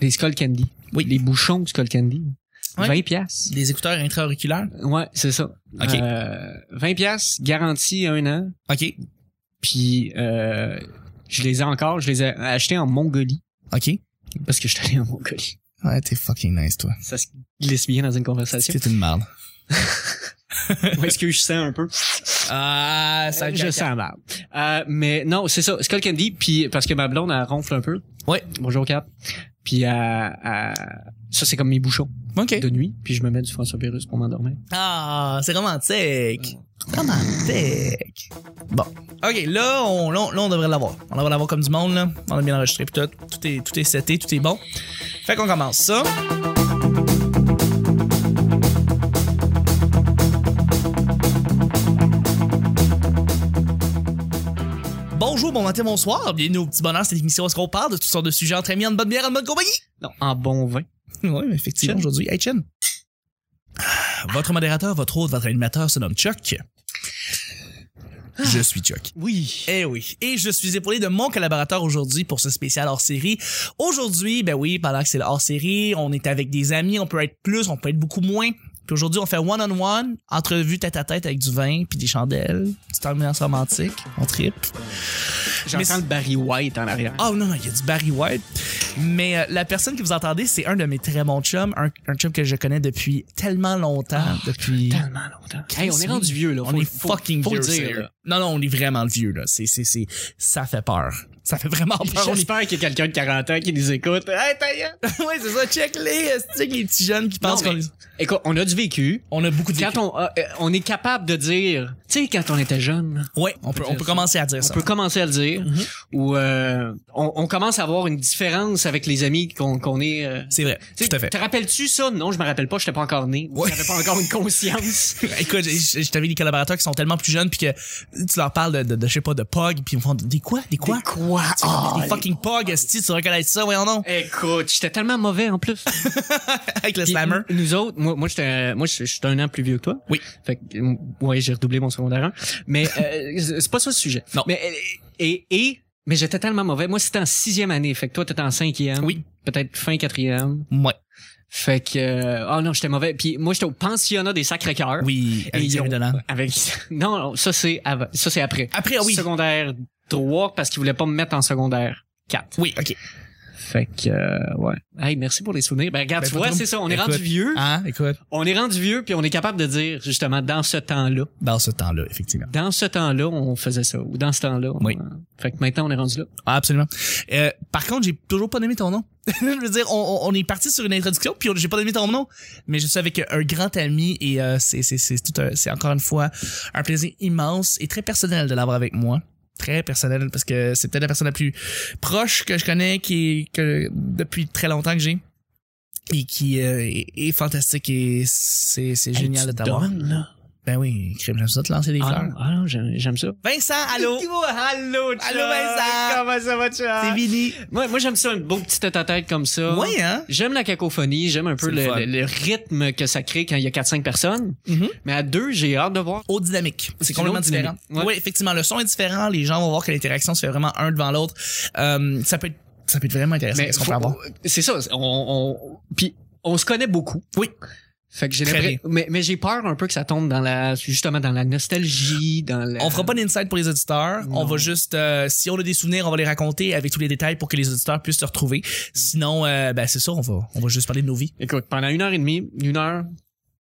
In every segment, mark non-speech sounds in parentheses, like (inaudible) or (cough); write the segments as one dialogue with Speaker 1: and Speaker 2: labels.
Speaker 1: les Skull Candy.
Speaker 2: Oui.
Speaker 1: Les bouchons Skull Candy.
Speaker 2: Ouais.
Speaker 1: 20 piastres.
Speaker 2: Des écouteurs intra-auriculaires.
Speaker 1: Ouais, c'est ça.
Speaker 2: Ok.
Speaker 1: Euh, 20 piastres, garantie un an.
Speaker 2: OK.
Speaker 1: Puis euh, je les ai encore, je les ai achetés en Mongolie.
Speaker 2: OK.
Speaker 1: Parce que je suis allé en Mongolie.
Speaker 2: Ouais, t'es fucking nice, toi.
Speaker 1: Ça se glisse bien dans une conversation.
Speaker 2: C'est une merde.
Speaker 1: (laughs) Où est-ce que je sens un peu?
Speaker 2: Ah, ça
Speaker 1: je sens mal. Euh, mais non, c'est ça. Skull Candy, puis parce que ma blonde, elle ronfle un peu.
Speaker 2: Ouais.
Speaker 1: Bonjour, Cap. Puis elle- elle- ça, c'est comme mes bouchons
Speaker 2: OK.
Speaker 1: de nuit. Puis je me mets du François Pérus pour m'endormir.
Speaker 2: Ah, c'est romantique. Romantique. Bon. OK, là, on, là, on- là, on devrait l'avoir. On devrait l'avoir comme du monde, là. On a bien enregistré, pis tout. Tout est, tout est seté, tout est bon. Fait qu'on commence ça. Bonjour, bon matin, bonsoir. Bienvenue au petit bonheur, cette émission où est-ce qu'on parle de toutes sortes de sujets entre amis, en bonne bière, en bonne compagnie.
Speaker 1: Non, en bon vin.
Speaker 2: (laughs) Oui, effectivement,
Speaker 1: Chen.
Speaker 2: aujourd'hui. Hey, Chen. Ah, Votre modérateur, votre hôte, votre animateur se nomme Chuck. Je suis Chuck.
Speaker 1: Oui.
Speaker 2: Eh oui. Et je suis épaulé de mon collaborateur aujourd'hui pour ce spécial hors série. Aujourd'hui, ben oui, pendant que c'est le hors série, on est avec des amis, on peut être plus, on peut être beaucoup moins. Puis aujourd'hui, on fait one-on-one, entrevue tête à tête avec du vin, puis des chandelles, petite ambiance romantique, on tripe.
Speaker 1: J'entends
Speaker 2: Mais-
Speaker 1: le Barry White en arrière.
Speaker 2: Oh non, non, il y a du Barry White. Mais euh, la personne que vous entendez, c'est un de mes très bons chums, un, un chum que je connais depuis tellement longtemps, depuis...
Speaker 1: tellement longtemps. Hey, on est rendu vieux, là.
Speaker 2: On
Speaker 1: Faut-
Speaker 2: est
Speaker 1: Ah, faut-
Speaker 2: fucking
Speaker 1: faut le
Speaker 2: vieux.
Speaker 1: dire,
Speaker 2: sérieux.
Speaker 1: là.
Speaker 2: Non, non, on est vraiment vieux, là. C'est, c'est, c'est, ça fait peur. Ça fait vraiment peur. On est-
Speaker 1: J'espère qu'il y a quelqu'un de 40 ans qui nous écoute. Hey, ta gueule.
Speaker 2: (laughs) ouais, c'est ça. Check les, euh, check les petits jeunes qui pensent
Speaker 1: Non,
Speaker 2: qu'on
Speaker 1: mais-
Speaker 2: est-
Speaker 1: Écoute, on a du vécu.
Speaker 2: On a beaucoup de
Speaker 1: Quand on, euh, euh, on est capable de dire, tu sais, quand on était jeune,
Speaker 2: Ouais, on peut, on peut commencer à dire
Speaker 1: on
Speaker 2: ça. Mm-hmm.
Speaker 1: peut commencer à le dire, ou euh, on, on commence à avoir une différence avec les amis qu'on qu'on est. euh,
Speaker 2: C'est vrai.
Speaker 1: tu sais,
Speaker 2: Tout à fait.
Speaker 1: Te rappelles-tu ça? Non, je me rappelle pas, j'étais pas encore né.
Speaker 2: Ouais.
Speaker 1: J'avais pas encore une
Speaker 2: (laughs)
Speaker 1: conscience.
Speaker 2: Écoute, je, je t'avais des collaborateurs qui sont tellement plus jeunes puis que tu leur parles de, de, de, je sais pas, de POG puis ils me font des quoi, des quoi?
Speaker 1: Des quoi? Ah,
Speaker 2: des fucking POG, esti, tu reconnais ça, voyons non?
Speaker 1: Écoute, j'étais tellement mauvais en plus.
Speaker 2: Avec le
Speaker 1: Puis
Speaker 2: slammer.
Speaker 1: nous- Nous autres, moi, moi, j'étais, moi, je je suis un an plus vieux que toi.
Speaker 2: Oui.
Speaker 1: Fait que, euh, ouais, j'ai redoublé mon secondaire 1. Mais
Speaker 2: (laughs)
Speaker 1: euh, c'est c'est pas ça le sujet.
Speaker 2: Non.
Speaker 1: Mais euh, et et mais j'étais tellement mauvais. Moi, c'était en sixième année. Fait que toi, t'étais en cinquième.
Speaker 2: Oui.
Speaker 1: Peut-être fin quatrième.
Speaker 2: Ouais.
Speaker 1: Fait que euh, oh non, j'étais mauvais. Puis moi, j'étais au pensionnat des Sacrés Cœurs.
Speaker 2: Oui,
Speaker 1: Et
Speaker 2: avec
Speaker 1: ils
Speaker 2: Thierry
Speaker 1: ont-
Speaker 2: Dolan.
Speaker 1: Avec (laughs) non, non, ça c'est avant, ça c'est après.
Speaker 2: Après, Ah oui.
Speaker 1: Secondaire 3 parce qu'ils voulaient pas me mettre en secondaire 4.
Speaker 2: Oui, OK.
Speaker 1: Fait que euh, ouais. Hey, merci pour les souvenirs. Ben regarde,
Speaker 2: Ben,
Speaker 1: tu
Speaker 2: pas
Speaker 1: vois,
Speaker 2: trop.
Speaker 1: c'est ça, on est
Speaker 2: Écoute,
Speaker 1: rendu vieux.
Speaker 2: Ah, écoute.
Speaker 1: On est rendu vieux puis on est capable de dire justement dans ce temps-là,
Speaker 2: Dans ce temps-là, effectivement.
Speaker 1: dans ce temps-là, on faisait ça ou dans ce temps-là. on- euh,
Speaker 2: Oui.
Speaker 1: Fait que maintenant on est rendu là.
Speaker 2: Ah, absolument. Euh, par contre, j'ai toujours pas nommé ton nom. (laughs) je veux dire, on, on- on est parti sur une introduction, puis on- j'ai pas nommé ton nom. Mais je suis avec euh, un grand ami et euh, c'est c'est- c'est tout un- c'est encore une fois un plaisir immense et très personnel de l'avoir avec moi. Très personnel parce que c'est peut-être la personne la plus proche que je connais qui est- que depuis très longtemps que j'ai et qui euh, est, est fantastique et c'est c'est génial
Speaker 1: Hey,
Speaker 2: de
Speaker 1: tu
Speaker 2: t'avoir.
Speaker 1: donnes, là.
Speaker 2: Ben oui, crime, j'aime ça te lancer des
Speaker 1: Ah
Speaker 2: fleurs.
Speaker 1: non, ah non, j'aime j'aime ça.
Speaker 2: Vincent, allô?
Speaker 1: Allô,
Speaker 2: Allô, Vincent.
Speaker 1: Comment ça va, Chuck?
Speaker 2: C'est Vinny.
Speaker 1: Moi, moi j'aime ça, un beau petit tête à tête comme ça.
Speaker 2: Ouais, hein?
Speaker 1: J'aime la cacophonie, j'aime un peu
Speaker 2: C'est le
Speaker 1: le,
Speaker 2: fun.
Speaker 1: le- le rythme que ça crée quand il y a 4-5 personnes.
Speaker 2: Mhm.
Speaker 1: Mais à deux, j'ai hâte de voir.
Speaker 2: Au dynamique.
Speaker 1: C'est
Speaker 2: C'est
Speaker 1: une
Speaker 2: complètement
Speaker 1: autre
Speaker 2: différent.
Speaker 1: dynamique. Ouais.
Speaker 2: Oui, effectivement, le son est différent. Les gens vont voir que l'interaction se fait vraiment un devant l'autre. Euh, ça peut être, ça peut être vraiment intéressant.
Speaker 1: Mais
Speaker 2: ce qu'on
Speaker 1: faut-
Speaker 2: peut avoir.
Speaker 1: C'est ça. On, on, puis on se connaît beaucoup.
Speaker 2: Oui.
Speaker 1: Fait que j'ai
Speaker 2: Très
Speaker 1: l'impression. Mais, mais j'ai peur un peu que ça tombe dans la, justement, dans la nostalgie, dans la.
Speaker 2: On fera pas d'insight pour les auditeurs. On
Speaker 1: Non.
Speaker 2: va juste, euh, si on a des souvenirs, on va les raconter avec tous les détails pour que les auditeurs puissent se retrouver. Sinon, euh, ben, c'est ça, on va, on va juste parler de nos vies.
Speaker 1: Écoute, pendant une heure et demie, une heure.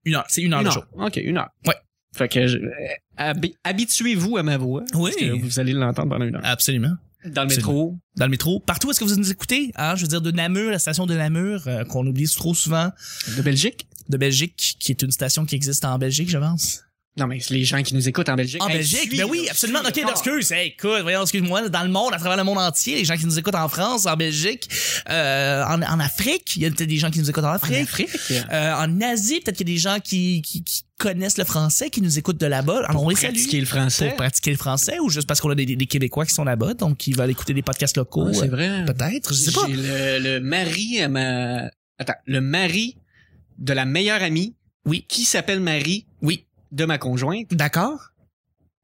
Speaker 2: Une heure, c'est une heure
Speaker 1: une
Speaker 2: de show.
Speaker 1: heure. OK, une heure.
Speaker 2: Ouais.
Speaker 1: Fait que je- euh, habi- habituez-vous à ma voix.
Speaker 2: Oui. Ah,
Speaker 1: Parce que vous allez l'entendre pendant une heure.
Speaker 2: Absolument.
Speaker 1: Dans le métro.
Speaker 2: Dans le métro, partout où est-ce que vous nous écoutez, hein, je veux dire de Namur, la station de Namur, euh, qu'on oublie trop souvent,
Speaker 1: De Belgique.
Speaker 2: de Belgique, qui est une station qui existe en Belgique, je pense.
Speaker 1: Non, mais les gens qui nous écoutent en Belgique.
Speaker 2: En
Speaker 1: Hey, Ah.
Speaker 2: Belgique,
Speaker 1: suis,
Speaker 2: ben oui,
Speaker 1: là,
Speaker 2: absolument.
Speaker 1: suis,
Speaker 2: Ok,
Speaker 1: là,
Speaker 2: non, excuse, hey, écoute, voyons, excuse-moi, dans le monde, à travers le monde entier, les gens qui nous écoutent en France, en Belgique, euh, en, en Afrique, il y a peut-être des gens qui nous écoutent en
Speaker 1: En
Speaker 2: Afrique,
Speaker 1: Afrique.
Speaker 2: euh, en Asie, peut-être qu'il y a des gens qui, qui, qui connaissent le français, qui nous écoutent de là-bas. Alors, on les salue.
Speaker 1: Pratiquer le français.
Speaker 2: Pour pratiquer le français ou juste parce qu'on a des, des Québécois qui sont là-bas, donc qui veulent écouter des podcasts locaux.
Speaker 1: Ouais,
Speaker 2: euh,
Speaker 1: Ah, c'est vrai.
Speaker 2: Peut-être, je sais pas.
Speaker 1: J'ai le, le mari à ma... Attends, le mari de la meilleure amie.
Speaker 2: Oui.
Speaker 1: Qui s'appelle Marie.
Speaker 2: Oui.
Speaker 1: De ma conjointe.
Speaker 2: D'accord?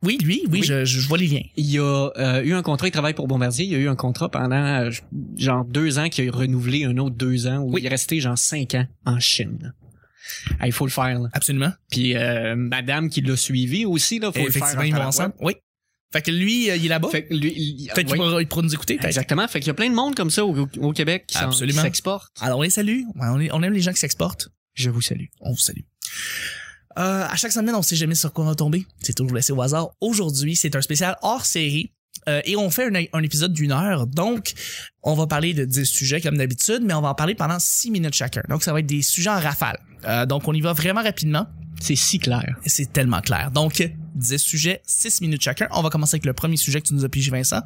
Speaker 2: Oui, lui, oui,
Speaker 1: Oui.
Speaker 2: Je, je vois les liens.
Speaker 1: Il a euh, eu un contrat, il travaille pour Bombardier, il a eu un contrat pendant euh, genre deux ans qu'il a renouvelé un autre deux ans où
Speaker 2: Oui.
Speaker 1: il est resté genre cinq ans en Chine. Ah, il faut le faire. là.
Speaker 2: Absolument.
Speaker 1: Puis euh, Madame qui l'a suivi aussi, là, faut le faire.
Speaker 2: Effectivement,
Speaker 1: en
Speaker 2: ils vont
Speaker 1: tabarouette.
Speaker 2: ensemble. Oui. Fait que lui, euh, il est là-bas.
Speaker 1: Fait que lui, il-
Speaker 2: Peut-être
Speaker 1: oui,
Speaker 2: qu'il pourra, il pourra nous écouter. peut-être.
Speaker 1: exactement. Fait qu'il y a plein de monde comme ça au, au Québec qui s'en- qui
Speaker 2: Absolument.
Speaker 1: s'exportent.
Speaker 2: Alors, on les salue. Ouais, On, les- on aime les gens qui s'exportent.
Speaker 1: Je vous salue.
Speaker 2: On vous salue. Euh, à chaque semaine, on sait jamais sur quoi on va tomber. C'est toujours laissé au hasard. Aujourd'hui, c'est un spécial hors série. euh, et on fait un, un épisode d'une heure. Donc, on va parler de 10 sujets comme d'habitude, mais on va en parler pendant 6 minutes chacun. Donc, ça va être des sujets en rafale. Euh, donc, on y va vraiment rapidement.
Speaker 1: C'est si clair.
Speaker 2: Et C'est tellement clair. Donc, 10 sujets, 6 minutes chacun. On va commencer avec le premier sujet que tu nous as pigé, Vincent.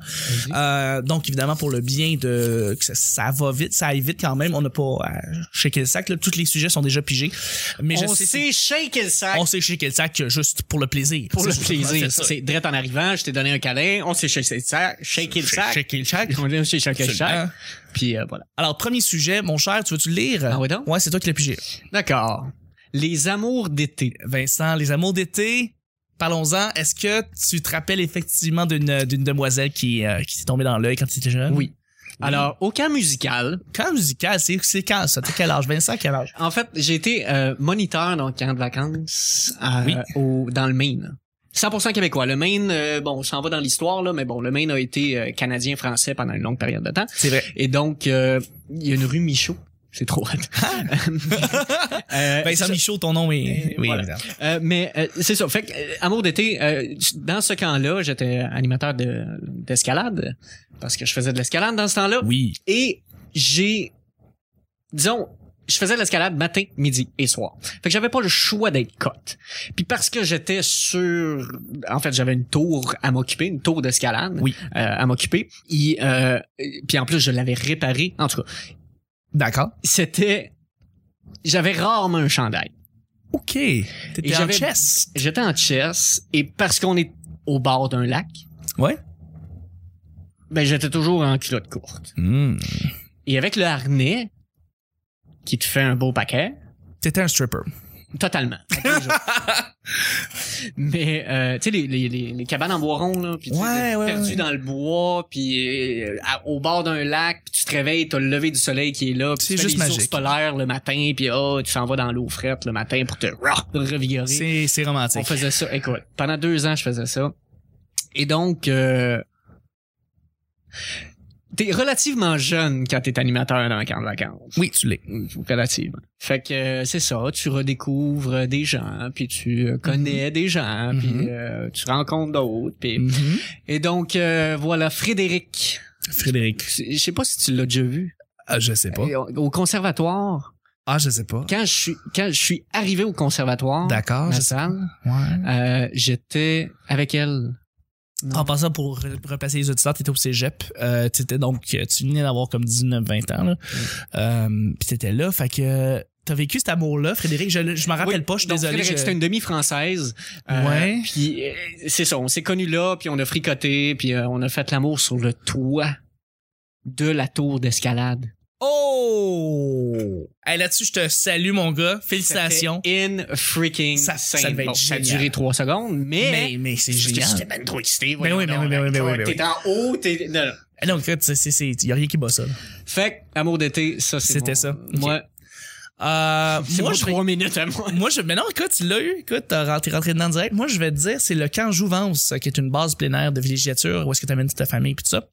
Speaker 2: Euh, donc, évidemment, pour le bien de... que Ça, ça va vite, ça aille vite quand même. On n'a pas à shaker le sac. là. Tous les sujets sont déjà pigés. Mais je
Speaker 1: on
Speaker 2: sais...
Speaker 1: sait shaker le sac.
Speaker 2: On sait shaker le sac juste pour le plaisir.
Speaker 1: pour le
Speaker 2: C'est juste
Speaker 1: plaisir.
Speaker 2: ça.
Speaker 1: C'est direct en arrivant, je t'ai donné un câlin, on s'est shaker le sac, shaker le sac.
Speaker 2: Shaker le sac.
Speaker 1: On est chez shaker le sac.
Speaker 2: Absolument.
Speaker 1: Puis euh, voilà.
Speaker 2: Alors, premier sujet, mon cher, tu veux-tu le lire?
Speaker 1: Ah oui, donc?
Speaker 2: Ouais, c'est toi qui l'as pigé.
Speaker 1: D'accord. Les amours d'été.
Speaker 2: Vincent, les amours d'été, parlons-en. Est-ce que tu te rappelles effectivement d'une d'une demoiselle qui, euh, qui s'est tombée dans l'œil quand tu étais jeune?
Speaker 1: Ah. Oui. Alors, au camp musical,
Speaker 2: Quand musical, c'est c'est quand ça? T'as quel âge? Vincent, quel âge?
Speaker 1: en fait, j'ai été euh, moniteur dans le camp de vacances euh,
Speaker 2: Oui.
Speaker 1: au, dans le Maine. 100% québécois. Le Maine, euh, bon, on s'en va dans l'histoire, là, mais bon, le Maine a été euh, canadien-français pendant une longue période de temps.
Speaker 2: C'est vrai.
Speaker 1: Et donc, euh, il y a une rue Michaud. C'est trop hâte. (laughs) Euh,
Speaker 2: Ben, Vincent Michaud, ton nom est... Oui,
Speaker 1: Voilà.
Speaker 2: évidemment.
Speaker 1: Euh, mais euh, c'est ça. Fait que euh, amour d'été, euh, dans ce camp-là, j'étais animateur de d'escalade parce que je faisais de l'escalade dans ce temps-là.
Speaker 2: Oui.
Speaker 1: Et j'ai, disons, je faisais de l'escalade matin, midi et soir. Fait que j'avais pas le choix d'être cote. Puis parce que j'étais sur, en fait, j'avais une tour à m'occuper, une tour d'escalade
Speaker 2: Oui.
Speaker 1: euh, à m'occuper. Et, euh, puis en plus, je l'avais réparée. En tout cas,
Speaker 2: D'accord.
Speaker 1: c'était, j'avais rarement un chandail.
Speaker 2: OK. T'étais en
Speaker 1: j'avais-
Speaker 2: chess.
Speaker 1: J'étais en chess et parce qu'on est au bord d'un lac,
Speaker 2: Ouais.
Speaker 1: ben j'étais toujours en culotte courte.
Speaker 2: Hmm.
Speaker 1: Et avec le harnais, qui te fait un beau paquet,
Speaker 2: T'étais un stripper. (laughs)
Speaker 1: totalement. Mais euh, tu sais les, les, les, les cabanes en bois rond là, puis tu sais,
Speaker 2: Ouais,
Speaker 1: t'es
Speaker 2: ouais,
Speaker 1: perdu
Speaker 2: ouais.
Speaker 1: dans le bois, puis euh, à- au bord d'un lac, puis tu te réveilles, t'as le lever du soleil qui est là, puis
Speaker 2: C'est
Speaker 1: tu fais
Speaker 2: juste
Speaker 1: les ours
Speaker 2: magique.
Speaker 1: polaires le matin, puis oh, tu s'en vas dans l'eau frette le matin pour te rah, revigorer.
Speaker 2: C'est c'est
Speaker 1: On
Speaker 2: romantique.
Speaker 1: faisait ça. Écoute, pendant deux ans, je faisais ça. Et donc, euh, t'es relativement jeune quand t'es animateur dans un camp de vacances.
Speaker 2: Oui, tu l'es.
Speaker 1: Relativement. Fait que euh, c'est ça, tu redécouvres des gens, puis tu euh, connais des gens, puis
Speaker 2: Mhm.
Speaker 1: euh, tu rencontres d'autres. puis-
Speaker 2: Mm-hmm.
Speaker 1: Et donc, euh, voilà, Frédéric.
Speaker 2: Frédéric.
Speaker 1: Je sais pas si tu l'as déjà vu.
Speaker 2: Ah, je sais pas.
Speaker 1: Et euh, au- Au conservatoire,
Speaker 2: Ah, je sais pas.
Speaker 1: quand je suis quand je suis arrivé au conservatoire,
Speaker 2: D'accord.
Speaker 1: ma
Speaker 2: je sais-
Speaker 1: salle,
Speaker 2: Ouais.
Speaker 1: euh, j'étais avec elle.
Speaker 2: En passant pour re- replacer les auditeurs, t'étais au cégep, euh, t'étais donc, euh, tu venais d'avoir comme 19-20 ans, là. Euh, pis t'étais là, fait que t'as vécu cet amour-là, Frédéric, je, le- je m'en rappelle
Speaker 1: Oui,
Speaker 2: pas, je suis
Speaker 1: donc
Speaker 2: désolé.
Speaker 1: Frédéric,
Speaker 2: je-
Speaker 1: c'était une demi-française. Euh,
Speaker 2: Ouais.
Speaker 1: Puis euh, c'est ça, on s'est connus là, puis on a fricoté, puis euh, on a fait l'amour sur le toit de la tour d'escalade.
Speaker 2: Oh! Hey, là-dessus, je te salue, mon gars. Félicitations.
Speaker 1: C'était In freaking
Speaker 2: Ça- ça
Speaker 1: sane.
Speaker 2: devait être
Speaker 1: Bon, ça a
Speaker 2: génial.
Speaker 1: duré trois secondes, mais.
Speaker 2: Mais, mais c'est
Speaker 1: Parce que
Speaker 2: génial.
Speaker 1: J'étais ben trop excité.
Speaker 2: Mais oui, mais oui, mais oui, mais oui, ben mais oui.
Speaker 1: T'es en haut, t'es. Non, non.
Speaker 2: Ah, Non, écoute, c'est, c'est, c'est- y a rien qui bat ça. là.
Speaker 1: Fait que, amour d'été, ça c'est.
Speaker 2: C'était
Speaker 1: mon-
Speaker 2: ça. Ok.
Speaker 1: Moi,
Speaker 2: Euh,
Speaker 1: c'est
Speaker 2: moi,
Speaker 1: moi,
Speaker 2: je vais,
Speaker 1: trois minutes à moi.
Speaker 2: moi, je, mais non, écoute, tu l'as eu. Écoute, t'as rentré, rentré dedans direct. Moi, je vais te dire, c'est le camp Jouvence, qui est une base plénière de villégiature où est-ce que t'amènes toute ta famille pis tout ça.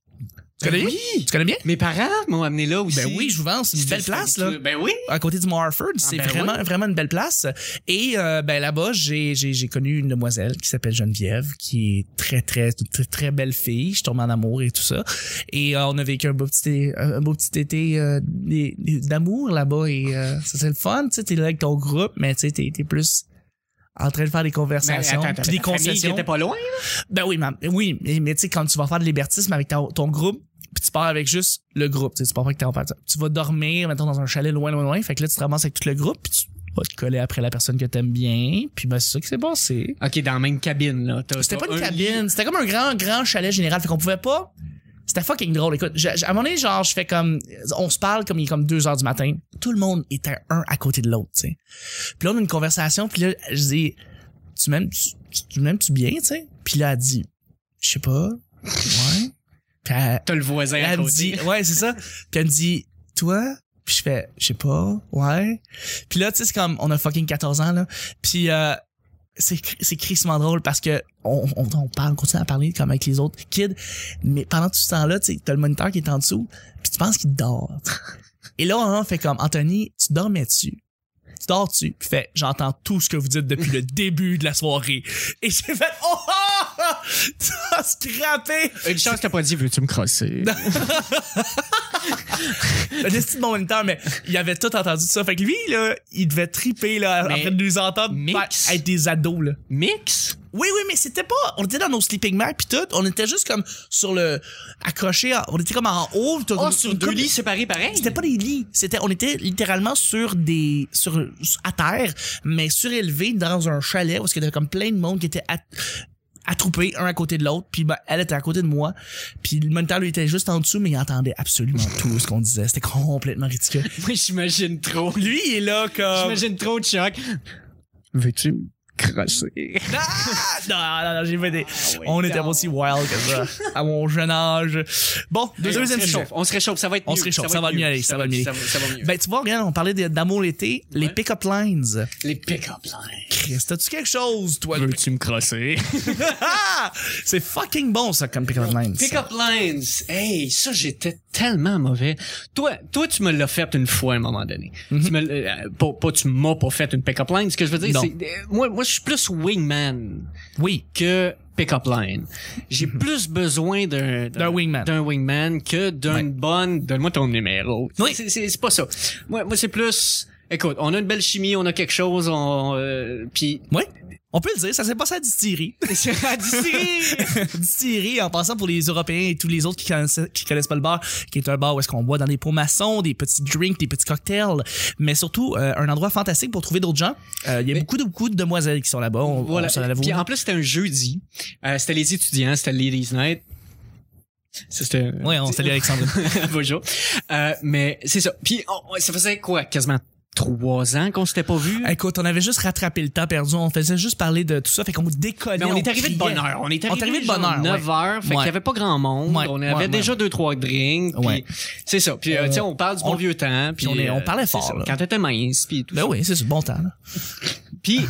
Speaker 2: Tu connais bien?
Speaker 1: Oui!
Speaker 2: Tu connais bien?
Speaker 1: Mes parents m'ont amené là aussi.
Speaker 2: Ben oui, Jouvence, c'est une belle place, là.
Speaker 1: Ben oui.
Speaker 2: à côté du Mont Harford. c'est
Speaker 1: ben
Speaker 2: vraiment, vraiment une belle place. Et euh, ben là-bas, j'ai, j'ai, j'ai connu une demoiselle qui s'appelle Geneviève, qui est très, très, très, très belle fille. Je tombe en amour et tout ça. Et euh, on a vécu un beau petit, un beau petit été euh, des- des- d'amour là-bas. Et euh, ça, c'est le fun. Tu sais, t'es là avec ton groupe, mais tu sais, t'es, t'es plus en train de faire des conversations,
Speaker 1: Ben, attends,
Speaker 2: puis des
Speaker 1: ta famille qui
Speaker 2: concessions.
Speaker 1: était pas loin.
Speaker 2: Ben oui, ma- oui, mais, mais tu sais, quand tu vas faire de l'hébertisme avec ta- ton groupe, puis tu pars avec juste le groupe, tu sais, tu pars pas avec ta Tu vas dormir, mettons, dans un chalet loin, loin, loin, fait que là, tu te ramasses avec tout le groupe, puis tu vas te coller après la personne que t'aimes bien, puis ben c'est ça qui s'est passé.
Speaker 1: OK, dans la même cabine, là. T'as-
Speaker 2: Euh, C'était
Speaker 1: t'as
Speaker 2: pas une
Speaker 1: un
Speaker 2: cabine,
Speaker 1: lit.
Speaker 2: c'était comme un grand, grand chalet général, fait qu'on pouvait pas... C'était fucking drôle. Écoute, je- je- à un moment donné, genre, je fais comme... On se parle comme il est comme 2 heures du matin. Tout le monde était un à côté de l'autre, tu sais. Puis là, on a une conversation, puis là, je dis... Tu m'aimes-tu tu, tu m'aimes-tu bien, tu sais? Puis Puis là, elle dit, je sais pas, ouais. Puis elle,
Speaker 1: T'as le voisin à
Speaker 2: elle me
Speaker 1: côté. (laughs)
Speaker 2: dit, ouais, c'est ça. Puis elle me dit, toi? Puis je fais, je sais pas, ouais. Puis là, tu sais, c'est comme, on a fucking 14 ans, là. Puis euh, c'est cr- c'est crissement drôle parce que on, on, on parle, on continue à parler comme avec les autres kids. Mais pendant tout ce temps-là, tu sais, t'as le moniteur qui est en dessous, puis tu penses qu'il dort. Et là, on fait comme, Anthony, tu dormais-tu? Tu dors-tu? Puis fait, j'entends tout ce que vous dites depuis le début de la soirée. Et j'ai fait, oh, ah, ah, (laughs) t'as scrappé!
Speaker 1: Une chance t'as pas dit, veux-tu me crosser?
Speaker 2: un esti de bon moniteur, mais il avait tout entendu ça. Fait que lui, là, il devait triper, là,
Speaker 1: Mais-
Speaker 2: en train de nous entendre
Speaker 1: Mix.
Speaker 2: faire- être des ados, là.
Speaker 1: Mix?
Speaker 2: Oui, oui, mais c'était pas, on était dans nos sleeping bags pis tout, on était juste comme sur le, accroché, on était comme en haut. t'as-
Speaker 1: Oh,
Speaker 2: une
Speaker 1: sur deux
Speaker 2: couple-
Speaker 1: lits séparés pareil?
Speaker 2: C'était pas des lits, c'était, on était littéralement sur des, sur, à terre, mais surélevé dans un chalet parce qu'il y avait comme plein de monde qui était at- attroupés un à côté de l'autre puis ben, elle était à côté de moi puis le moniteur lui était juste en dessous mais il entendait absolument tout ce qu'on disait c'était complètement ridicule
Speaker 1: Moi, j'imagine trop.
Speaker 2: lui, il est là comme.
Speaker 1: J'imagine trop de choc. Veux-tu me crosser?
Speaker 2: Ah! Non, non, non, j'ai pas des.
Speaker 1: Ah oui,
Speaker 2: On était
Speaker 1: non.
Speaker 2: pas aussi wild que ça. à mon jeune âge. Bon, deuxième
Speaker 1: on se
Speaker 2: sujet.
Speaker 1: réchauffe, on se réchauffe, ça va être
Speaker 2: On
Speaker 1: mieux,
Speaker 2: se réchauffe, ça va
Speaker 1: être
Speaker 2: mieux aller, ça va mieux.
Speaker 1: Ça va, ça va mieux.
Speaker 2: Ben, tu vois, regarde, on parlait de- d'amour l'été, les
Speaker 1: Ouais.
Speaker 2: pick-up lines.
Speaker 1: Les pick-up lines.
Speaker 2: Chris, t'as-tu quelque chose, toi? de-
Speaker 1: Veux-tu me crosser? (laughs)
Speaker 2: Ah! (laughs) C'est fucking bon, ça, comme pick-up lines.
Speaker 1: Pick-up lines. Hey, ça, j'étais tellement mauvais. Toi, toi, tu me l'as fait une fois à un moment donné. Tu me l'as- euh, pas, pas, tu m'as pas fait une pick-up line. Ce que je veux dire,
Speaker 2: Mm-hmm. Non.
Speaker 1: c'est, euh, moi, moi, je suis plus wingman
Speaker 2: Oui. Mm-hmm.
Speaker 1: que pick-up line. J'ai plus besoin d'un,
Speaker 2: D'un wingman.
Speaker 1: d'un wingman que d'une
Speaker 2: Ouais.
Speaker 1: bonne, donne-moi ton numéro.
Speaker 2: Oui.
Speaker 1: C'est, c'est, c'est pas ça. Moi, moi, c'est plus, écoute, on a une belle chimie, on a quelque chose, on, euh,
Speaker 2: (laughs)
Speaker 1: puis,
Speaker 2: Oui. On peut le dire, ça s'est passé à distillerie.
Speaker 1: à distiller. (laughs)
Speaker 2: distillerie en passant pour les Européens et tous les autres qui connaissent, qui connaissent pas le bar, qui est un bar où est-ce qu'on boit dans des pots maçons, des petits drinks, des petits cocktails, mais surtout euh, un endroit fantastique pour trouver d'autres gens. Euh, Il y a
Speaker 1: Mais-
Speaker 2: beaucoup de beaucoup de demoiselles qui sont là-bas. On,
Speaker 1: Voilà.
Speaker 2: on se l'avoue.
Speaker 1: Puis en plus, c'était un jeudi. Euh, c'était les étudiants, c'était Ladies Night. Ça, c'était... euh,
Speaker 2: Ouais, on salue Alexandre.
Speaker 1: (laughs) Bonjour. Euh, mais c'est ça. Puis on- on- ça faisait quoi? Quasiment trois ans qu'on s'était pas vu.
Speaker 2: Écoute, on avait juste rattrapé le temps perdu, on faisait juste parler de tout ça, fait qu'on décollait.
Speaker 1: mais Ben, on, est arrivé de
Speaker 2: criait.
Speaker 1: bonne heure. On est
Speaker 2: On est
Speaker 1: arrivé
Speaker 2: arrivé de bonne heure,
Speaker 1: 9
Speaker 2: ouais.
Speaker 1: heures. Fait
Speaker 2: Ouais.
Speaker 1: qu'il y avait pas grand monde.
Speaker 2: Ouais,
Speaker 1: On
Speaker 2: ouais,
Speaker 1: avait
Speaker 2: ouais.
Speaker 1: déjà deux, trois drinks. Puis
Speaker 2: Ouais.
Speaker 1: c'est ça. Puis, euh,
Speaker 2: On-
Speaker 1: tu sais, on parle du
Speaker 2: on-
Speaker 1: bon vieux temps. Puis
Speaker 2: on est- on
Speaker 1: euh,
Speaker 2: parlait
Speaker 1: c'est
Speaker 2: fort,
Speaker 1: ça,
Speaker 2: là.
Speaker 1: Quand t'étais mince. Puis tout
Speaker 2: Ben
Speaker 1: ça.
Speaker 2: oui, c'est du bon temps. là.
Speaker 1: Puis,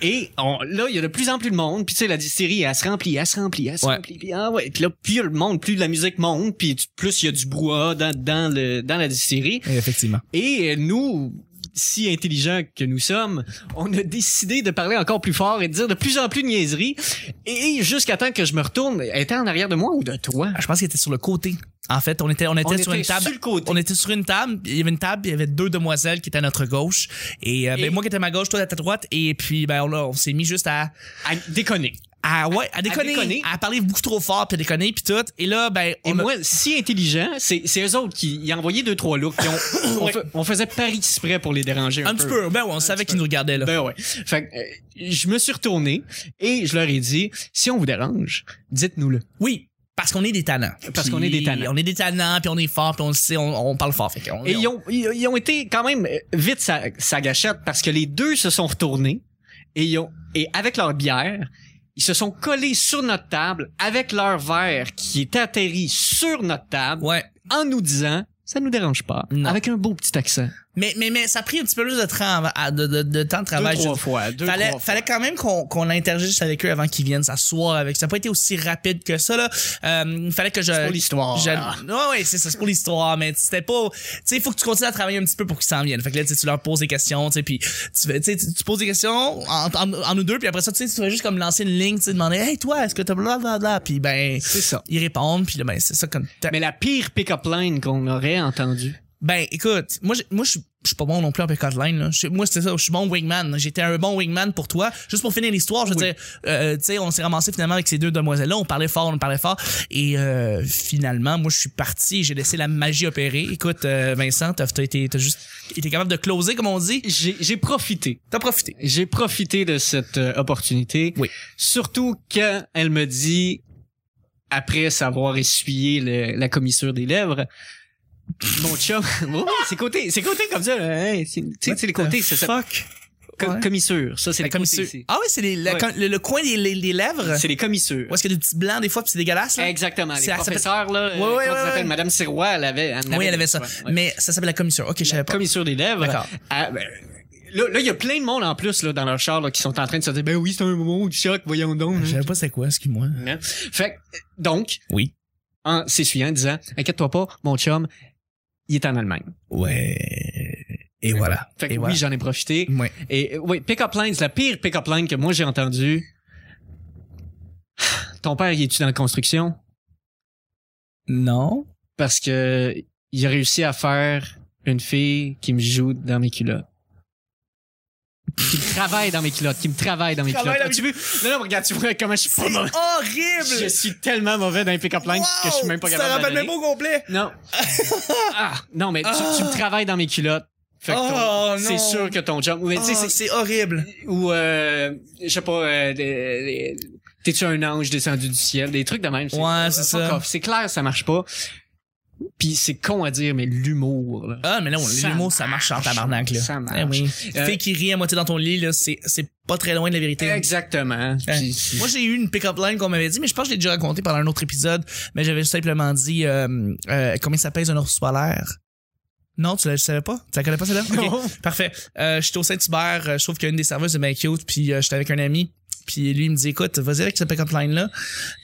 Speaker 1: et on, là, il y a de plus en plus de monde. Puis, tu sais, la distillerie, elle se remplit, elle se remplit, elle se
Speaker 2: Ouais.
Speaker 1: remplit. Puis, ah ouais. Puis là, plus il y a le monde, plus la musique monte. Puis, tu- plus il y a du brouhaha dans, dans, le, dans la distillerie.
Speaker 2: Effectivement.
Speaker 1: Et euh, nous, si intelligents que nous sommes, on a décidé de parler encore plus fort et de dire de plus en plus de niaiseries. Et jusqu'à temps que je me retourne, elle était en arrière de moi ou de toi?
Speaker 2: Je pense qu'il était sur le côté. En fait, on était on était
Speaker 1: On
Speaker 2: sur
Speaker 1: était
Speaker 2: une table.
Speaker 1: sur le côté.
Speaker 2: On était sur une table, il y avait une table, il y avait deux demoiselles qui étaient à notre gauche et, euh,
Speaker 1: Et-
Speaker 2: ben moi qui étais à ma gauche, toi à ta droite et puis ben on, l'a- on s'est mis juste à
Speaker 1: À déconner.
Speaker 2: à ouais, à déconner, à,
Speaker 1: déconner.
Speaker 2: parler beaucoup trop fort puis à déconner puis tout et là ben
Speaker 1: Et
Speaker 2: on a-
Speaker 1: moi, si intelligent, c'est, c'est eux autres qui y envoyaient deux, trois looks. puis on, on,
Speaker 2: (coughs) Ouais.
Speaker 1: fa- on faisait paris exprès pour les déranger un,
Speaker 2: un petit peu ben ouais, on savait
Speaker 1: petit
Speaker 2: qu'ils nous regardaient là.
Speaker 1: Ben ouais. Fait que, euh, je me suis retourné et je leur ai dit si on vous dérange, dites-nous-le.
Speaker 2: Oui. Parce qu'on est des talents.
Speaker 1: Parce qu'on est des tannants.
Speaker 2: On est des talents, puis on est fort, puis on le sait, on, on parle fort. Fait qu'on-
Speaker 1: Et ils ont, ils, ils ont été quand même euh, vite sa, sa gâchette parce que les deux se sont retournés et ils ont et avec leur bière, ils se sont collés sur notre table avec leur verre qui est atterri sur notre table
Speaker 2: Ouais.
Speaker 1: en nous disant ça nous dérange pas
Speaker 2: Non.
Speaker 1: avec un beau petit accent.
Speaker 2: Mais, mais, mais ça a pris un petit peu plus de, tra- à- de, de, de temps de
Speaker 1: Deux
Speaker 2: travail. je
Speaker 1: trois fois, deux
Speaker 2: fallait,
Speaker 1: trois fois.
Speaker 2: fallait quand même qu'on qu'on interagisse avec eux avant qu'ils viennent s'asseoir avec. Ça n'a pas été aussi rapide que ça là. Euh, fallait que je.
Speaker 1: pour l'histoire.
Speaker 2: je- Ouais ouais c'est ça c'est pour l'histoire mais c'était pas. Tu sais faut que tu continues à travailler un petit peu pour qu'ils s'en viennent. Fait que là tu sais, tu leur poses des questions tu sais puis tu fais- tu sais, tu- tu poses des questions en, en, en nous deux puis après ça tu sais tu vas juste comme lancer une ligne tu sais demander hey toi est-ce que t'as blablabla puis ben
Speaker 1: C'est ça.
Speaker 2: ils répondent puis là ben c'est ça comme. t'as-
Speaker 1: Mais la pire pick-up line qu'on aurait entendue.
Speaker 2: Ben, écoute, moi, j'ai- moi, je suis- je suis pas bon non plus en pick-up line, là. Je suis- moi, c'était ça, je suis bon wingman. J'étais un bon wingman pour toi. Juste pour finir l'histoire, je veux
Speaker 1: Oui.
Speaker 2: dire, euh, tu sais, on s'est ramassé finalement avec ces deux demoiselles-là. On parlait fort, on parlait fort. Et euh, finalement, moi, je suis parti. J'ai laissé la magie opérer. Écoute, euh, Vincent, t'as t'as été, t'as juste été capable de closer, comme on dit.
Speaker 1: J'ai j'ai profité.
Speaker 2: T'as profité.
Speaker 1: J'ai profité de cette euh, opportunité.
Speaker 2: Oui.
Speaker 1: Surtout quand elle me dit, après savoir essuyé le- la commissure des lèvres, (laughs) mon chum, Oui, oui, c'est côté, c'est côté comme ça, là, hein, c'est- tu sais, tu sais, les côtés, c'est ça.
Speaker 2: Fuck.
Speaker 1: Co-
Speaker 2: Ouais.
Speaker 1: Commissure. Ça, c'est
Speaker 2: La
Speaker 1: les côtés
Speaker 2: commissure.
Speaker 1: ici.
Speaker 2: Ah oui, c'est les- la-
Speaker 1: Ouais.
Speaker 2: quand- le, le coin des les, les lèvres.
Speaker 1: C'est les commissures.
Speaker 2: Où est-ce qu'il y a des petits blancs des fois, puis c'est dégueulasse. Là?
Speaker 1: Exactement.
Speaker 2: C'est-
Speaker 1: Les
Speaker 2: elle s'appelle-
Speaker 1: professeurs, là. euh,
Speaker 2: Ouais, ouais,
Speaker 1: comment
Speaker 2: ouais,
Speaker 1: ça s'appelle?
Speaker 2: ouais.
Speaker 1: Madame Sirois, elle avait.
Speaker 2: Oui, elle avait ça. Mais ça s'appelle la commissure. Ok, je savais
Speaker 1: La
Speaker 2: pas.
Speaker 1: commissure des lèvres.
Speaker 2: D'accord.
Speaker 1: Ah, ben, Là, là, il y a plein de monde en plus là, dans leur char là, qui sont en train de se dire Ben oui, c'est un moment du choc, voyons donc.
Speaker 2: Je savais pas c'est quoi, excuse-moi.
Speaker 1: Hein? Fait que, donc,
Speaker 2: Oui.
Speaker 1: en s'essuyant, en disant Inquiète-toi pas, mon chum, il est en Allemagne.
Speaker 2: Ouais. Et voilà.
Speaker 1: Fait que
Speaker 2: Et
Speaker 1: oui,
Speaker 2: voilà.
Speaker 1: j'en ai profité.
Speaker 2: Ouais.
Speaker 1: Et euh, oui, pick-up line, c'est la pire pick-up line que moi j'ai entendue. (sighs) Ton père, il est-tu dans la construction?
Speaker 2: Non.
Speaker 1: Parce que il a réussi à faire une fille qui me joue dans mes culottes. Qui me travaille dans mes culottes, qui me travaille dans mes
Speaker 2: Travaille
Speaker 1: culottes. As-tu vu? Non, non, mais regarde, tu vois comment je suis pas mauvais. Je
Speaker 2: Horrible!
Speaker 1: suis tellement mauvais dans les pick-up lines que je suis même pas
Speaker 2: Wow!
Speaker 1: capable
Speaker 2: Ça
Speaker 1: de
Speaker 2: rappelle
Speaker 1: la
Speaker 2: même pas au complet. (laughs)
Speaker 1: Non. Ah, non, mais tu, tu me travailles dans mes culottes. Fait que
Speaker 2: Oh,
Speaker 1: ton- c'est
Speaker 2: non.
Speaker 1: sûr que ton job. Mais tu sais,
Speaker 2: Oh,
Speaker 1: c'est-
Speaker 2: c'est horrible.
Speaker 1: ou euh, je sais pas euh, des- des- t'es-tu un ange descendu du ciel des trucs de même
Speaker 2: Ouais, c'est
Speaker 1: fuck
Speaker 2: ça.
Speaker 1: off. c'est clair ça marche pas puis c'est con à dire mais l'humour là.
Speaker 2: Ah, mais là,
Speaker 1: Ça
Speaker 2: les mots, ça marche en
Speaker 1: marche.
Speaker 2: tabarnak, là.
Speaker 1: Ça marche.
Speaker 2: Eh oui.
Speaker 1: Euh,
Speaker 2: Fait qu'il rit à moitié dans ton lit, là, c'est c'est pas très loin de la vérité.
Speaker 1: exactement
Speaker 2: Ouais.
Speaker 1: Puis c'est-
Speaker 2: Moi, j'ai eu une pick-up line qu'on m'avait dit, mais je pense que je l'ai déjà raconté pendant un autre épisode, mais j'avais simplement dit euh, euh, combien ça pèse un ours polaire. Non, tu la savais pas? Tu la connais pas, celle-là? Ok.
Speaker 1: Non.
Speaker 2: Parfait. Euh, j'étais au Saint-Hubert, euh, je trouve qu'une des serveuses est bien cute, puis euh, j'étais avec un ami, puis lui, il me dit, écoute, vas-y avec cette pick-up line-là.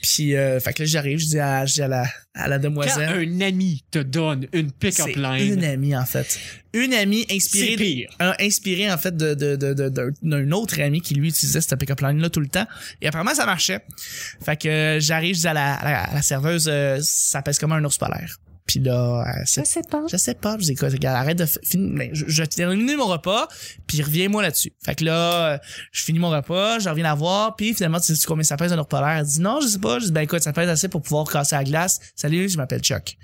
Speaker 2: Puis, euh, fait que là, j'arrive, je dis à, je dis à la, à la
Speaker 1: quand
Speaker 2: demoiselle.
Speaker 1: un ami te donne une
Speaker 2: C'est
Speaker 1: pick-up
Speaker 2: une
Speaker 1: line
Speaker 2: amie, en fait. Une amie
Speaker 1: c'est
Speaker 2: inspirée de-
Speaker 1: pire
Speaker 2: euh, inspiré en fait de de- de- de- d'un d'un autre ami qui lui utilisait cette pick-up line là tout le temps et apparemment ça marchait fait que euh, j'arrive je dis à la, à la- à la serveuse euh, ça pèse comment un ours polaire puis là euh, c'est-
Speaker 1: sais pas
Speaker 2: je sais pas je dis quoi regarde, arrête de fi- finir mais je, je vais terminer mon repas puis reviens-moi là-dessus fait que là euh, je finis mon repas je reviens la voir puis finalement tu sais combien ça pèse un ours polaire elle dit non je sais pas je dis ben écoute ça pèse assez pour pouvoir casser la glace salut je m'appelle Chuck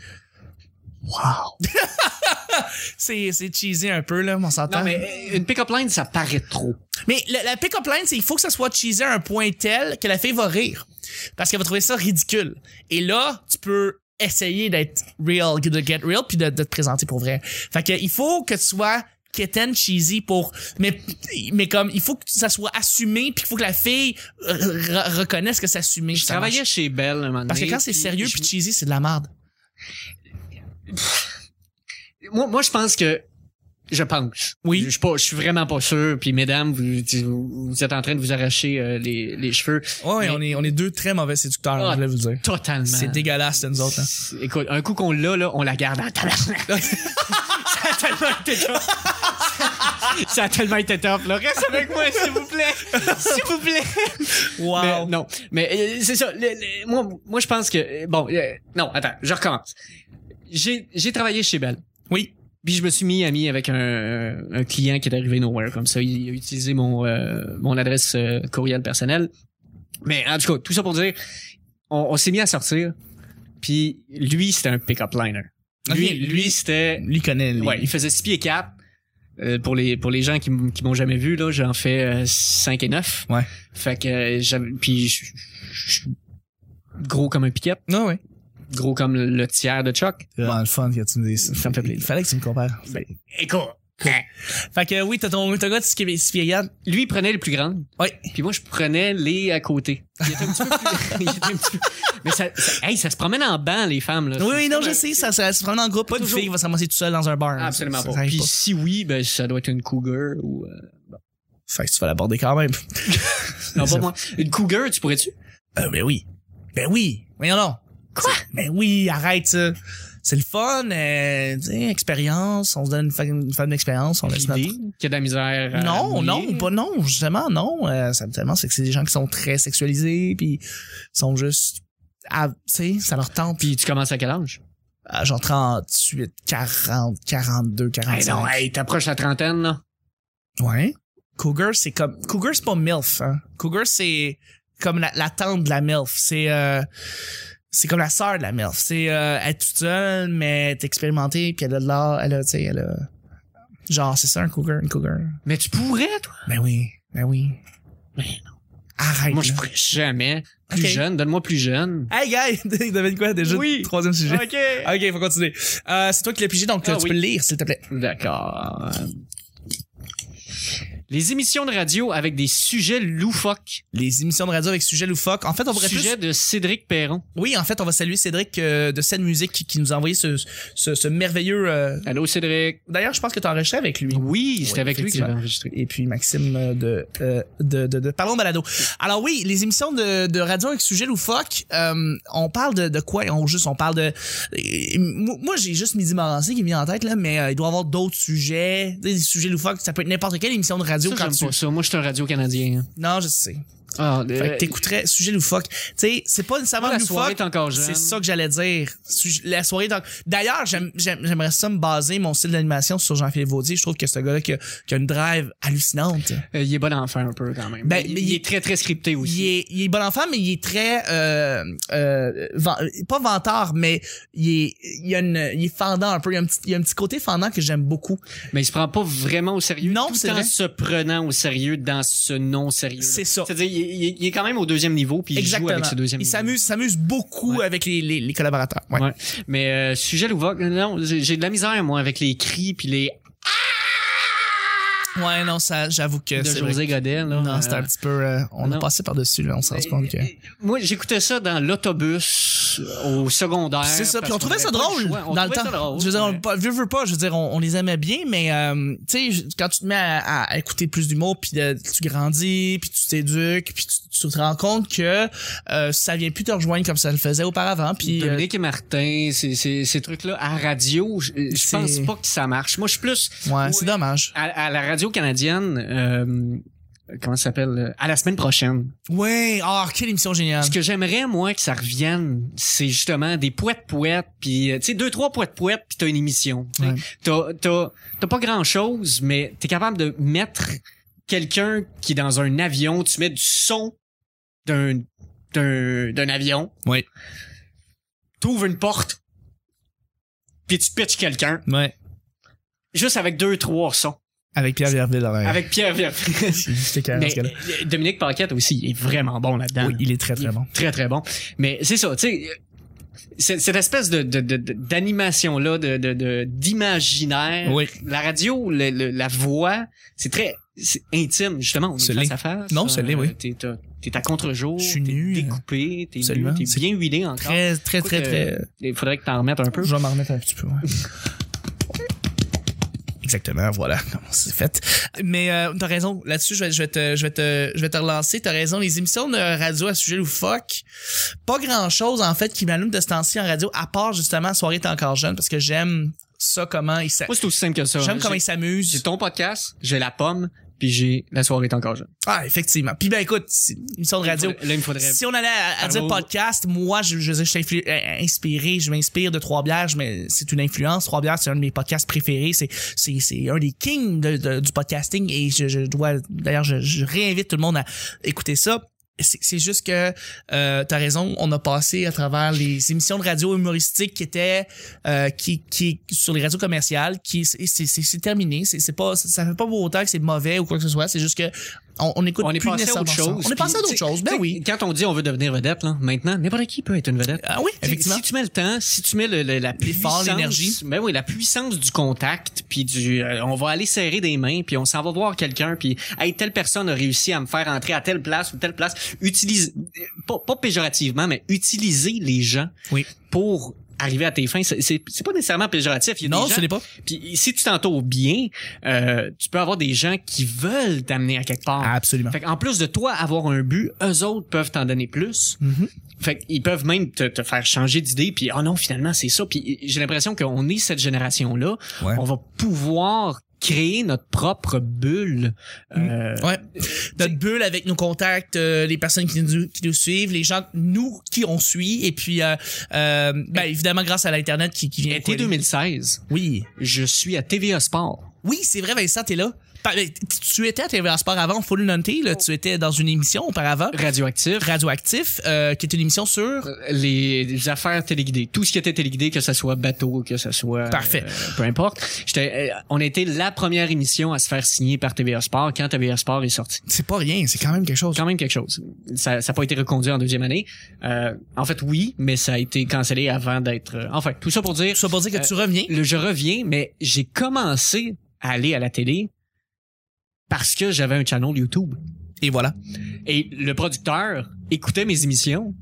Speaker 2: wow (laughs) c'est c'est cheesy un peu là on s'entend
Speaker 1: non mais euh, une pick-up line ça paraît trop
Speaker 2: mais le- la pick-up line, c'est il faut que ça soit cheesé à un point tel que la fille va rire. Parce qu'elle va trouver ça ridicule. Et là, tu peux essayer d'être real, de get real, puis de, de te présenter pour vrai. Fait que il faut que tu sois kitten cheesy pour mais mais comme il faut que ça soit assumé puis qu'il faut que la fille r- r- reconnaisse que c'est assumé
Speaker 1: je
Speaker 2: ça
Speaker 1: travaillais
Speaker 2: marche.
Speaker 1: chez Belle un moment
Speaker 2: parce que
Speaker 1: donné,
Speaker 2: quand c'est
Speaker 1: puis
Speaker 2: sérieux
Speaker 1: je-
Speaker 2: puis cheesy c'est de la merde
Speaker 1: moi, moi, je pense que je pense.
Speaker 2: Oui.
Speaker 1: Je suis pas, je suis vraiment pas sûr. Puis mesdames, vous, vous- vous êtes en train de vous arracher euh, les, les cheveux
Speaker 2: ouais
Speaker 1: Mais-
Speaker 2: on est on est deux très mauvais séducteurs
Speaker 1: Ah,
Speaker 2: je voulais vous dire
Speaker 1: totalement.
Speaker 2: c'est dégueulasse nous autres hein. (laughs)
Speaker 1: C'est- Écoute, un coup qu'on l'a, là, on la garde en tabarnak. Ça a tellement
Speaker 2: (laughs)
Speaker 1: été top. Ça a tellement été top. Là. Reste avec moi, s'il vous plaît. S'il vous plaît.
Speaker 2: wow
Speaker 1: Mais non, mais euh, c'est ça. le- le- moi, moi, je pense que... euh, Bon, euh, non, attends, je recommence. J'ai j'ai travaillé chez Belle.
Speaker 2: oui
Speaker 1: Puis je me suis mis ami avec un, un client qui est arrivé nowhere comme ça. Il a utilisé mon euh, mon adresse euh, courriel personnelle. Mais en tout cas, tout ça pour dire, on, on s'est mis à sortir. Puis lui, c'était un pick-up liner. Lui,
Speaker 2: Ok,
Speaker 1: lui, c'était
Speaker 2: lui connaît les-
Speaker 1: ouais, il faisait 6 pieds 4. Euh, pour les pour les gens qui m- qui m'ont jamais vu là, j'en fais 5 et 9.
Speaker 2: Ouais.
Speaker 1: Fait que euh, j'avais- puis je- je- je- gros comme un pick-up,
Speaker 2: non ouais
Speaker 1: gros comme le tiers de Chuck.
Speaker 2: C'est vraiment le fun que tu me dises.
Speaker 1: Ça me fait plaisir.
Speaker 2: Il fallait que tu me compares.
Speaker 1: Écoute,
Speaker 2: Fait que oui, t'as ton, ton gars de Skibégan.
Speaker 1: Ah. lui il prenait les plus grandes.
Speaker 2: Oui.
Speaker 1: Puis moi, je prenais les à côté. Il était un petit peu plus... (laughs) il était un petit peu- Mais ça, ça- hey, ça se promène en banc, les femmes. Là.
Speaker 2: Oui, oui,
Speaker 1: C'est
Speaker 2: non,
Speaker 1: comme
Speaker 2: je
Speaker 1: un-
Speaker 2: sais, ça, ça se prend en groupe. Pas une
Speaker 1: Toujours.
Speaker 2: fille qui va se ramasser tout seul dans un bar.
Speaker 1: Ah, Absolument
Speaker 2: Ça, ça
Speaker 1: pas.
Speaker 2: arrive
Speaker 1: Puis si oui, ben, ça doit être une cougar ou... euh,
Speaker 2: Fait que tu vas l'aborder quand même.
Speaker 1: Non,
Speaker 2: Ça-
Speaker 1: pas moi. Une cougar, tu pourrais-tu?
Speaker 2: Euh, ben oui. Ben oui. Voyons non. Quoi? Ben oui, arrête ça. C'est le fun, euh, tu sais, expérience, on se donne une fa- une fun d'expérience, on laisse notre...
Speaker 1: L'idée qu'il y a de la misère à
Speaker 2: Non,
Speaker 1: mouiller.
Speaker 2: non, pas non, justement, non. Euh, ça me tellement, c'est que c'est des gens qui sont très sexualisés, puis sont juste... Ah, tu sais, ça leur tente.
Speaker 1: Puis tu commences à quel âge?
Speaker 2: Ah, genre 38, 40, 42,
Speaker 1: Hey,
Speaker 2: 45.
Speaker 1: Ben non, hey, t'approches la trentaine, là.
Speaker 2: Ouais. Cougar, c'est comme... Cougar, c'est pas MILF. Hein. Cougar, c'est comme la, la tante de la MILF. C'est... euh, C'est comme la sœur de la MILF. C'est euh, elle est toute seule, mais elle est expérimentée, puis elle a de l'art, elle a, tu sais, elle a... Genre, c'est ça, un cougar, une cougar.
Speaker 1: Mais tu pourrais, toi?
Speaker 2: Ben oui, ben oui.
Speaker 1: Mais
Speaker 2: Arrête,
Speaker 1: Moi, je
Speaker 2: là.
Speaker 1: pourrais jamais. Plus
Speaker 2: Ok.
Speaker 1: jeune, donne-moi plus jeune.
Speaker 2: Hey, guys! (laughs) Il devait quoi, déjà?
Speaker 1: Oui.
Speaker 2: Troisième sujet.
Speaker 1: OK. (laughs)
Speaker 2: OK, faut continuer. Euh, c'est toi qui l'as pigé, donc
Speaker 1: Ah
Speaker 2: tu
Speaker 1: oui.
Speaker 2: peux le lire, s'il te plaît.
Speaker 1: D'accord. Les émissions de radio avec des sujets loufoques.
Speaker 2: Les émissions de radio avec sujet loufoque. En fait, on pourrait
Speaker 1: Sujet
Speaker 2: plus...
Speaker 1: de Cédric Perron.
Speaker 2: Oui, en fait, on va saluer Cédric euh, de Scène Musique qui, qui nous a envoyé ce, ce, ce merveilleux... euh,
Speaker 1: Allô, Cédric.
Speaker 2: D'ailleurs, je pense que t'as enregistré avec lui.
Speaker 1: Oui, c'était
Speaker 2: Oui,
Speaker 1: avec lui que j'avais
Speaker 2: effectivement.
Speaker 1: enregistré.
Speaker 2: et puis Maxime euh, de, euh, de, de, de Parlons Balado. Alors oui, les émissions de, de radio avec sujet loufoque, euh, on parle de, de quoi? On, juste, on parle de... euh, moi, moi, j'ai juste Midi Morancy qui me vient en tête, là, mais euh, il doit y avoir d'autres sujets, des, des sujets loufoques, ça peut être n'importe quelle émission de radio.
Speaker 1: Ça,
Speaker 2: quand
Speaker 1: j'aime
Speaker 2: tu...
Speaker 1: pas ça. Moi, je suis un radio-canadien. hein.
Speaker 2: Non, je sais.
Speaker 1: Ah,
Speaker 2: Fait que
Speaker 1: euh,
Speaker 2: t'écouterais sujet loufoque. Tu sais, c'est pas nécessairement
Speaker 1: la soirée
Speaker 2: loufoque.
Speaker 1: est encore jeune.
Speaker 2: C'est ça que j'allais dire. Sujet- La soirée. Donc, d'ailleurs, j'aime- j'aime- j'aimerais ça me baser mon style d'animation sur Jean-Philippe Vaudier. Je trouve que ce gars-là qui a, qui a une drive hallucinante.
Speaker 1: Euh, il est bon enfant un peu quand même.
Speaker 2: Ben,
Speaker 1: il,
Speaker 2: mais
Speaker 1: il
Speaker 2: il-
Speaker 1: est très très scripté
Speaker 2: Il
Speaker 1: aussi.
Speaker 2: est, il est bon enfant, mais il est très euh, euh, van- pas vantard, mais il est, il a une, il est fendant un peu. Il y a un petit, il y a un petit côté fendant que j'aime beaucoup.
Speaker 1: Mais il se prend pas vraiment au sérieux.
Speaker 2: Non,
Speaker 1: tout
Speaker 2: c'est
Speaker 1: en
Speaker 2: vrai.
Speaker 1: se prenant au sérieux dans ce non sérieux.
Speaker 2: C'est ça.
Speaker 1: C'est-à-dire, il, il- il est quand même au deuxième niveau puis il joue avec ce deuxième.
Speaker 2: il
Speaker 1: niveau.
Speaker 2: s'amuse, s'amuse beaucoup
Speaker 1: Ouais.
Speaker 2: avec les, les, les collaborateurs. Ouais.
Speaker 1: Ouais. Mais euh, sujet louvoque, non, j'ai j'ai de la misère moi avec les cris puis les
Speaker 2: Ouais, non, ça, j'avoue que
Speaker 1: de
Speaker 2: c'est vrai.
Speaker 1: José Godet. Là,
Speaker 2: Non,
Speaker 1: Euh,
Speaker 2: c'était un petit peu. euh, on
Speaker 1: non.
Speaker 2: a passé par-dessus, là. On s'est rendu compte que.
Speaker 1: Moi, j'écoutais ça dans l'autobus euh, au secondaire.
Speaker 2: C'est ça. Puis on
Speaker 1: parce qu'on
Speaker 2: trouvait ça
Speaker 1: avait pas le
Speaker 2: drôle
Speaker 1: choix. On
Speaker 2: dans le
Speaker 1: trouvait
Speaker 2: temps.
Speaker 1: ça drôle,
Speaker 2: je veux dire, on,
Speaker 1: mais-
Speaker 2: pas- veux, veux pas. Je veux dire, on, on les aimait bien, mais euh, tu sais, quand tu te mets à, à écouter plus d'humour, puis euh, tu grandis, puis tu t'éduques, puis tu, tu te rends compte que euh, ça vient plus te rejoindre comme ça le faisait auparavant. Puis euh,
Speaker 1: Dominique et Martin, ces, ces, ces trucs-là à radio, je, je
Speaker 2: C'est-
Speaker 1: pense pas que ça marche. Moi, je suis plus
Speaker 2: ouais, c'est dommage.
Speaker 1: à, à la radio canadienne. euh, comment ça s'appelle À la semaine prochaine.
Speaker 2: Ouais. Ah, quelle émission géniale.
Speaker 1: Ce que j'aimerais moi que ça revienne, c'est justement des poètes poètes, puis euh, tu sais deux trois poètes poètes, puis t'as une émission. Tu sais.
Speaker 2: Ouais.
Speaker 1: T'as t'as t'as pas grand chose, mais t'es capable de mettre quelqu'un qui est dans un avion, tu mets du son d'un d'un d'un avion.
Speaker 2: Ouais.
Speaker 1: T'ouvres une porte, puis tu pitches quelqu'un
Speaker 2: Ouais.
Speaker 1: juste avec deux trois sons,
Speaker 2: Avec Pierre Verville.
Speaker 1: avec Pierre Verviers.
Speaker 2: C'était carré dans
Speaker 1: Mais
Speaker 2: ce gars-là.
Speaker 1: euh, Dominique Paquette aussi il est vraiment bon là-dedans.
Speaker 2: Oui, il est très
Speaker 1: Il
Speaker 2: très
Speaker 1: est
Speaker 2: bon.
Speaker 1: Très, très bon. Mais c'est ça, tu sais, euh, c'est- cette espèce de, de, de- de- d'animation-là, de, de, de- d'imaginaire.
Speaker 2: Oui.
Speaker 1: La radio, le- le- la voix, c'est très c'est intime, justement. On est
Speaker 2: C'est
Speaker 1: face
Speaker 2: laid.
Speaker 1: à face. euh,
Speaker 2: Non, c'est laid, oui.
Speaker 1: T'es, t'as- t'es à contre-jour.
Speaker 2: Je suis
Speaker 1: t'es
Speaker 2: nu, euh,
Speaker 1: découpé, t'es, nu,
Speaker 2: absolument.
Speaker 1: t'es
Speaker 2: C'est
Speaker 1: bien huilé encore.
Speaker 2: Très très très
Speaker 1: Écoute,
Speaker 2: très.
Speaker 1: euh, Il faudrait que t'en remettes un peu.
Speaker 2: Je vais m'en remettre un petit peu, ouais. (laughs) Exactement, voilà comment c'est fait. Mais euh, t'as raison, là-dessus, je vais, je, vais te, je, vais te, je vais te relancer. T'as raison, les émissions de radio à sujet loufoque, pas grand-chose en fait qui m'allume de ce temps-ci en radio, à part justement Soirée est encore jeune, parce que j'aime ça, comment ils s'a-
Speaker 1: Moi, c'est aussi simple que ça.
Speaker 2: J'aime
Speaker 1: J'ai-
Speaker 2: comment ils
Speaker 1: J'ai
Speaker 2: s'amusent.
Speaker 1: ton podcast, j'ai la pomme, puis j'ai la soirée est encore jeune.
Speaker 2: Ah, effectivement. Puis ben écoute, c'est- émission de radio,
Speaker 1: Là, il me faudrait...
Speaker 2: Si on allait à, à
Speaker 1: Parlons-
Speaker 2: dire podcast, moi, je, je, je suis influ- euh, inspiré, je m'inspire de Trois Bières, je m'in- c'est une influence. Trois Bières, c'est un de mes podcasts préférés, c'est, c'est, c'est un des kings de- de- du podcasting et je, je dois, d'ailleurs, je, je réinvite tout le monde à écouter ça. C'est, c'est juste que euh, t'as raison, on a passé à travers les émissions de radio humoristiques qui étaient euh, qui qui sur les radios commerciales, qui c'est, c'est, c'est- c'est terminé, c'est, c'est pas ça fait pas pour autant que c'est mauvais ou quoi que ce soit, c'est juste que on, on écoute
Speaker 1: on est
Speaker 2: plus
Speaker 1: passé à autre
Speaker 2: nécessairement ça.
Speaker 1: chose.
Speaker 2: On est passé à
Speaker 1: puis,
Speaker 2: d'autres
Speaker 1: tu sais,
Speaker 2: choses, ben
Speaker 1: tu sais,
Speaker 2: oui.
Speaker 1: Quand on dit on veut devenir vedette, là, maintenant, n'importe qui peut être une vedette.
Speaker 2: Ah oui,
Speaker 1: Tu sais,
Speaker 2: effectivement.
Speaker 1: Si tu mets le temps, si tu mets le, le- la
Speaker 2: L'effort,
Speaker 1: puissance,
Speaker 2: l'énergie.
Speaker 1: ben oui, la puissance du contact, puis du, euh, on va aller serrer des mains, puis on s'en va voir quelqu'un, puis hey, telle personne a réussi à me faire entrer à telle place ou telle place. Utilise, euh, pas, pas péjorativement, mais utiliser les gens
Speaker 2: Oui.
Speaker 1: pour arriver à tes fins. C'est- C'est c'est pas nécessairement péjoratif. Il y a
Speaker 2: Non,
Speaker 1: des
Speaker 2: ce
Speaker 1: gens
Speaker 2: n'est pas.
Speaker 1: puis si tu t'entoures bien, euh, tu peux avoir des gens qui veulent t'amener à quelque part.
Speaker 2: Absolument.
Speaker 1: Ah. Fait en plus de toi avoir un but, eux autres peuvent t'en donner plus.
Speaker 2: Mhm.
Speaker 1: Fait qu'ils peuvent même te, te faire changer d'idée puis oh non finalement c'est ça puis j'ai l'impression qu'on est cette génération là,
Speaker 2: Ouais.
Speaker 1: on va pouvoir créer notre propre bulle.
Speaker 2: Mm.
Speaker 1: Euh,
Speaker 2: Ouais. Notre bulle avec nos contacts, euh, les personnes qui nous, qui nous suivent, les gens, nous, qui on suit, et puis, euh, euh, ben, évidemment, grâce à l'Internet qui, qui vient.
Speaker 1: Été 2016,
Speaker 2: Oui.
Speaker 1: je suis à TVA Sport.
Speaker 2: Oui, c'est vrai, Vincent, t'es là. Par- ben, t- Tu étais à TVA Sport avant, faut le noter, là. Tu étais dans une émission auparavant,
Speaker 1: Radioactif,
Speaker 2: Radioactif, euh, qui est une émission sur...
Speaker 1: les, les affaires téléguidées, tout ce qui était téléguidé, que ce soit bateau, que ce soit
Speaker 2: Parfait.
Speaker 1: euh, peu importe. J'étais, euh, on a été la première émission à se faire signer par TVA Sport quand TVA Sport est sorti.
Speaker 2: C'est pas rien, c'est quand même quelque chose.
Speaker 1: Quand même quelque chose. Ça n'a pas été reconduit en deuxième année. Euh, en fait, oui, mais ça a été cancellé avant d'être. euh, enfin, tout ça pour dire,
Speaker 2: Ça veut pas dire que
Speaker 1: Euh,
Speaker 2: tu reviens.
Speaker 1: le je reviens, mais j'ai commencé à aller à la télé parce que j'avais un channel YouTube.
Speaker 2: Et voilà.
Speaker 1: Et le producteur écoutait mes émissions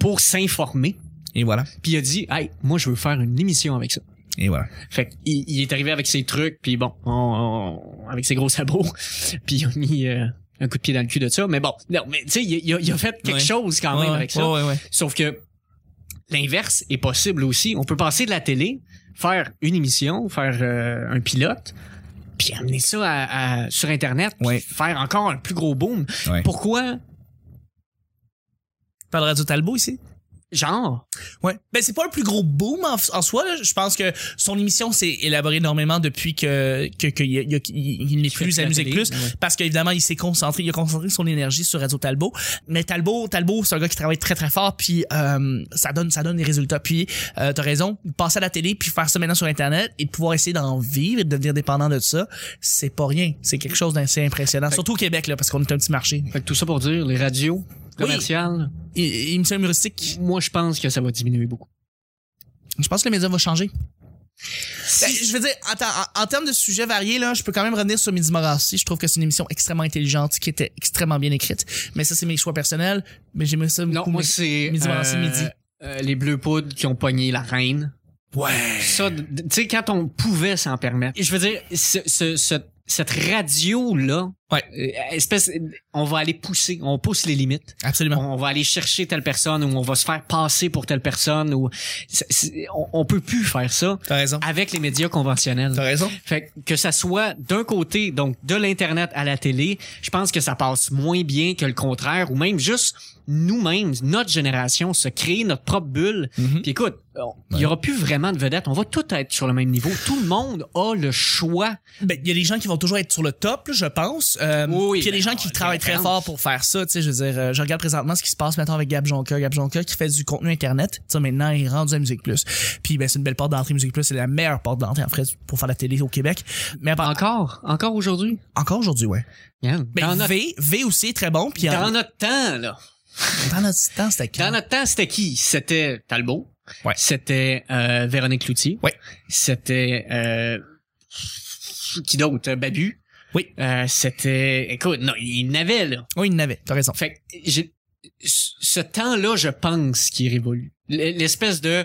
Speaker 1: pour s'informer.
Speaker 2: Et voilà.
Speaker 1: Puis il a dit, hey, moi, je veux faire une émission avec ça.
Speaker 2: Et voilà.
Speaker 1: Fait qu'il il est arrivé avec ses trucs, puis bon, on- on- avec ses gros sabots, (laughs) puis il a mis euh, un coup de pied dans le cul de ça. Mais bon, non, mais tu sais, il, il a- il a fait quelque
Speaker 2: Ouais.
Speaker 1: chose quand même
Speaker 2: Ouais,
Speaker 1: Ah avec
Speaker 2: ouais,
Speaker 1: ça.
Speaker 2: ouais, ouais.
Speaker 1: Sauf que l'inverse est possible aussi. On peut passer de la télé, faire une émission, faire euh, un pilote, puis amener ça à- à- sur Internet, puis
Speaker 2: Ouais.
Speaker 1: faire encore un plus gros boom.
Speaker 2: Ouais.
Speaker 1: Pourquoi?
Speaker 2: Tu parles de Radio Talbot ici?
Speaker 1: Genre,
Speaker 2: Ouais. Ben c'est pas le plus gros boom en, en soi. là. Je pense que son émission s'est élaborée énormément depuis que que qu'il y a- il y a- il- il n'est
Speaker 1: fait
Speaker 2: plus à
Speaker 1: de la
Speaker 2: Musique
Speaker 1: télé,
Speaker 2: Plus
Speaker 1: ouais.
Speaker 2: parce qu'évidemment il s'est concentré, il a concentré son énergie sur Radio Talbot. Mais Talbot, Talbot, c'est un gars qui travaille très très fort puis euh, ça donne ça donne des résultats. Puis euh, t'as raison, passer à la télé puis faire ça maintenant sur internet et de pouvoir essayer d'en vivre et de devenir dépendant de ça, c'est pas rien. C'est quelque chose d'assez impressionnant,
Speaker 1: Fait-
Speaker 2: surtout au Québec là parce qu'on est un petit marché.
Speaker 1: fait que tout ça pour dire, les radios commerciales,
Speaker 2: Et- et Émission humoristique,
Speaker 1: moi, je pense que ça va diminuer beaucoup.
Speaker 2: je pense que le média va changer. Ben, je veux dire, attends, en, en termes de sujets variés, là, je peux quand même revenir sur Midi Morassi. Je trouve que c'est une émission extrêmement intelligente qui était extrêmement bien écrite. Mais ça, c'est mes choix personnels. Mais j'aimais ça
Speaker 1: Non,
Speaker 2: beaucoup.
Speaker 1: moi,
Speaker 2: mais-
Speaker 1: c'est.
Speaker 2: midi, midi, midi.
Speaker 1: euh, les bleus poudres qui ont pogné la reine.
Speaker 2: Ouais.
Speaker 1: Ça, d- tu sais, quand on pouvait s'en permettre. Je veux dire, ce, ce- ce- cette radio-là,
Speaker 2: Ouais.
Speaker 1: euh, espèce, on va aller pousser, on pousse les limites.
Speaker 2: Absolument.
Speaker 1: On va aller chercher telle personne ou on va se faire passer pour telle personne ou c'est- c'est- on, on peut plus faire ça
Speaker 2: T'as raison.
Speaker 1: avec les médias conventionnels.
Speaker 2: T'as raison.
Speaker 1: Fait que- que ça soit d'un côté, donc de l'Internet à la télé, je pense que ça passe moins bien que le contraire, ou même juste nous-mêmes, notre génération, se créer notre propre bulle.
Speaker 2: Mhm.
Speaker 1: Puis écoute, on- il y aura plus vraiment de vedettes, on va tout être sur le même niveau. Tout le monde a le choix.
Speaker 2: Ben, il y a des gens qui vont toujours être sur le top, là, je pense. Euh,
Speaker 1: Oui, oui,
Speaker 2: puis il y a des
Speaker 1: ben,
Speaker 2: gens qui
Speaker 1: on-
Speaker 2: travaillent très
Speaker 1: référence.
Speaker 2: fort pour faire ça. Tu sais, je veux dire, euh, je regarde présentement ce qui se passe maintenant avec Gab Jonka. Gab Jonka qui fait du contenu internet. Tu sais, maintenant, il est rendu à Musique Plus. Puis, ben, c'est une belle porte d'entrée. Musique Plus, c'est la meilleure porte d'entrée, en fait, pour faire la télé au Québec. Mais à part-
Speaker 1: Encore, encore aujourd'hui.
Speaker 2: encore aujourd'hui, ouais.
Speaker 1: Yann,
Speaker 2: Ben,
Speaker 1: dans, notre,
Speaker 2: v, v aussi est très bon. Puis, en-
Speaker 1: dans notre temps, là.
Speaker 2: Dans notre temps, c'était
Speaker 1: Dans
Speaker 2: quand?
Speaker 1: notre temps, c'était qui? C'était Talbot.
Speaker 2: Ouais.
Speaker 1: C'était euh, Véronique Cloutier.
Speaker 2: Ouais.
Speaker 1: C'était euh, qui d'autre? Babu.
Speaker 2: Oui.
Speaker 1: Euh, c'était. Écoute, non, il n'avait là.
Speaker 2: Oui, il n'avait. T'as raison.
Speaker 1: Fait que j'ai- ce ce temps-là, je pense qu'il révolue. L- L'espèce de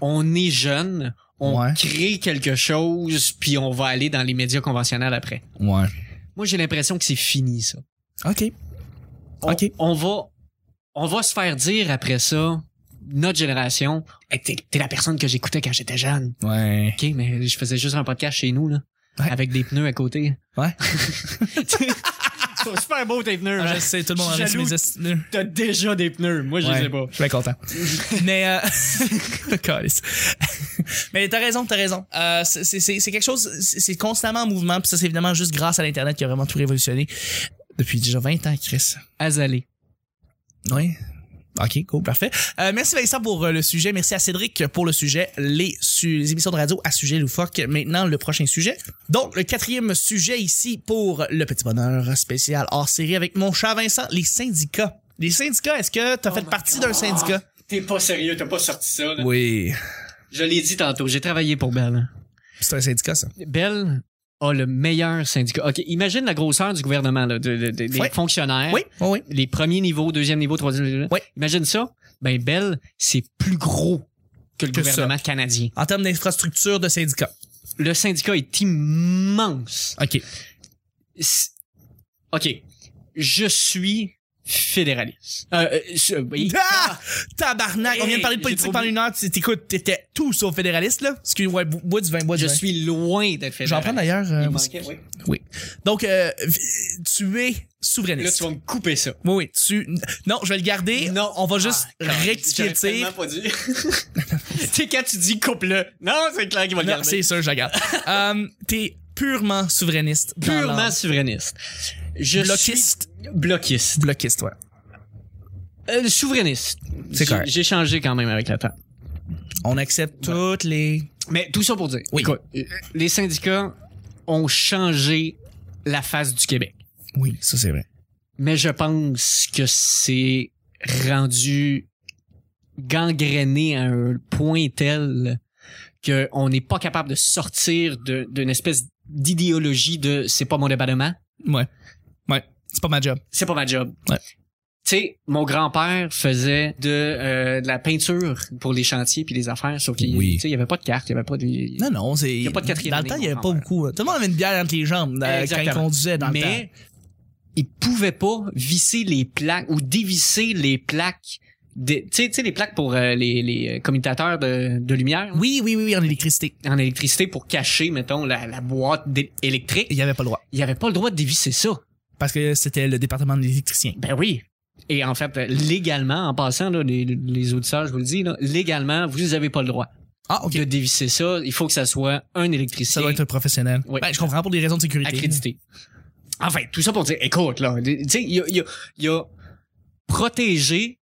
Speaker 1: on est jeune, on
Speaker 2: Ouais.
Speaker 1: crée quelque chose, puis on va aller dans les médias conventionnels après.
Speaker 2: Ouais.
Speaker 1: Moi, j'ai l'impression que c'est fini, ça.
Speaker 2: OK.
Speaker 1: On,
Speaker 2: OK.
Speaker 1: on va on va se faire dire après ça notre génération Hey, t'es t'es la personne que j'écoutais quand j'étais jeune
Speaker 2: Ouais.
Speaker 1: ok mais je faisais juste un podcast chez nous là
Speaker 2: Ouais.
Speaker 1: avec des pneus à côté (laughs)
Speaker 2: Ouais.
Speaker 1: sont super beaux tes pneus
Speaker 2: Ah, je sais, tout le monde
Speaker 1: Je suis
Speaker 2: en reste
Speaker 1: jaloux.
Speaker 2: mes esti- Ouais.
Speaker 1: t'as déjà des pneus moi
Speaker 2: Je suis bien (laughs) content. Mais, euh... (laughs) Câlisse. Mais t'as raison, t'as raison. Euh, c'est- c'est c'est- c'est quelque chose, c'est c'est constamment en mouvement. Puis ça, c'est évidemment juste grâce à l'Internet qui a vraiment tout révolutionné. Depuis déjà 20 ans, Chris.
Speaker 1: Azalée
Speaker 2: Oui. OK, cool, parfait. Euh, merci Vincent pour euh, le sujet. Merci à Cédric pour le sujet. Les, su- les émissions de radio à sujet loufoque. Maintenant, le prochain sujet. Donc, le quatrième sujet ici pour le petit bonheur spécial hors série avec mon chat Vincent, les syndicats. Les syndicats, est-ce que t'as
Speaker 1: Oh
Speaker 2: fait
Speaker 1: my
Speaker 2: partie
Speaker 1: God.
Speaker 2: d'un syndicat?
Speaker 1: t'es pas sérieux t'as pas sorti ça là.
Speaker 2: Oui.
Speaker 1: je l'ai dit tantôt j'ai travaillé pour Belle
Speaker 2: C'est un syndicat,
Speaker 1: Hein?
Speaker 2: ça.
Speaker 1: Belle a le meilleur syndicat ok imagine la grosseur du gouvernement là, de- de- de- des
Speaker 2: Ouais.
Speaker 1: fonctionnaires
Speaker 2: Oui, oui, oui.
Speaker 1: les premiers niveaux, deuxième niveau, troisième niveau.
Speaker 2: Ouais.
Speaker 1: Imagine ça. Ben, Bell, c'est plus gros que le
Speaker 2: Que
Speaker 1: gouvernement canadien.
Speaker 2: En termes d'infrastructure de syndicat.
Speaker 1: Le syndicat est immense.
Speaker 2: OK.
Speaker 1: C'est- OK. Je suis fédéraliste. Euh, euh, ce- oui.
Speaker 2: Ah! Tabarnak! On vient de parler de
Speaker 1: Hey,
Speaker 2: politique
Speaker 1: j'ai trop
Speaker 2: pendant une heure. Tu- T'écoutes, t'étais tout sauf fédéraliste, là. Excuse-moi, (laughs) ouais, bo- bois du vin, bois du
Speaker 1: Je
Speaker 2: vin.
Speaker 1: suis loin d'être fédéraliste.
Speaker 2: J'en prends d'ailleurs. euh,
Speaker 1: Il
Speaker 2: moi,
Speaker 1: manquait, oui.
Speaker 2: Donc, euh, tu es souverainiste.
Speaker 1: Là, tu vas me couper ça. Ah,
Speaker 2: Oui, oui, tu... Non, je vais le garder.
Speaker 1: Non.
Speaker 2: On va juste rectifier le tir.
Speaker 1: (laughs) Tu sais, quand tu dis coupe-le, non, c'est clair qu'il va le
Speaker 2: Non,
Speaker 1: garder.
Speaker 2: c'est sûr, je
Speaker 1: (laughs)
Speaker 2: la garde. euh, T'es purement souverainiste. dans
Speaker 1: Purement
Speaker 2: l'âme.
Speaker 1: souverainiste. Je
Speaker 2: Bloquiste.
Speaker 1: suis bloquiste.
Speaker 2: Bloquiste, ouais.
Speaker 1: Euh, souverainiste.
Speaker 2: C'est
Speaker 1: J'ai-
Speaker 2: correct.
Speaker 1: J'ai changé quand même avec la table.
Speaker 2: On accepte toutes les...
Speaker 1: Mais tout ça pour dire,
Speaker 2: Oui.
Speaker 1: écoute, euh, les syndicats ont changé la face du Québec.
Speaker 2: Oui, ça, c'est vrai.
Speaker 1: Mais je pense que c'est rendu gangréné à un point tel qu'on n'est pas capable de sortir de- d'une espèce d'idéologie de c'est pas mon département,
Speaker 2: Ouais. Ouais. C'est pas ma job.
Speaker 1: c'est pas ma job.
Speaker 2: Ouais.
Speaker 1: Tu sais, mon grand-père faisait de, euh, de la peinture pour les chantiers puis les affaires, sauf qu'il
Speaker 3: Oui.
Speaker 1: tu sais, il y avait pas de carte, il y avait pas de...
Speaker 2: Non, non, c'est.
Speaker 1: Il y a pas de quatrième
Speaker 2: Dans le temps, il y
Speaker 1: année,
Speaker 2: avait pas
Speaker 1: mon
Speaker 2: beaucoup. euh, Tout le monde avait une bière entre les jambes euh, quand il
Speaker 1: Exactement.
Speaker 2: conduisait dans le temps.
Speaker 1: mais il pouvait pas visser les plaques ou dévisser les plaques. de- Tu sais, tu sais, les plaques pour euh, les, les euh, commutateurs de, de lumière là,
Speaker 2: Oui, oui, oui, oui, en électricité.
Speaker 1: en électricité pour cacher, mettons, la, la boîte d'é- électrique.
Speaker 2: Il y avait pas le droit.
Speaker 1: Il avait pas le droit de dévisser ça.
Speaker 2: Parce que c'était le département de l'électricien.
Speaker 1: Ben oui. Et en fait, euh, légalement, en passant, là, les, les auditeurs, je vous le dis, là, légalement, vous n'avez pas le droit
Speaker 2: Ah, ok.
Speaker 1: de dévisser ça. Il faut que ça soit un électricien.
Speaker 2: Ça doit être un professionnel.
Speaker 1: Oui.
Speaker 2: Ben, je comprends pour des raisons de sécurité.
Speaker 1: accrédité.
Speaker 2: hein.
Speaker 1: Enfin, tout ça pour dire, écoute, là, tu sais, il y a, il y a- il y a protégé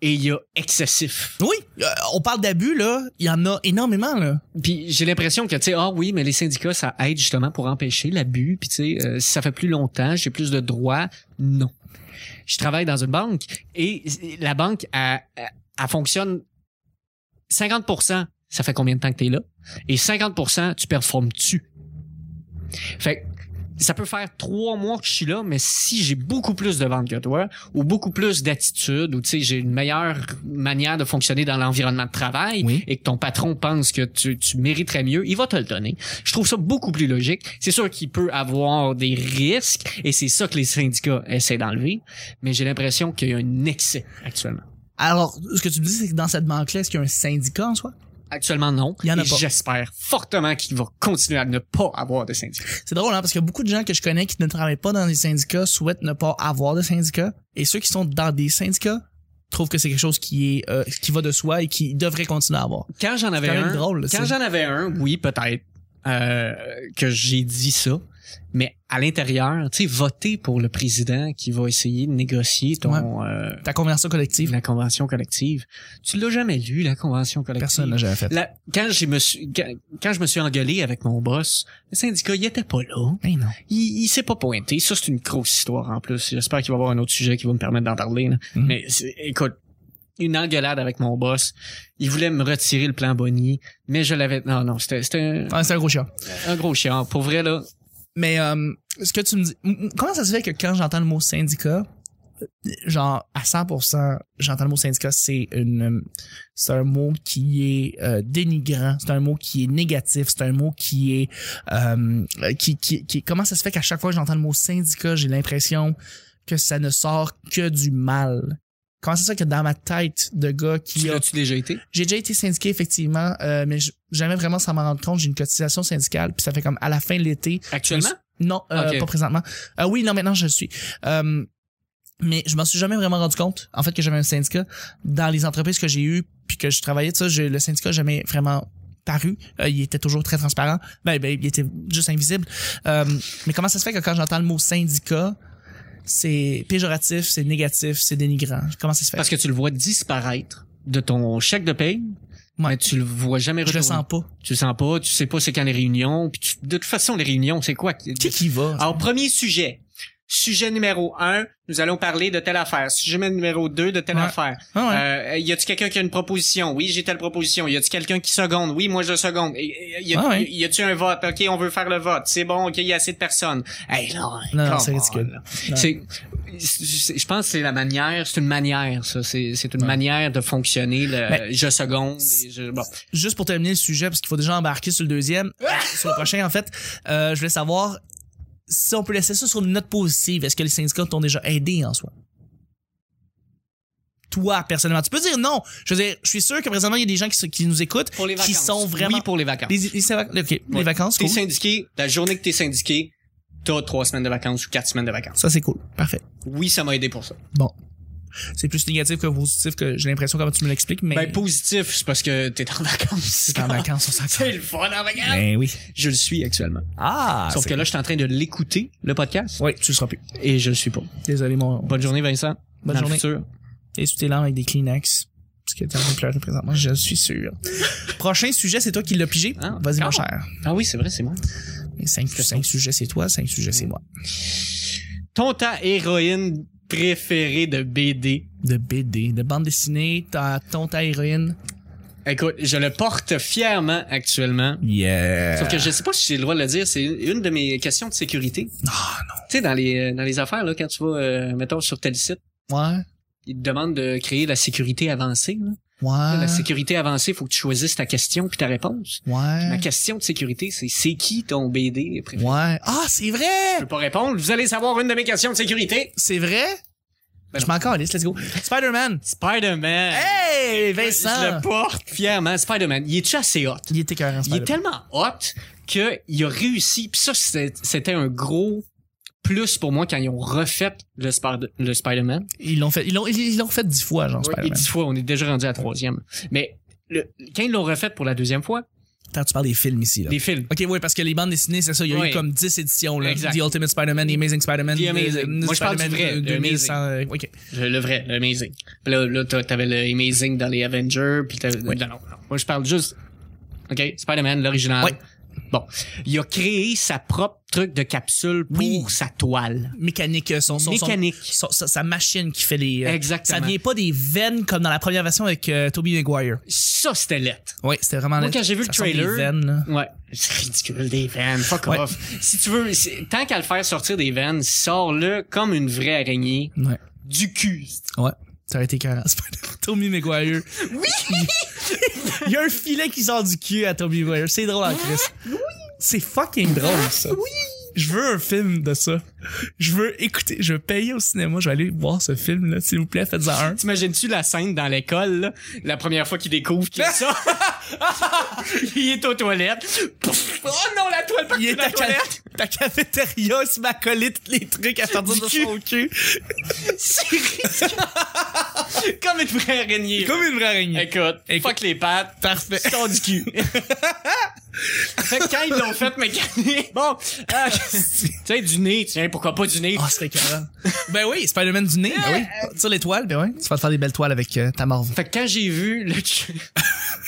Speaker 1: et il y a excessif.
Speaker 2: Oui, euh, on parle d'abus, là. Il y en a énormément, là.
Speaker 1: Puis j'ai l'impression que, tu sais, ah oui, mais les syndicats, ça aide justement pour empêcher l'abus. Puis, tu sais, euh, si ça fait plus longtemps, j'ai plus de droits. Non. Je travaille dans une banque et la banque, elle, elle- elle fonctionne 50 ça fait combien de temps que t'es là? Et 50 tu performes-tu? Fait que ça peut faire trois mois que je suis là, mais si j'ai beaucoup plus de ventes que toi, ou beaucoup plus d'attitude, ou tu sais, j'ai une meilleure manière de fonctionner dans l'environnement de travail,
Speaker 2: Oui.
Speaker 1: et que ton patron pense que tu, tu mériterais mieux, il va te le donner. Je trouve ça beaucoup plus logique. C'est sûr qu'il peut avoir des risques, et c'est ça que les syndicats essaient d'enlever, mais j'ai l'impression qu'il y a un excès actuellement.
Speaker 2: Alors, ce que tu me dis, c'est que dans cette banque-là, est-ce qu'il y a un syndicat en soi?
Speaker 1: Actuellement, non.
Speaker 2: Il y en a
Speaker 1: Et
Speaker 2: pas.
Speaker 1: J'espère fortement qu'il va continuer à ne pas avoir de syndicat.
Speaker 2: C'est drôle, hein, parce que beaucoup de gens que je connais qui ne travaillent pas dans des syndicats souhaitent ne pas avoir de syndicats. Et ceux qui sont dans des syndicats trouvent que c'est quelque chose qui est euh, qui va de soi et qui devrait continuer à avoir.
Speaker 1: Quand j'en avais
Speaker 2: quand même
Speaker 1: un,
Speaker 2: drôle, là,
Speaker 1: quand
Speaker 2: ça.
Speaker 1: j'en avais un, oui, peut-être euh, que j'ai dit ça, mais à l'intérieur, tu sais, voter pour le président qui va essayer de négocier ton euh,
Speaker 2: Ta conversion collective,
Speaker 1: la convention collective. Tu l'as jamais lu la convention collective
Speaker 2: personne n'a jamais fait.
Speaker 1: La- quand je me suis quand, quand je me suis engueulé avec mon boss, le syndicat il était pas là.
Speaker 2: Eh non.
Speaker 1: il, il s'est pas pointé. Ça, c'est une grosse histoire en plus. J'espère qu'il va y avoir un autre sujet qui va me permettre d'en parler. là.
Speaker 2: Mhm.
Speaker 1: Mais c'est- écoute, une engueulade avec mon boss. Il voulait me retirer le plan Bonnie, mais je l'avais... Non, non, c'était c'était un,
Speaker 2: Ah, c'est un gros chien.
Speaker 1: un gros chien. Pour vrai, là,
Speaker 2: Mais euh, ce que tu me dis, m- m- comment ça se fait que quand j'entends le mot syndicat, euh, genre à 100%, j'entends le mot syndicat, c'est une, euh, c'est un mot qui est euh, dénigrant, c'est un mot qui est négatif, c'est un mot qui est, euh, qui, qui, qui- comment ça se fait qu'à chaque fois que j'entends le mot syndicat, j'ai l'impression que ça ne sort que du mal. Comment ça se fait que dans ma tête de gars
Speaker 1: tu
Speaker 2: qui a
Speaker 1: l'as-tu déjà été?
Speaker 2: j'ai déjà été syndiqué, effectivement, euh, mais j- jamais vraiment sans m'en rendre compte. J'ai une cotisation syndicale, puis ça fait comme à la fin de l'été.
Speaker 1: Actuellement?
Speaker 2: Non, euh,
Speaker 1: Ok.
Speaker 2: pas présentement. Euh, oui, non, maintenant je le suis. Euh, mais je m'en suis jamais vraiment rendu compte, en fait, que j'avais un syndicat. Dans les entreprises que j'ai eues, puis que je travaillais, tout ça, j'ai- le syndicat n'a jamais vraiment paru. Euh, il était toujours très transparent. Ben, ben, il était juste invisible. Euh, mais comment ça se fait que quand j'entends le mot syndicat, c'est péjoratif, c'est négatif, c'est dénigrant? Comment ça se fait?
Speaker 1: Parce que tu le vois disparaître de ton chèque de paye,
Speaker 2: Ouais.
Speaker 1: mais tu le vois jamais
Speaker 2: je le
Speaker 1: retourner.
Speaker 2: sens pas.
Speaker 1: Tu le sens pas, tu sais pas c'est quand les réunions. Puis tu- de toute façon, les réunions, c'est quoi?
Speaker 2: Qui qui va?
Speaker 1: Alors, premier sujet. Sujet numéro un, nous allons parler de telle affaire. Sujet numéro deux, de telle
Speaker 2: Ouais.
Speaker 1: affaire.
Speaker 2: Ah ouais.
Speaker 1: Euh, y a-tu quelqu'un qui a une proposition? Oui, j'ai telle proposition. Y a-tu quelqu'un qui seconde? Oui, moi je seconde. Et- et- Y a-
Speaker 2: Ah ouais.
Speaker 1: y- y a-tu un vote? Ok, on veut faire le vote. C'est bon. Ok, y a assez de personnes. Hey, là,
Speaker 2: Non, non,
Speaker 1: come
Speaker 2: c'est
Speaker 1: on,
Speaker 2: ridicule.
Speaker 1: là.
Speaker 2: Ouais.
Speaker 1: C'est, c'est- je pense que c'est la manière. C'est une manière, ça. C'est, c'est une
Speaker 2: Ouais.
Speaker 1: manière de fonctionner. Le,
Speaker 2: Ben,
Speaker 1: je seconde. et je- bon.
Speaker 2: juste pour terminer le sujet, parce qu'il faut déjà embarquer sur le deuxième, euh,
Speaker 1: Ah!
Speaker 2: sur le prochain en fait, euh, je voulais savoir si on peut laisser ça sur une note positive. Est-ce que les syndicats t'ont déjà aidé en soi? Toi, personnellement. Tu peux dire non. Je veux dire, je suis sûr que présentement, il y a des gens qui, se- qui nous écoutent
Speaker 1: Pour les vacances.
Speaker 2: qui sont vraiment...
Speaker 1: Oui, pour les vacances.
Speaker 2: les, les- les- ok, les
Speaker 1: Ouais.
Speaker 2: vacances,
Speaker 1: T'es
Speaker 2: cool.
Speaker 1: syndiqué. La journée que t'es syndiqué, t'as trois semaines de vacances ou quatre semaines de vacances.
Speaker 2: Ça, c'est cool. Parfait.
Speaker 1: Oui, ça m'a aidé pour ça.
Speaker 2: C'est plus négatif que positif que j'ai l'impression comme tu me l'expliques, mais...
Speaker 1: Ben positif, c'est parce que t'es en vacances. (laughs)
Speaker 2: en vacances, on s'entend.
Speaker 1: C'est le fun en vacances.
Speaker 2: Ben oui.
Speaker 1: Je le suis actuellement.
Speaker 2: Ah!
Speaker 1: Sauf
Speaker 2: c'est-
Speaker 1: que là, je suis en train de l'écouter, le podcast,
Speaker 2: Oui, tu le seras plus.
Speaker 1: et je le suis pas.
Speaker 2: Désolé, mon...
Speaker 1: Bonne journée, Vincent.
Speaker 2: Bonne
Speaker 1: Dans le
Speaker 2: journée.
Speaker 1: futur.
Speaker 2: Et tu t'es là avec des Kleenex. Parce que t'es en train de pleurer présentement, je
Speaker 1: (laughs)
Speaker 2: suis sûr. Prochain sujet, c'est toi qui l'as pigé.
Speaker 1: Ah,
Speaker 2: Vas-y, mon
Speaker 1: encore?
Speaker 2: cher.
Speaker 1: Ah oui, c'est vrai, c'est moi.
Speaker 2: 5, sujets, c'est toi. 5 sujets, c'est moi.
Speaker 1: Ton ta héroïne préférée de BD.
Speaker 2: De BD, de bande dessinée, ta tonta héroïne.
Speaker 1: Écoute, je le porte fièrement actuellement.
Speaker 2: Yeah.
Speaker 1: Sauf que je sais pas si j'ai le droit de le dire, c'est une de mes questions de sécurité.
Speaker 2: Ah,
Speaker 1: Tu sais, dans les, euh, dans les affaires, là, quand tu vas, euh, mettons, sur tel site,
Speaker 2: non. Ouais.
Speaker 1: ils te demandent de créer la sécurité avancée. là.
Speaker 2: Ouais.
Speaker 1: La sécurité avancée, faut que tu choisisses ta question puis ta réponse. Ma
Speaker 2: Ouais.
Speaker 1: question de sécurité, c'est c'est qui ton BD préféré?
Speaker 2: Ouais. Ah, c'est vrai!
Speaker 1: Je peux pas répondre, vous allez savoir une de mes questions de sécurité.
Speaker 2: C'est vrai?
Speaker 1: Ben
Speaker 2: je m'en calisse, let's go. Spider-Man.
Speaker 1: Spider-Man.
Speaker 2: Hey,
Speaker 1: Je
Speaker 2: Vincent!
Speaker 1: le porte fièrement. Spider-Man, il est-tu assez hot?
Speaker 2: Il était carrément
Speaker 1: Il est tellement hot que il a réussi. Puis ça, c'est- c'était un gros plus pour moi quand ils ont refait le, Spar- le Spider-Man.
Speaker 2: Ils l'ont fait, ils l'ont, ils l'ont fait dix fois, genre,
Speaker 1: Ouais, et
Speaker 2: Spider-Man.
Speaker 1: dix fois, on est déjà rendu à la troisième. Mais le- quand ils l'ont refait pour la deuxième fois,
Speaker 2: Attends, tu parles des films ici, là.
Speaker 1: les films.
Speaker 2: Ok, oui, parce que les bandes dessinées, c'est ça, il y a
Speaker 1: Oui.
Speaker 2: eu comme 10 éditions, là.
Speaker 1: Exact.
Speaker 2: The Ultimate Spider-Man, The Amazing Spider-man,
Speaker 1: The Amazing. Moi, je parle du
Speaker 2: Spider-Man,
Speaker 1: vrai,
Speaker 2: euh,
Speaker 1: le
Speaker 2: 2100, euh, ok.
Speaker 1: Le, le vrai, le Amazing. Puis Là, là t'a- t'avais le Amazing dans les Avengers, puis t'avais... Non, non, non. Moi, je parle juste... OK, Spider-Man, l'original.
Speaker 2: Ouais.
Speaker 1: Bon. Il a créé sa propre truc de capsule pour
Speaker 2: Oui.
Speaker 1: sa toile.
Speaker 2: Mécanique, euh, son, son, son-
Speaker 1: Mécanique.
Speaker 2: son- sa, sa machine qui fait les. euh,
Speaker 1: Exactement.
Speaker 2: Ça vient pas des veines comme dans la première version avec euh, Tobey Maguire.
Speaker 1: Ça, c'était lettre.
Speaker 2: Oui, c'était vraiment.
Speaker 1: Moi,
Speaker 2: la-
Speaker 1: quand j'ai vu le
Speaker 2: ça ressemble à des
Speaker 1: trailer-
Speaker 2: veines, là.
Speaker 1: Ouais. C'est ridicule, des veines. Fuck
Speaker 2: Ouais.
Speaker 1: off. Si tu veux... c'est- Tant qu'à le faire sortir des veines, sors-le comme une vraie araignée
Speaker 2: Ouais.
Speaker 1: du cul.
Speaker 2: Ouais. Ça aurait été (laughs) carré. Tommy Maguire. Oui! Il y a un filet qui sort du cul à Tommy Maguire. C'est drôle, en Chris. Oui! C'est fucking drôle, ça. Oui! Je veux un film de ça. Je veux écouter. Je veux payer au cinéma. Je vais aller voir ce film-là. S'il vous plaît, faites-en un.
Speaker 1: T'imagines-tu la scène dans l'école, là, la première fois qu'il découvre qu'il est (laughs) ça? il est aux toilettes. Pouf! Oh non, la toile partout
Speaker 2: Il est
Speaker 1: dans la
Speaker 2: à ca-
Speaker 1: toilette.
Speaker 2: ta cafétéria, il se m'a collé tous les trucs à sortir de
Speaker 1: Du
Speaker 2: son cul.
Speaker 1: C'est risqué. Comme une vraie araignée.
Speaker 2: Comme une vraie araignée.
Speaker 1: Écoute,
Speaker 2: Écoute.
Speaker 1: fuck les pattes.
Speaker 2: Parfait.
Speaker 1: Sors du cul. fait que quand ils l'ont fait mécanique, (laughs) bon, ah, tu sais, du nez, tiens, pourquoi pas du nez?
Speaker 2: (laughs) Ah, c'est carré. Ben oui, Spider-Man du nez. Ben
Speaker 1: Euh,
Speaker 2: oui. Sur les toiles, ben oui. Tu vas te faire des belles toiles avec euh, ta morve.
Speaker 1: Fait que quand j'ai vu le... (laughs)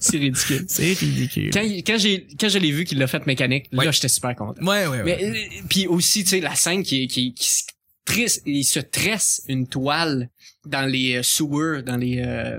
Speaker 1: C'est ridicule.
Speaker 2: C'est ridicule.
Speaker 1: Quand, il- quand j'ai, quand je l'ai vu qu'il l'a fait mécanique, là,
Speaker 2: Ouais.
Speaker 1: j'étais super content.
Speaker 2: Ouais, ouais, ouais.
Speaker 1: Mais euh, puis aussi, tu sais, la scène qui qui, qui se tresse, il se tresse une toile dans les euh, sewers, dans les. euh,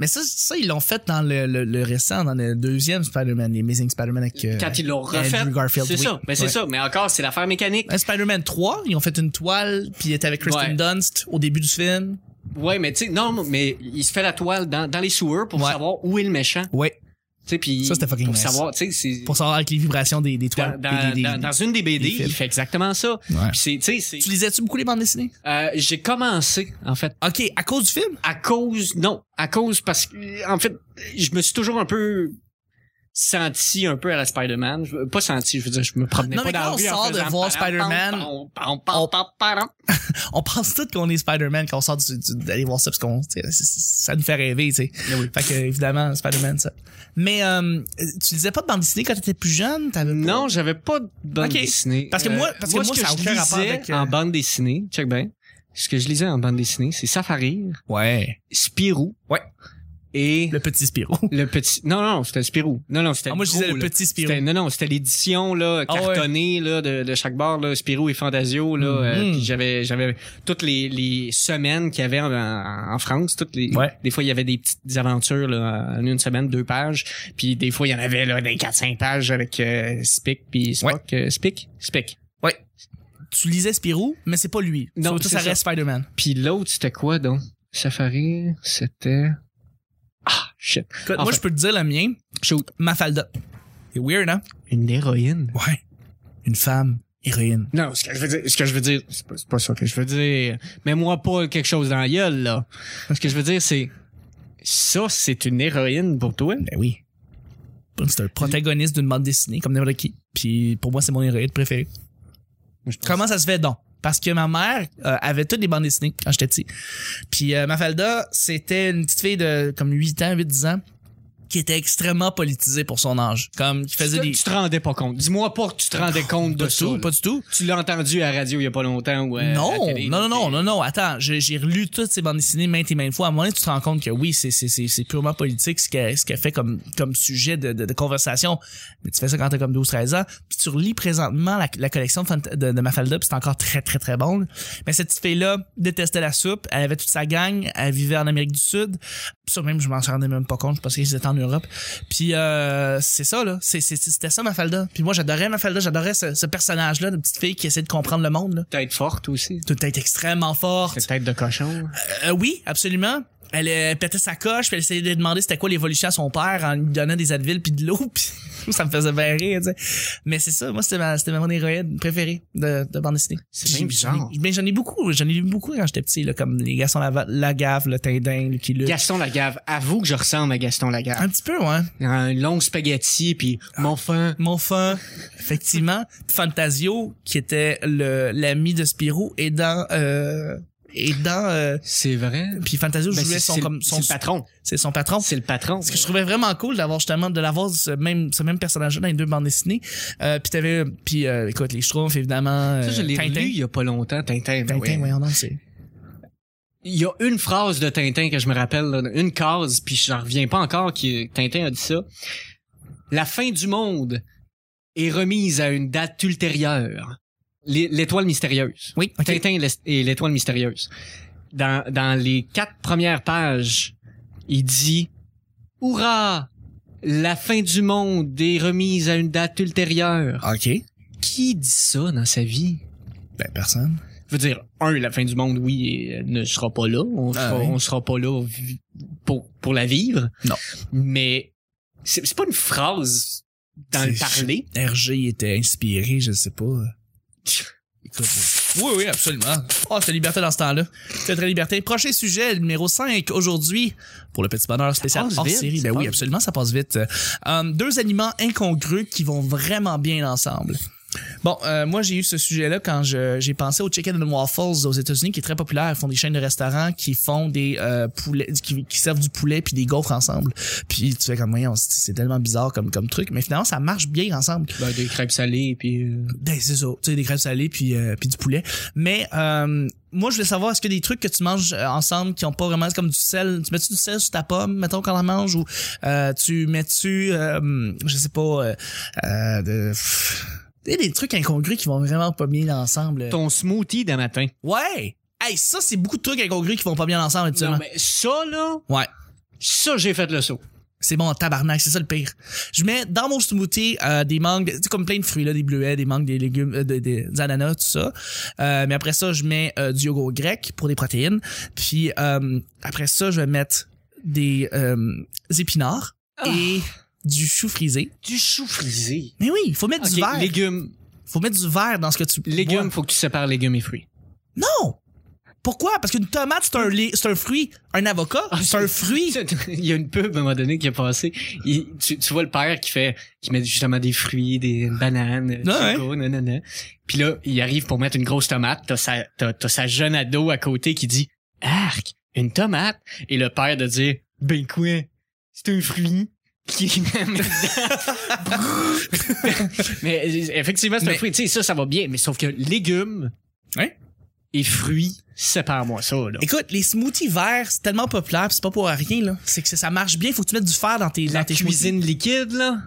Speaker 2: Mais ça, ça ils l'ont fait dans le, le, le récent, dans le deuxième Spider-Man, les Amazing Spider-Man avec. euh,
Speaker 1: quand ils l'ont
Speaker 2: Andrew
Speaker 1: refait.
Speaker 2: Garfield,
Speaker 1: C'est
Speaker 2: oui.
Speaker 1: ça, mais c'est
Speaker 2: Ouais.
Speaker 1: ça. Mais encore, c'est l'affaire mécanique.
Speaker 2: euh, Spider-Man 3, ils ont fait une toile, puis il était avec Kristen
Speaker 1: Ouais.
Speaker 2: Dunst au début du film.
Speaker 1: Ouais, mais tu sais, non, mais il se fait la toile dans, dans les sewers pour
Speaker 2: Ouais.
Speaker 1: savoir où est le méchant. Tu
Speaker 2: Ouais.
Speaker 1: sais, puis
Speaker 2: Ça, c'était fucking
Speaker 1: pour
Speaker 2: nice.
Speaker 1: savoir, tu sais, c'est
Speaker 2: Pour savoir avec les vibrations des, des
Speaker 1: dans,
Speaker 2: toiles.
Speaker 1: dans,
Speaker 2: des- des-
Speaker 1: dans- dans une des BD,
Speaker 2: des films.
Speaker 1: il fait exactement ça.
Speaker 2: Ouais.
Speaker 1: Puis c'est, tu sais,
Speaker 2: Tu
Speaker 1: c'est,
Speaker 2: lisais-tu beaucoup les bandes dessinées?
Speaker 1: euh, j'ai commencé en fait
Speaker 2: Ok, à cause du film?
Speaker 1: à cause non à cause parce que en fait je me suis toujours un peu senti un peu à la Spider-Man Je- pas senti je veux dire je me promenais
Speaker 2: Non,
Speaker 1: pas
Speaker 2: mais
Speaker 1: dans
Speaker 2: quand
Speaker 1: la
Speaker 2: on
Speaker 1: rue en
Speaker 2: sort de
Speaker 1: faisant
Speaker 2: voir
Speaker 1: param,
Speaker 2: Spider-Man,
Speaker 1: param, param, param, param, param.
Speaker 2: On pense tout qu'on est Spider-Man quand on sort du- du- d'aller voir ça, parce qu'on, tu sais, c'est- ça nous fait rêver, tu sais.
Speaker 1: Mais oui.
Speaker 2: Fait que, évidemment, Spider-Man, ça. Mais, euh, tu lisais pas de bandes dessinées quand t'étais plus jeune? T'avais pas-
Speaker 1: non j'avais pas de bande
Speaker 2: Ok.
Speaker 1: dessinée Euh,
Speaker 2: Parce que moi- parce que
Speaker 1: ce
Speaker 2: moi, ça a
Speaker 1: je
Speaker 2: aucun rapport
Speaker 1: lisais
Speaker 2: avec, euh,
Speaker 1: en bande dessinée check bien ce que je lisais en bande dessinée c'est Safari
Speaker 2: Ouais.
Speaker 1: Spirou
Speaker 2: Ouais.
Speaker 1: et
Speaker 2: Le petit Spirou.
Speaker 1: le petit non non c'était Spirou non non c'était
Speaker 2: Ah, moi, je
Speaker 1: gros,
Speaker 2: disais le
Speaker 1: là.
Speaker 2: petit Spirou.
Speaker 1: C'était- non, non, c'était l'édition là,
Speaker 2: Ah ouais.
Speaker 1: cartonnée là, de, de chaque bar, là, Spirou et Fantasio. Là, euh,
Speaker 2: Mhm.
Speaker 1: puis j'avais, j'avais toutes les, les semaines qu'il y avait en, en- en France. Toutes les,
Speaker 2: Ouais.
Speaker 1: Des fois, il y avait des petites des aventures là, en une semaine, deux pages. Puis des fois, il y en avait là, des 4-5 pages avec euh, Spic puis Spock. euh, Spic? Spic.
Speaker 2: tu lisais Spirou, mais c'est pas lui.
Speaker 1: Non,
Speaker 2: Surtout,
Speaker 1: c'est
Speaker 2: ça reste Spider-Man.
Speaker 1: Puis l'autre, c'était quoi donc? Safari, c'était... Ah, shit.
Speaker 2: Écoute,
Speaker 1: Enfin.
Speaker 2: Moi, je peux te dire le mien,
Speaker 1: Shoot.
Speaker 2: Mafalda. C'est weird, hein?
Speaker 1: Une héroïne?
Speaker 2: Ouais. Une femme héroïne.
Speaker 1: Non, ce que je veux dire, ce que je veux dire, c'est pas, c'est pas ça que je veux dire. Mais moi pas quelque chose dans la gueule, là. Ce que je veux dire, c'est, ça, c'est une héroïne pour toi.
Speaker 2: Ben oui. C'est un protagoniste d'une bande dessinée, comme n'importe qui. Puis pour moi, c'est mon héroïne préféré.
Speaker 1: Je pense-
Speaker 2: Comment ça se fait donc? Parce que ma mère euh, avait toutes des bandes dessinées quand j'étais petit. Puis euh, Mafalda, c'était une petite fille de comme 8 ans, 8-10 ans, qui était extrêmement politisé pour son âge. Comme, qui faisait
Speaker 1: Tu-
Speaker 2: des...
Speaker 1: Tu te rendais pas compte. Dis-moi pas que tu te rendais compte de
Speaker 2: Pas du
Speaker 1: ça.
Speaker 2: tout,
Speaker 1: là.
Speaker 2: pas du tout.
Speaker 1: Tu l'as entendu à la radio il y a pas longtemps ou euh, à la
Speaker 2: Non,
Speaker 1: télé,
Speaker 2: non, non,
Speaker 1: là,
Speaker 2: non,
Speaker 1: t'es-
Speaker 2: non, non, attends, j'ai j'ai relu toutes ces bandes dessinées maintes et maintes fois. À un moment donné, tu te rends compte que oui, c'est c'est- c'est- c'est purement politique ce qu'elle ce qu'elle fait comme, comme sujet de, de, de conversation. Mais tu fais ça quand t'as comme 12-13 ans. Puis tu relis présentement la, la collection de, Fant- de, de Mafalda, puis c'est encore très, très, très bon. là. Mais cette petite fille-là détestait la soupe. Elle avait toute sa gang. Elle vivait en Amérique du Sud. Ça même, je m'en rendais même pas compte. Je pensais qu'ils étaient en Europe. Puis euh, c'est ça, là. C'est- c'est- C'était ça, Mafalda. Puis moi, j'adorais Mafalda. J'adorais ce, ce personnage-là de petite fille qui essaie de comprendre le monde, là
Speaker 1: Tête forte aussi.
Speaker 2: une tête extrêmement forte.
Speaker 1: Cette tête de cochon.
Speaker 2: Euh, oui, absolument. Elle euh, pétait sa coche, puis elle essayait de lui demander c'était quoi l'évolution à son père en lui donnant des Advil puis de l'eau, (laughs) puis ça me faisait bien rire. tu sais. Mais c'est ça, moi c'était ma, c'était mon héroïne préférée de, de bande dessinée.
Speaker 1: C'est bien
Speaker 2: J'ai-
Speaker 1: bizarre.
Speaker 2: j'en ai- Mais j'en ai beaucoup, j'en ai lu beaucoup quand j'étais petit, là, comme les garçons la, Lagave, le Tindin, le Kilu.
Speaker 1: Gaston Lagave. Avoue que je ressemble à Gaston Lagave.
Speaker 2: Un petit peu, ouais.
Speaker 1: Un long spaghetti, puis mon fan.
Speaker 2: Mon fan, effectivement. Fantasio, qui était le l'ami de Spirou, et dans... Euh, et dans... euh,
Speaker 1: C'est vrai.
Speaker 2: puis Fantasio
Speaker 1: Ben,
Speaker 2: jouait
Speaker 1: c'est
Speaker 2: son...
Speaker 1: c'est
Speaker 2: comme
Speaker 1: le
Speaker 2: son
Speaker 1: c'est le patron.
Speaker 2: C'est son patron.
Speaker 1: C'est le patron.
Speaker 2: Ce que je trouvais vraiment cool d'avoir justement de l'avoir ce même ce même personnage dans les deux bandes dessinées. Euh, puis t'avais puis euh, écoute les Schtroumpfs évidemment.
Speaker 1: Ça, je
Speaker 2: euh,
Speaker 1: l'ai
Speaker 2: Tintin.
Speaker 1: lu il y a pas longtemps, Tintin. ben
Speaker 2: Tintin,
Speaker 1: oui.
Speaker 2: voyons donc, c'est.
Speaker 1: Il y a une phrase de Tintin que je me rappelle, là, une case, puis j'en reviens pas encore que Tintin a dit ça. La fin du monde est remise à une date ultérieure. L'é- L'étoile mystérieuse.
Speaker 2: Oui. ok.
Speaker 1: Tintin et l'est- et l'étoile mystérieuse. Dans, dans les quatre premières pages, il dit Hurrah! La fin du monde est remise à une date ultérieure.
Speaker 2: Ok.
Speaker 1: Qui dit ça dans sa vie?
Speaker 2: Ben personne.
Speaker 1: Je veux dire, un, la fin du monde, oui, euh, ne sera pas là. On
Speaker 2: Ah
Speaker 1: sera,
Speaker 2: oui.
Speaker 1: on sera pas là vi- pour, pour la vivre.
Speaker 2: Non.
Speaker 1: Mais c'est c'est pas une phrase dans le
Speaker 2: C'est-
Speaker 1: parler.
Speaker 2: Hergé était inspiré, je sais pas. Écoute, euh, oui, oui, absolument. Oh, c'est liberté dans ce temps-là. C'est très liberté. Prochain sujet, numéro 5, aujourd'hui, pour le petit bonheur spécial
Speaker 1: passe
Speaker 2: hors
Speaker 1: vite,
Speaker 2: série.
Speaker 1: ça
Speaker 2: Ben oui,
Speaker 1: passe.
Speaker 2: absolument, ça passe vite. Euh, deux aliments incongrus qui vont vraiment bien ensemble. Bon, euh, moi, j'ai eu ce sujet-là quand je- j'ai pensé au Chicken and Waffles aux États-Unis, qui est très populaire. Ils font des chaînes de restaurants qui font des euh, poulets, qui, qui servent du poulet puis des gaufres ensemble. Puis tu fais comme, voyons, c'est c'est tellement bizarre comme, comme truc. Mais finalement, ça marche bien ensemble.
Speaker 1: Ben, des crêpes salées, puis... euh,
Speaker 2: Ben, c'est ça. Tu sais, des crêpes salées puis, euh, puis du poulet. Mais euh, moi, je voulais savoir, est-ce que des trucs que tu manges euh, ensemble qui ont pas vraiment comme du sel, tu mets-tu du sel sur ta pomme, mettons, quand on la mange, ou euh, tu mets-tu, euh, je sais pas, euh, euh, de- pff, des, des trucs incongrus qui vont vraiment pas bien ensemble.
Speaker 1: Ton smoothie d'un matin.
Speaker 2: Ouais! Hey, ça, c'est beaucoup de trucs incongrus qui vont pas bien ensemble,
Speaker 1: Non,
Speaker 2: habituellement.
Speaker 1: mais ça, là,
Speaker 2: Ouais.
Speaker 1: ça, j'ai fait le saut.
Speaker 2: C'est bon, tabarnak, c'est ça le pire. Je mets dans mon smoothie euh, des mangues, tu sais, comme plein de fruits, là, des bleuets, des mangues, des légumes, euh, des, des ananas, tout ça. Euh, mais après ça, je mets euh, du yogourt grec pour des protéines. Puis euh, après ça, je vais mettre des euh, épinards
Speaker 1: Ah.
Speaker 2: et du chou frisé.
Speaker 1: Du chou frisé.
Speaker 2: Mais oui, il faut mettre
Speaker 1: Ok,
Speaker 2: du vert.
Speaker 1: légumes.
Speaker 2: faut mettre du vert dans ce que tu
Speaker 1: Légumes,
Speaker 2: bois.
Speaker 1: faut que tu sépares légumes et fruits.
Speaker 2: Non! Pourquoi? Parce qu'une tomate, c'est un, lait- c'est un fruit. Un avocat,
Speaker 1: Ah,
Speaker 2: c'est un
Speaker 1: c'est-
Speaker 2: fruit.
Speaker 1: Il y a une pub à un moment donné qui est passée. Il- tu, tu vois le père qui fait, qui met justement des fruits, des bananes, des
Speaker 2: Ah,
Speaker 1: frigos, nanana. Puis là, il arrive pour mettre une grosse tomate. T'as sa, t'as, t'as sa jeune ado à côté qui dit, arc, une tomate. Et le père de dire, ben quoi, c'est un fruit. Qui la
Speaker 2: (laughs)
Speaker 1: met dedans. mais euh, effectivement, c'est un
Speaker 2: Mais-
Speaker 1: fruit. Tu sais, ça, ça va bien. Mais sauf que légumes
Speaker 2: Hein?
Speaker 1: et fruits, sépare-moi ça, là.
Speaker 2: Écoute, les smoothies verts, c'est tellement populaire, pis c'est pas pour rien là. C'est que ça- ça marche bien, faut que tu mettes du fer dans tes,
Speaker 1: La
Speaker 2: dans tes
Speaker 1: cuisine liquide, là.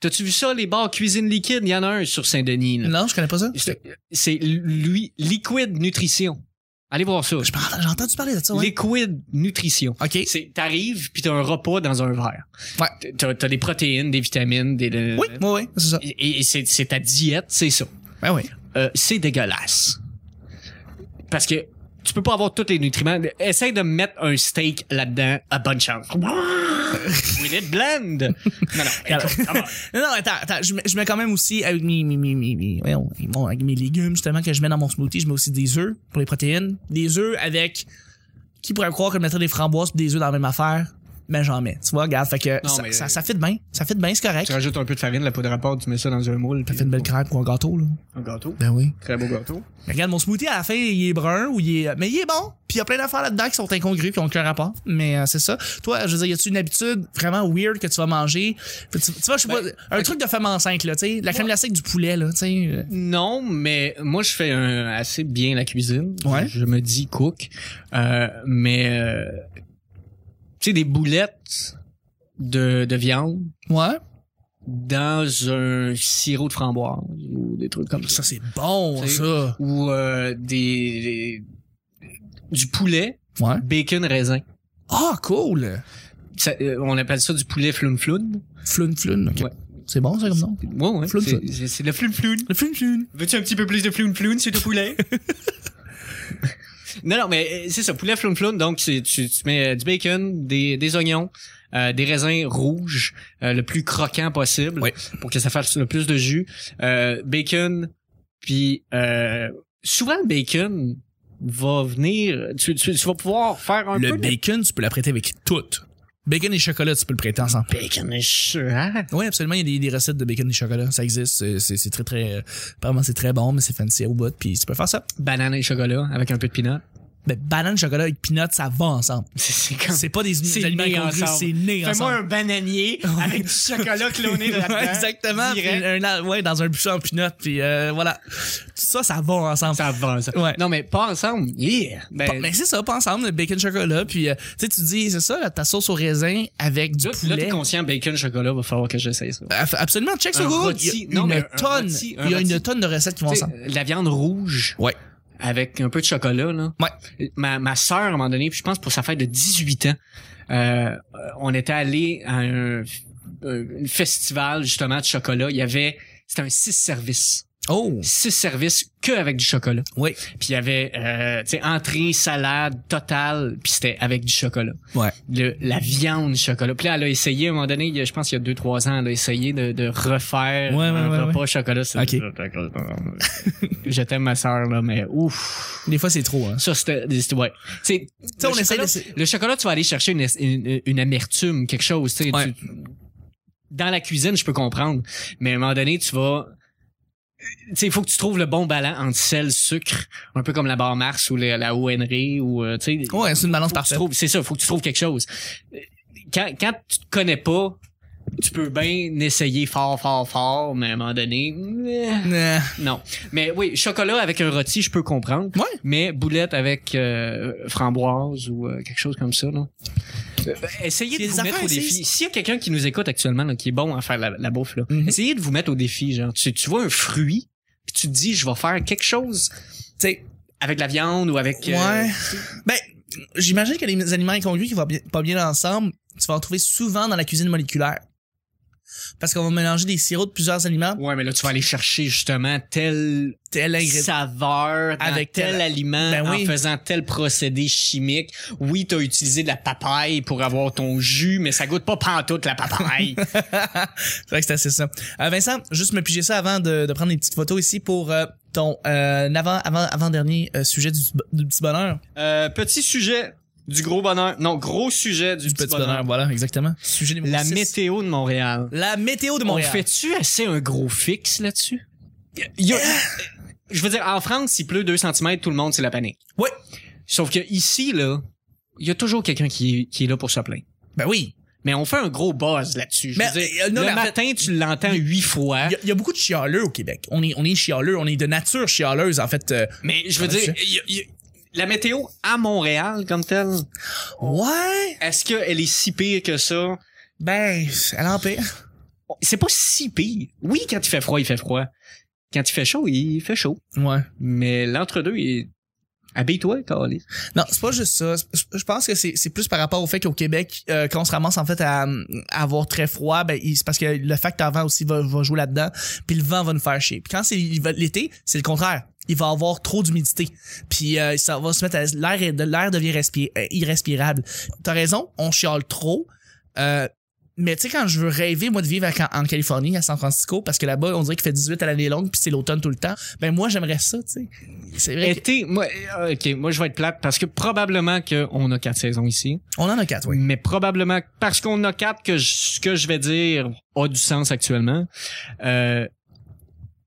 Speaker 1: T'as-tu vu ça, les bars cuisine liquide? Il y en a un sur Saint-Denis,
Speaker 2: smoothies.
Speaker 1: là.
Speaker 2: Non, je connais pas ça.
Speaker 1: C'est- C'est lui, Liquid Nutrition. Allez voir ça.
Speaker 2: Je parle- J'ai entendu parler de ça. Ouais.
Speaker 1: Liquid Nutrition.
Speaker 2: OK.
Speaker 1: C'est, t'arrives puis t'as un repas dans un verre.
Speaker 2: Ouais.
Speaker 1: T'as, t'as des protéines, des vitamines, des. des-
Speaker 2: Oui, oui, oui, c'est ça.
Speaker 1: Et, et c'est, c'est ta diète, c'est ça.
Speaker 2: Ben oui.
Speaker 1: Euh, c'est dégueulasse. Parce que tu peux pas avoir tous les nutriments. Essaye de mettre un steak là-dedans à bonne (laughs) chance. Will it blend? (laughs) Non, non. écoute, come on.
Speaker 2: Non, non, attends, attends, je mets, je mets quand même aussi avec mes, mes, mes, mes, mes- voyons, bon, avec mes légumes justement que je mets dans mon smoothie, je mets aussi des œufs pour les protéines, des œufs avec qui pourrait croire que je mettrais des framboises pis des œufs dans la même affaire. mais j'en mets. Tu vois, regarde, fait que
Speaker 1: Non,
Speaker 2: ça,
Speaker 1: mais-
Speaker 2: ça, ça fit bien. Ça fit bien, c'est correct.
Speaker 1: Tu rajoutes un peu de farine, la poudre à pâte, tu mets ça dans un moule.
Speaker 2: Ça
Speaker 1: puis-
Speaker 2: fait une belle crêpe ou un gâteau, là.
Speaker 1: Un gâteau.
Speaker 2: Ben oui.
Speaker 1: Très beau gâteau.
Speaker 2: Regarde, mon smoothie à la fin, il est brun ou il est. Mais il est bon. Puis il y a plein d'affaires là-dedans qui sont incongrues, qui ont aucun rapport. Mais euh, c'est ça. Toi, je veux dire, y a-tu une habitude vraiment weird que tu vas manger? Tu, tu vois, je sais
Speaker 1: Ben,
Speaker 2: pas. Un truc de femme enceinte, là, tu sais. La crème glacée avec du poulet, là, tu sais. euh,
Speaker 1: Non, mais moi, je fais un- assez bien la cuisine.
Speaker 2: Ouais.
Speaker 1: Je me dis cook. Euh, mais, euh, tu sais, des boulettes de, de viande
Speaker 2: Ouais.
Speaker 1: dans un sirop de framboise ou des trucs comme ça.
Speaker 2: Ça, c'est bon,
Speaker 1: C'est-
Speaker 2: ça.
Speaker 1: Ou euh, des, des- du poulet,
Speaker 2: Ouais.
Speaker 1: bacon, raisin.
Speaker 2: Ah, cool.
Speaker 1: Ça, euh, on appelle ça du poulet floun-floun.
Speaker 2: Floun, floun. ok.
Speaker 1: Ouais.
Speaker 2: C'est bon, ça, comme nom?
Speaker 1: Ouais, ouais.
Speaker 2: Floun
Speaker 1: c'est-
Speaker 2: floun.
Speaker 1: C'est c'est le floun-floun.
Speaker 2: Le floun, floun.
Speaker 1: Veux-tu un petit peu plus de floun floun sur ton poulet? (laughs) non, non, mais euh, c'est ça, poulet floun floun. Donc, c'est- tu, tu mets euh, du bacon, des, des oignons, euh, des raisins rouges, euh, le plus croquant possible
Speaker 2: Oui.
Speaker 1: pour que ça fasse le plus de jus. Euh, bacon, puis euh, souvent le bacon va venir... Tu, tu, tu vas pouvoir faire un
Speaker 2: Le
Speaker 1: peu de
Speaker 2: bacon, tu peux l'apprêter avec tout. Bacon et chocolat, tu peux le prêter ensemble.
Speaker 1: bacon. hein?
Speaker 2: Oui, absolument. Il y a des, des recettes de bacon et chocolat. Ça existe. C'est- C'est c'est très, très. euh, Apparemment, c'est très bon, mais c'est fancy au bout. Puis tu peux faire ça.
Speaker 1: Banane et chocolat avec un peu de pinot.
Speaker 2: Ben, banane, chocolat et peanut, ça va ensemble.
Speaker 1: (laughs) C'est comme...
Speaker 2: C'est pas des,
Speaker 1: Hum. C'est
Speaker 2: des aliments
Speaker 1: né
Speaker 2: incongrus,
Speaker 1: ensemble.
Speaker 2: c'est né
Speaker 1: Fais-moi
Speaker 2: ensemble.
Speaker 1: un
Speaker 2: (laughs)
Speaker 1: bananier avec du chocolat cloné de
Speaker 2: Ouais,
Speaker 1: la
Speaker 2: Exactement. puis Un, ar- ouais, dans un bouchon en peanut. Puis euh, voilà. Tout ça, ça va ensemble.
Speaker 1: Ça va, ça.
Speaker 2: Ouais.
Speaker 1: Non, mais pas ensemble. Yeah. Ben,
Speaker 2: Pas- mais c'est ça, pas ensemble, le bacon chocolat. Puis, euh, tu sais, tu dis, c'est ça, ta sauce au raisin avec du
Speaker 1: là, là,
Speaker 2: poulet.
Speaker 1: t'es conscient, bacon, chocolat, va falloir que j'essaye ça.
Speaker 2: Af- Absolument, check sur
Speaker 1: Un
Speaker 2: Google.
Speaker 1: rôti.
Speaker 2: Il y a
Speaker 1: Non,
Speaker 2: une
Speaker 1: mais un
Speaker 2: tonne.
Speaker 1: rôti, un
Speaker 2: il y a une
Speaker 1: rôti.
Speaker 2: tonne de recettes qui vont
Speaker 1: Tu sais,
Speaker 2: ensemble.
Speaker 1: la viande rouge
Speaker 2: Ouais.
Speaker 1: avec un peu de chocolat, là.
Speaker 2: Ouais.
Speaker 1: Ma, ma soeur, à un moment donné, puis je pense pour sa fête de 18 ans, euh, on était allé à un, un festival, justement, de chocolat. Il y avait, c'était un six services.
Speaker 2: Oh,
Speaker 1: Six services que avec du chocolat.
Speaker 2: oui.
Speaker 1: Puis il y avait, euh, tu sais, entrée, salade, totale, puis c'était avec du chocolat.
Speaker 2: Ouais.
Speaker 1: Le, la viande chocolat. Puis là, elle a essayé, à un moment donné, il y a- je pense qu'il y a deux, trois ans, elle a essayé de, de refaire
Speaker 2: Ouais, ouais,
Speaker 1: un
Speaker 2: ouais,
Speaker 1: repas chocolat. C'est-
Speaker 2: Ok.
Speaker 1: (laughs) je t'aime, ma sœur, là, mais ouf.
Speaker 2: Des fois, c'est trop, hein.
Speaker 1: Ça, c'était... c'était- Ouais. Tu sais,
Speaker 2: sais, on
Speaker 1: le
Speaker 2: essaie
Speaker 1: chocolat-
Speaker 2: d'essa-
Speaker 1: Le chocolat, tu vas aller chercher une, une, une amertume, quelque chose, tu sais.
Speaker 2: Ouais.
Speaker 1: tu- Dans la cuisine, je peux comprendre. Mais à un moment donné, tu vas... Tu sais, il faut que tu trouves le bon balance entre sel, sucre, un peu comme la barre Mars ou la, la ONRE ou, euh, tu sais,
Speaker 2: Ouais, c'est une
Speaker 1: faut
Speaker 2: balance
Speaker 1: que tu
Speaker 2: parfaite.
Speaker 1: trouves- C'est ça, faut que tu trouves quelque chose. Euh, Quand, quand tu te connais pas, tu peux bien essayer fort, fort, fort, mais à un moment donné, euh,
Speaker 2: Euh,
Speaker 1: non. Mais oui, chocolat avec un rôti, je peux comprendre.
Speaker 2: Ouais.
Speaker 1: Mais boulette avec euh, framboise ou euh, quelque chose comme ça, là. Euh, Essayez de
Speaker 2: C'est des
Speaker 1: vous mettre
Speaker 2: affaires,
Speaker 1: au défi.
Speaker 2: c'est-
Speaker 1: S'il y a quelqu'un qui nous écoute actuellement, là, qui est bon à faire la, la bouffe, là,
Speaker 2: Mhm.
Speaker 1: essayez de vous mettre au défi. Genre, tu, tu vois un fruit, puis tu te dis, je vais faire quelque chose
Speaker 2: tu sais,
Speaker 1: avec de la viande ou avec. euh,
Speaker 2: Ouais. ben, j'imagine que les aliments incongrus qui vont bien- pas bien ensemble, tu vas en trouver souvent dans la cuisine moléculaire. Parce qu'on va mélanger des sirops de plusieurs aliments,
Speaker 1: Ouais, mais là, tu vas aller chercher justement tel
Speaker 2: tel (laughs) ingrédient.
Speaker 1: saveur dans
Speaker 2: Avec
Speaker 1: tel,
Speaker 2: tel-
Speaker 1: aliment
Speaker 2: Ben
Speaker 1: en
Speaker 2: oui.
Speaker 1: faisant tel procédé chimique. Oui, t'as utilisé de la papaye pour avoir ton jus, mais ça goûte pas pantoute la papaye.
Speaker 2: C'est vrai que c'est assez ça. Euh, Vincent, juste me piger ça avant de, de prendre des petites photos ici pour euh, ton euh, avant, avant, avant-dernier euh, sujet du, du petit bonheur.
Speaker 1: (laughs) Euh, petit sujet du gros bonheur. Non, gros sujet du,
Speaker 2: Du
Speaker 1: petit, bonheur.
Speaker 2: voilà, exactement. Sujet numéro
Speaker 1: La
Speaker 2: six.
Speaker 1: météo de Montréal.
Speaker 2: La météo de Montréal.
Speaker 1: On fait-tu assez un gros fixe là-dessus? Il y a-
Speaker 2: Ah!
Speaker 1: Je veux dire, en France, il pleut 2 cm, tout le monde, c'est la panique.
Speaker 2: Ouais.
Speaker 1: Sauf que ici, là, il y a toujours quelqu'un qui, est- qui est là pour se plaindre.
Speaker 2: Ben oui.
Speaker 1: Mais on fait un gros buzz là-dessus. Je
Speaker 2: Mais,
Speaker 1: veux dire,
Speaker 2: euh, non,
Speaker 1: le
Speaker 2: mais en fait-
Speaker 1: matin, tu l'entends huit fois.
Speaker 2: Il y a- il y, a beaucoup de chialeux au Québec. On est, on est chialeux, on est de nature chialeuse, en fait. euh,
Speaker 1: Mais je veux dire, il y a- il y a- la météo à Montréal, comme telle,
Speaker 2: ouais.
Speaker 1: est-ce qu'elle est si pire que ça?
Speaker 2: Ben, elle empire.
Speaker 1: C'est pas si pire. Oui, quand il fait froid, il fait froid. Quand il fait chaud, il fait chaud.
Speaker 2: Ouais.
Speaker 1: Mais l'entre-deux, il... habille-toi, Carlis.
Speaker 2: Non, c'est pas juste ça. C'est- Je pense que c'est c'est plus par rapport au fait qu'au Québec, euh, quand on se ramasse en fait à, à avoir très froid, ben il- c'est parce que le facteur vent aussi va, va jouer là-dedans. Puis le vent va nous faire chier. Puis quand c'est l'été, c'est le contraire. Il va avoir trop d'humidité. Puis euh, ça va se mettre à l'air est- l'air devient respi- euh, irrespirable. T'as raison, on chiale trop. Euh, Mais tu sais, quand je veux rêver, moi, de vivre à- en Californie, à San Francisco, parce que là-bas, on dirait qu'il fait 18 à l'année longue, puis c'est l'automne tout le temps, ben moi, j'aimerais ça, tu sais. C'est vrai.
Speaker 1: Été, moi, euh, ok, moi je vais être plate parce que probablement qu'on a quatre saisons ici,
Speaker 2: On en a quatre, oui.
Speaker 1: mais probablement parce qu'on a quatre que je- ce que je vais dire a du sens actuellement. euh,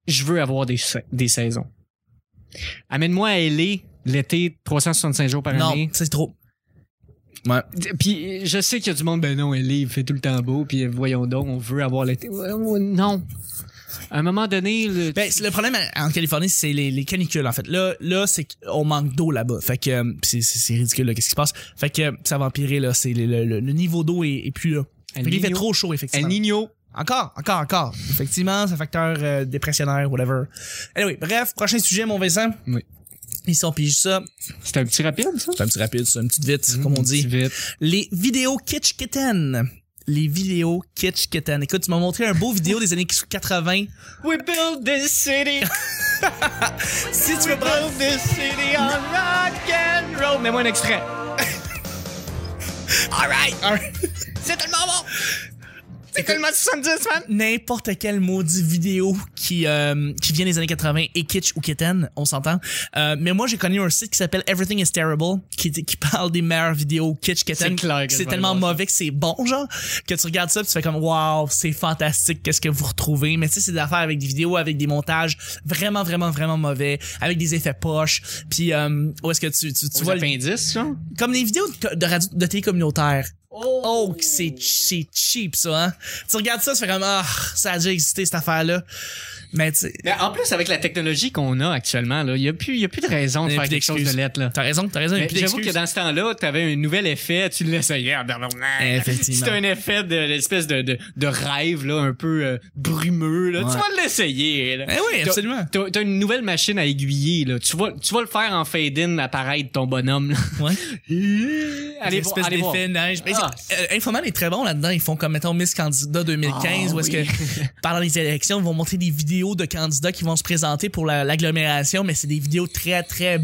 Speaker 1: je veux avoir des, sa- des saisons. Amène-moi à LA l'été 365 jours par
Speaker 2: Non,
Speaker 1: année.
Speaker 2: c'est trop. Ouais.
Speaker 1: Puis je sais qu'il y a du monde, ben non, LA il fait tout le temps beau, puis voyons donc, on veut avoir l'été. Ouais, ouais, Non. À un moment donné, le-
Speaker 2: Ben, c'est- le problème à- en Californie, c'est les, les canicules, en fait. Là, là c'est qu'on manque d'eau là-bas. Fait que euh, c'est c'est- c'est ridicule, là, qu'est-ce qui se passe. Fait que euh, ça va empirer, là. C'est le, le- le niveau d'eau est, est plus là.
Speaker 1: El
Speaker 2: Fait qu'il fait
Speaker 1: Niño.
Speaker 2: trop chaud,
Speaker 1: El
Speaker 2: effectivement.
Speaker 1: Niño.
Speaker 2: Encore, encore, encore. Effectivement, c'est un facteur euh, dépressionnaire, whatever. Anyway, bref, prochain sujet, mon Vincent.
Speaker 1: Oui.
Speaker 2: Ils sont pige ça.
Speaker 1: C'était un petit rapide, ça?
Speaker 2: C'est un petit rapide, c'est une petite vite, comme on dit.
Speaker 1: Vite.
Speaker 2: Les vidéos kitsch kitten. Les vidéos kitsch kitten. Écoute, tu m'as montré un beau vidéo des années 80.
Speaker 1: We build this city.
Speaker 2: Si tu veux prendre
Speaker 1: Build this city on rock and roll. Mets-moi un extrait. Alright. C'est tellement bon. C'est tellement 70, man.
Speaker 2: n'importe quelle maudite vidéo qui euh, qui vient des années 80 et kitsch ou kitten, on s'entend. Euh, mais moi j'ai connu un site qui s'appelle Everything is Terrible qui qui parle des meilleures vidéos kitsch kitten.
Speaker 1: C'est clair que je
Speaker 2: C'est
Speaker 1: vais
Speaker 2: tellement
Speaker 1: aller voir ça.
Speaker 2: mauvais que c'est bon genre que tu regardes ça, puis tu fais comme waouh, c'est fantastique, qu'est-ce que vous retrouvez. Mais tu sais c'est des affaires avec des vidéos avec des montages vraiment vraiment vraiment mauvais, avec des effets poches. Puis euh, où est-ce que tu tu, tu
Speaker 1: Tu vois
Speaker 2: vois le-
Speaker 1: l'appendice, ça?
Speaker 2: comme les vidéos de, co- de radio de télé communautaire. Oh, que c'est c'est cheap ça, hein. Tu regardes ça, tu fais comme ah, ça a déjà existé cette affaire là. Mais tu sais,
Speaker 1: Mais en plus, avec la technologie qu'on a actuellement, là, il n'y a, plus- il y a plus de raison de
Speaker 2: Il y a
Speaker 1: faire
Speaker 2: plus
Speaker 1: quelque chose de
Speaker 2: d'excuses.
Speaker 1: lettre. Là.
Speaker 2: t'as raison, t'as raison. il y a
Speaker 1: Mais
Speaker 2: plus
Speaker 1: J'avoue que
Speaker 2: d'excuses.
Speaker 1: dans ce temps-là, tu avais un nouvel effet, tu l'essayais.
Speaker 2: Effectivement.
Speaker 1: C'était un effet de l'espèce de, de, de rêve là, un peu euh, brumeux. Là.
Speaker 2: Ouais.
Speaker 1: Tu vas l'essayer. là.
Speaker 2: Eh oui,
Speaker 1: T'as-
Speaker 2: absolument.
Speaker 1: T'as t'as une nouvelle machine à aiguiller. Là. Tu, vas, tu vas le faire en fade-in, apparaître ton bonhomme. Là.
Speaker 2: Ouais.
Speaker 1: allez voir,
Speaker 2: Espèce
Speaker 1: allez voir.
Speaker 2: d'effet neige. Mais
Speaker 1: Ah.
Speaker 2: c'est- euh, Infoman est très bon là-dedans. Ils font comme, mettons, Miss Candidat 2015,
Speaker 1: Ah,
Speaker 2: où est-ce
Speaker 1: oui. (laughs)
Speaker 2: que pendant les élections, ils vont montrer des vidéos de candidats qui vont se présenter pour la- l'agglomération, mais c'est des vidéos très, très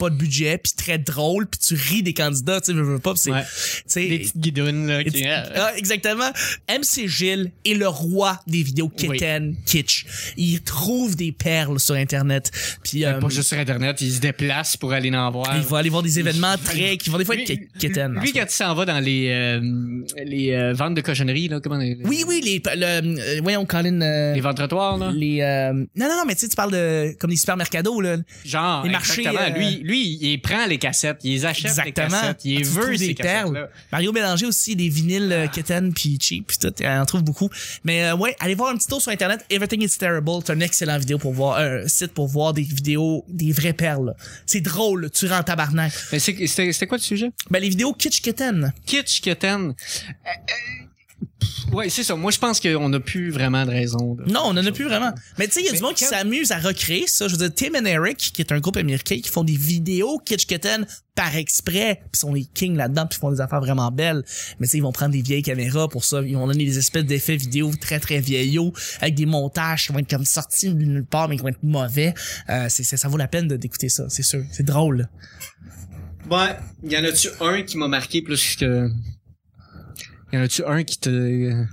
Speaker 2: pas de budget, puis très drôles, puis tu ris des candidats, tu sais, veux, veux pas, puis c'est...
Speaker 1: Ouais.
Speaker 2: tu sais,
Speaker 1: Des petites guidounes. Là, qui- euh,
Speaker 2: Ah, exactement. MC Gilles est le roi des vidéos kitten, kitsch. Il trouve des perles sur Internet. Puis, euh,
Speaker 1: Pas juste sur Internet, ils se déplacent pour aller en voir.
Speaker 2: il va aller voir des événements très, qui vont des fois être ki- kitten. en
Speaker 1: Lui,
Speaker 2: soi.
Speaker 1: quand il s'en va dans les, euh, les euh, ventes de cochonneries, là, comment on les-
Speaker 2: oui, oui, les, le, euh, voyons, Colin, euh,
Speaker 1: Les ventes trottoirs, là.
Speaker 2: les, euh, non, non, non, mais tu sais, tu parles de, comme les supermercados, là.
Speaker 1: Genre,
Speaker 2: Les marchés,
Speaker 1: exactement.
Speaker 2: euh,
Speaker 1: Lui, lui, il prend les cassettes, il les achète les
Speaker 2: Exactement. Ah,
Speaker 1: cassettes, il les
Speaker 2: Tu
Speaker 1: veut
Speaker 2: trouves
Speaker 1: ces
Speaker 2: des
Speaker 1: cassettes-là. Ah.
Speaker 2: perles. Mario Bélanger aussi, des vinyles euh, kitten puis cheap puis tout. On en trouve beaucoup. Mais euh, ouais, allez voir un petit tour sur internet. Everything is terrible. C'est un excellent vidéo pour voir, euh, site pour voir des vidéos, des vraies perles. C'est drôle. Tu rends tabarnak.
Speaker 1: Mais c'est- C'était c'était quoi le sujet?
Speaker 2: Ben les vidéos kitsch kitten.
Speaker 1: Kitsch Kitten. Euh, euh, pff, ouais, c'est ça. Moi, je pense qu'on n'a plus vraiment de raison. là.
Speaker 2: Non, on en a plus vraiment. Mais tu sais, il y a du
Speaker 1: Mais
Speaker 2: monde qui
Speaker 1: quand-
Speaker 2: s'amuse à recréer ça. Je veux dire, Tim and Eric, qui est un groupe américain, qui font des vidéos kitsch kitten par exprès, puis sont les kings là-dedans, puis font des affaires vraiment belles. Mais tu sais, ils vont prendre des vieilles caméras pour ça. Ils vont donner des espèces d'effets vidéo très très vieillots, avec des montages qui vont être comme sortis de nulle part, mais qui vont être mauvais. Euh, c'est, c'est- ça vaut la peine de- d'écouter ça, c'est sûr. C'est drôle.
Speaker 1: Ouais, y en a-tu un qui m'a marqué plus que. Y en a-tu un qui te.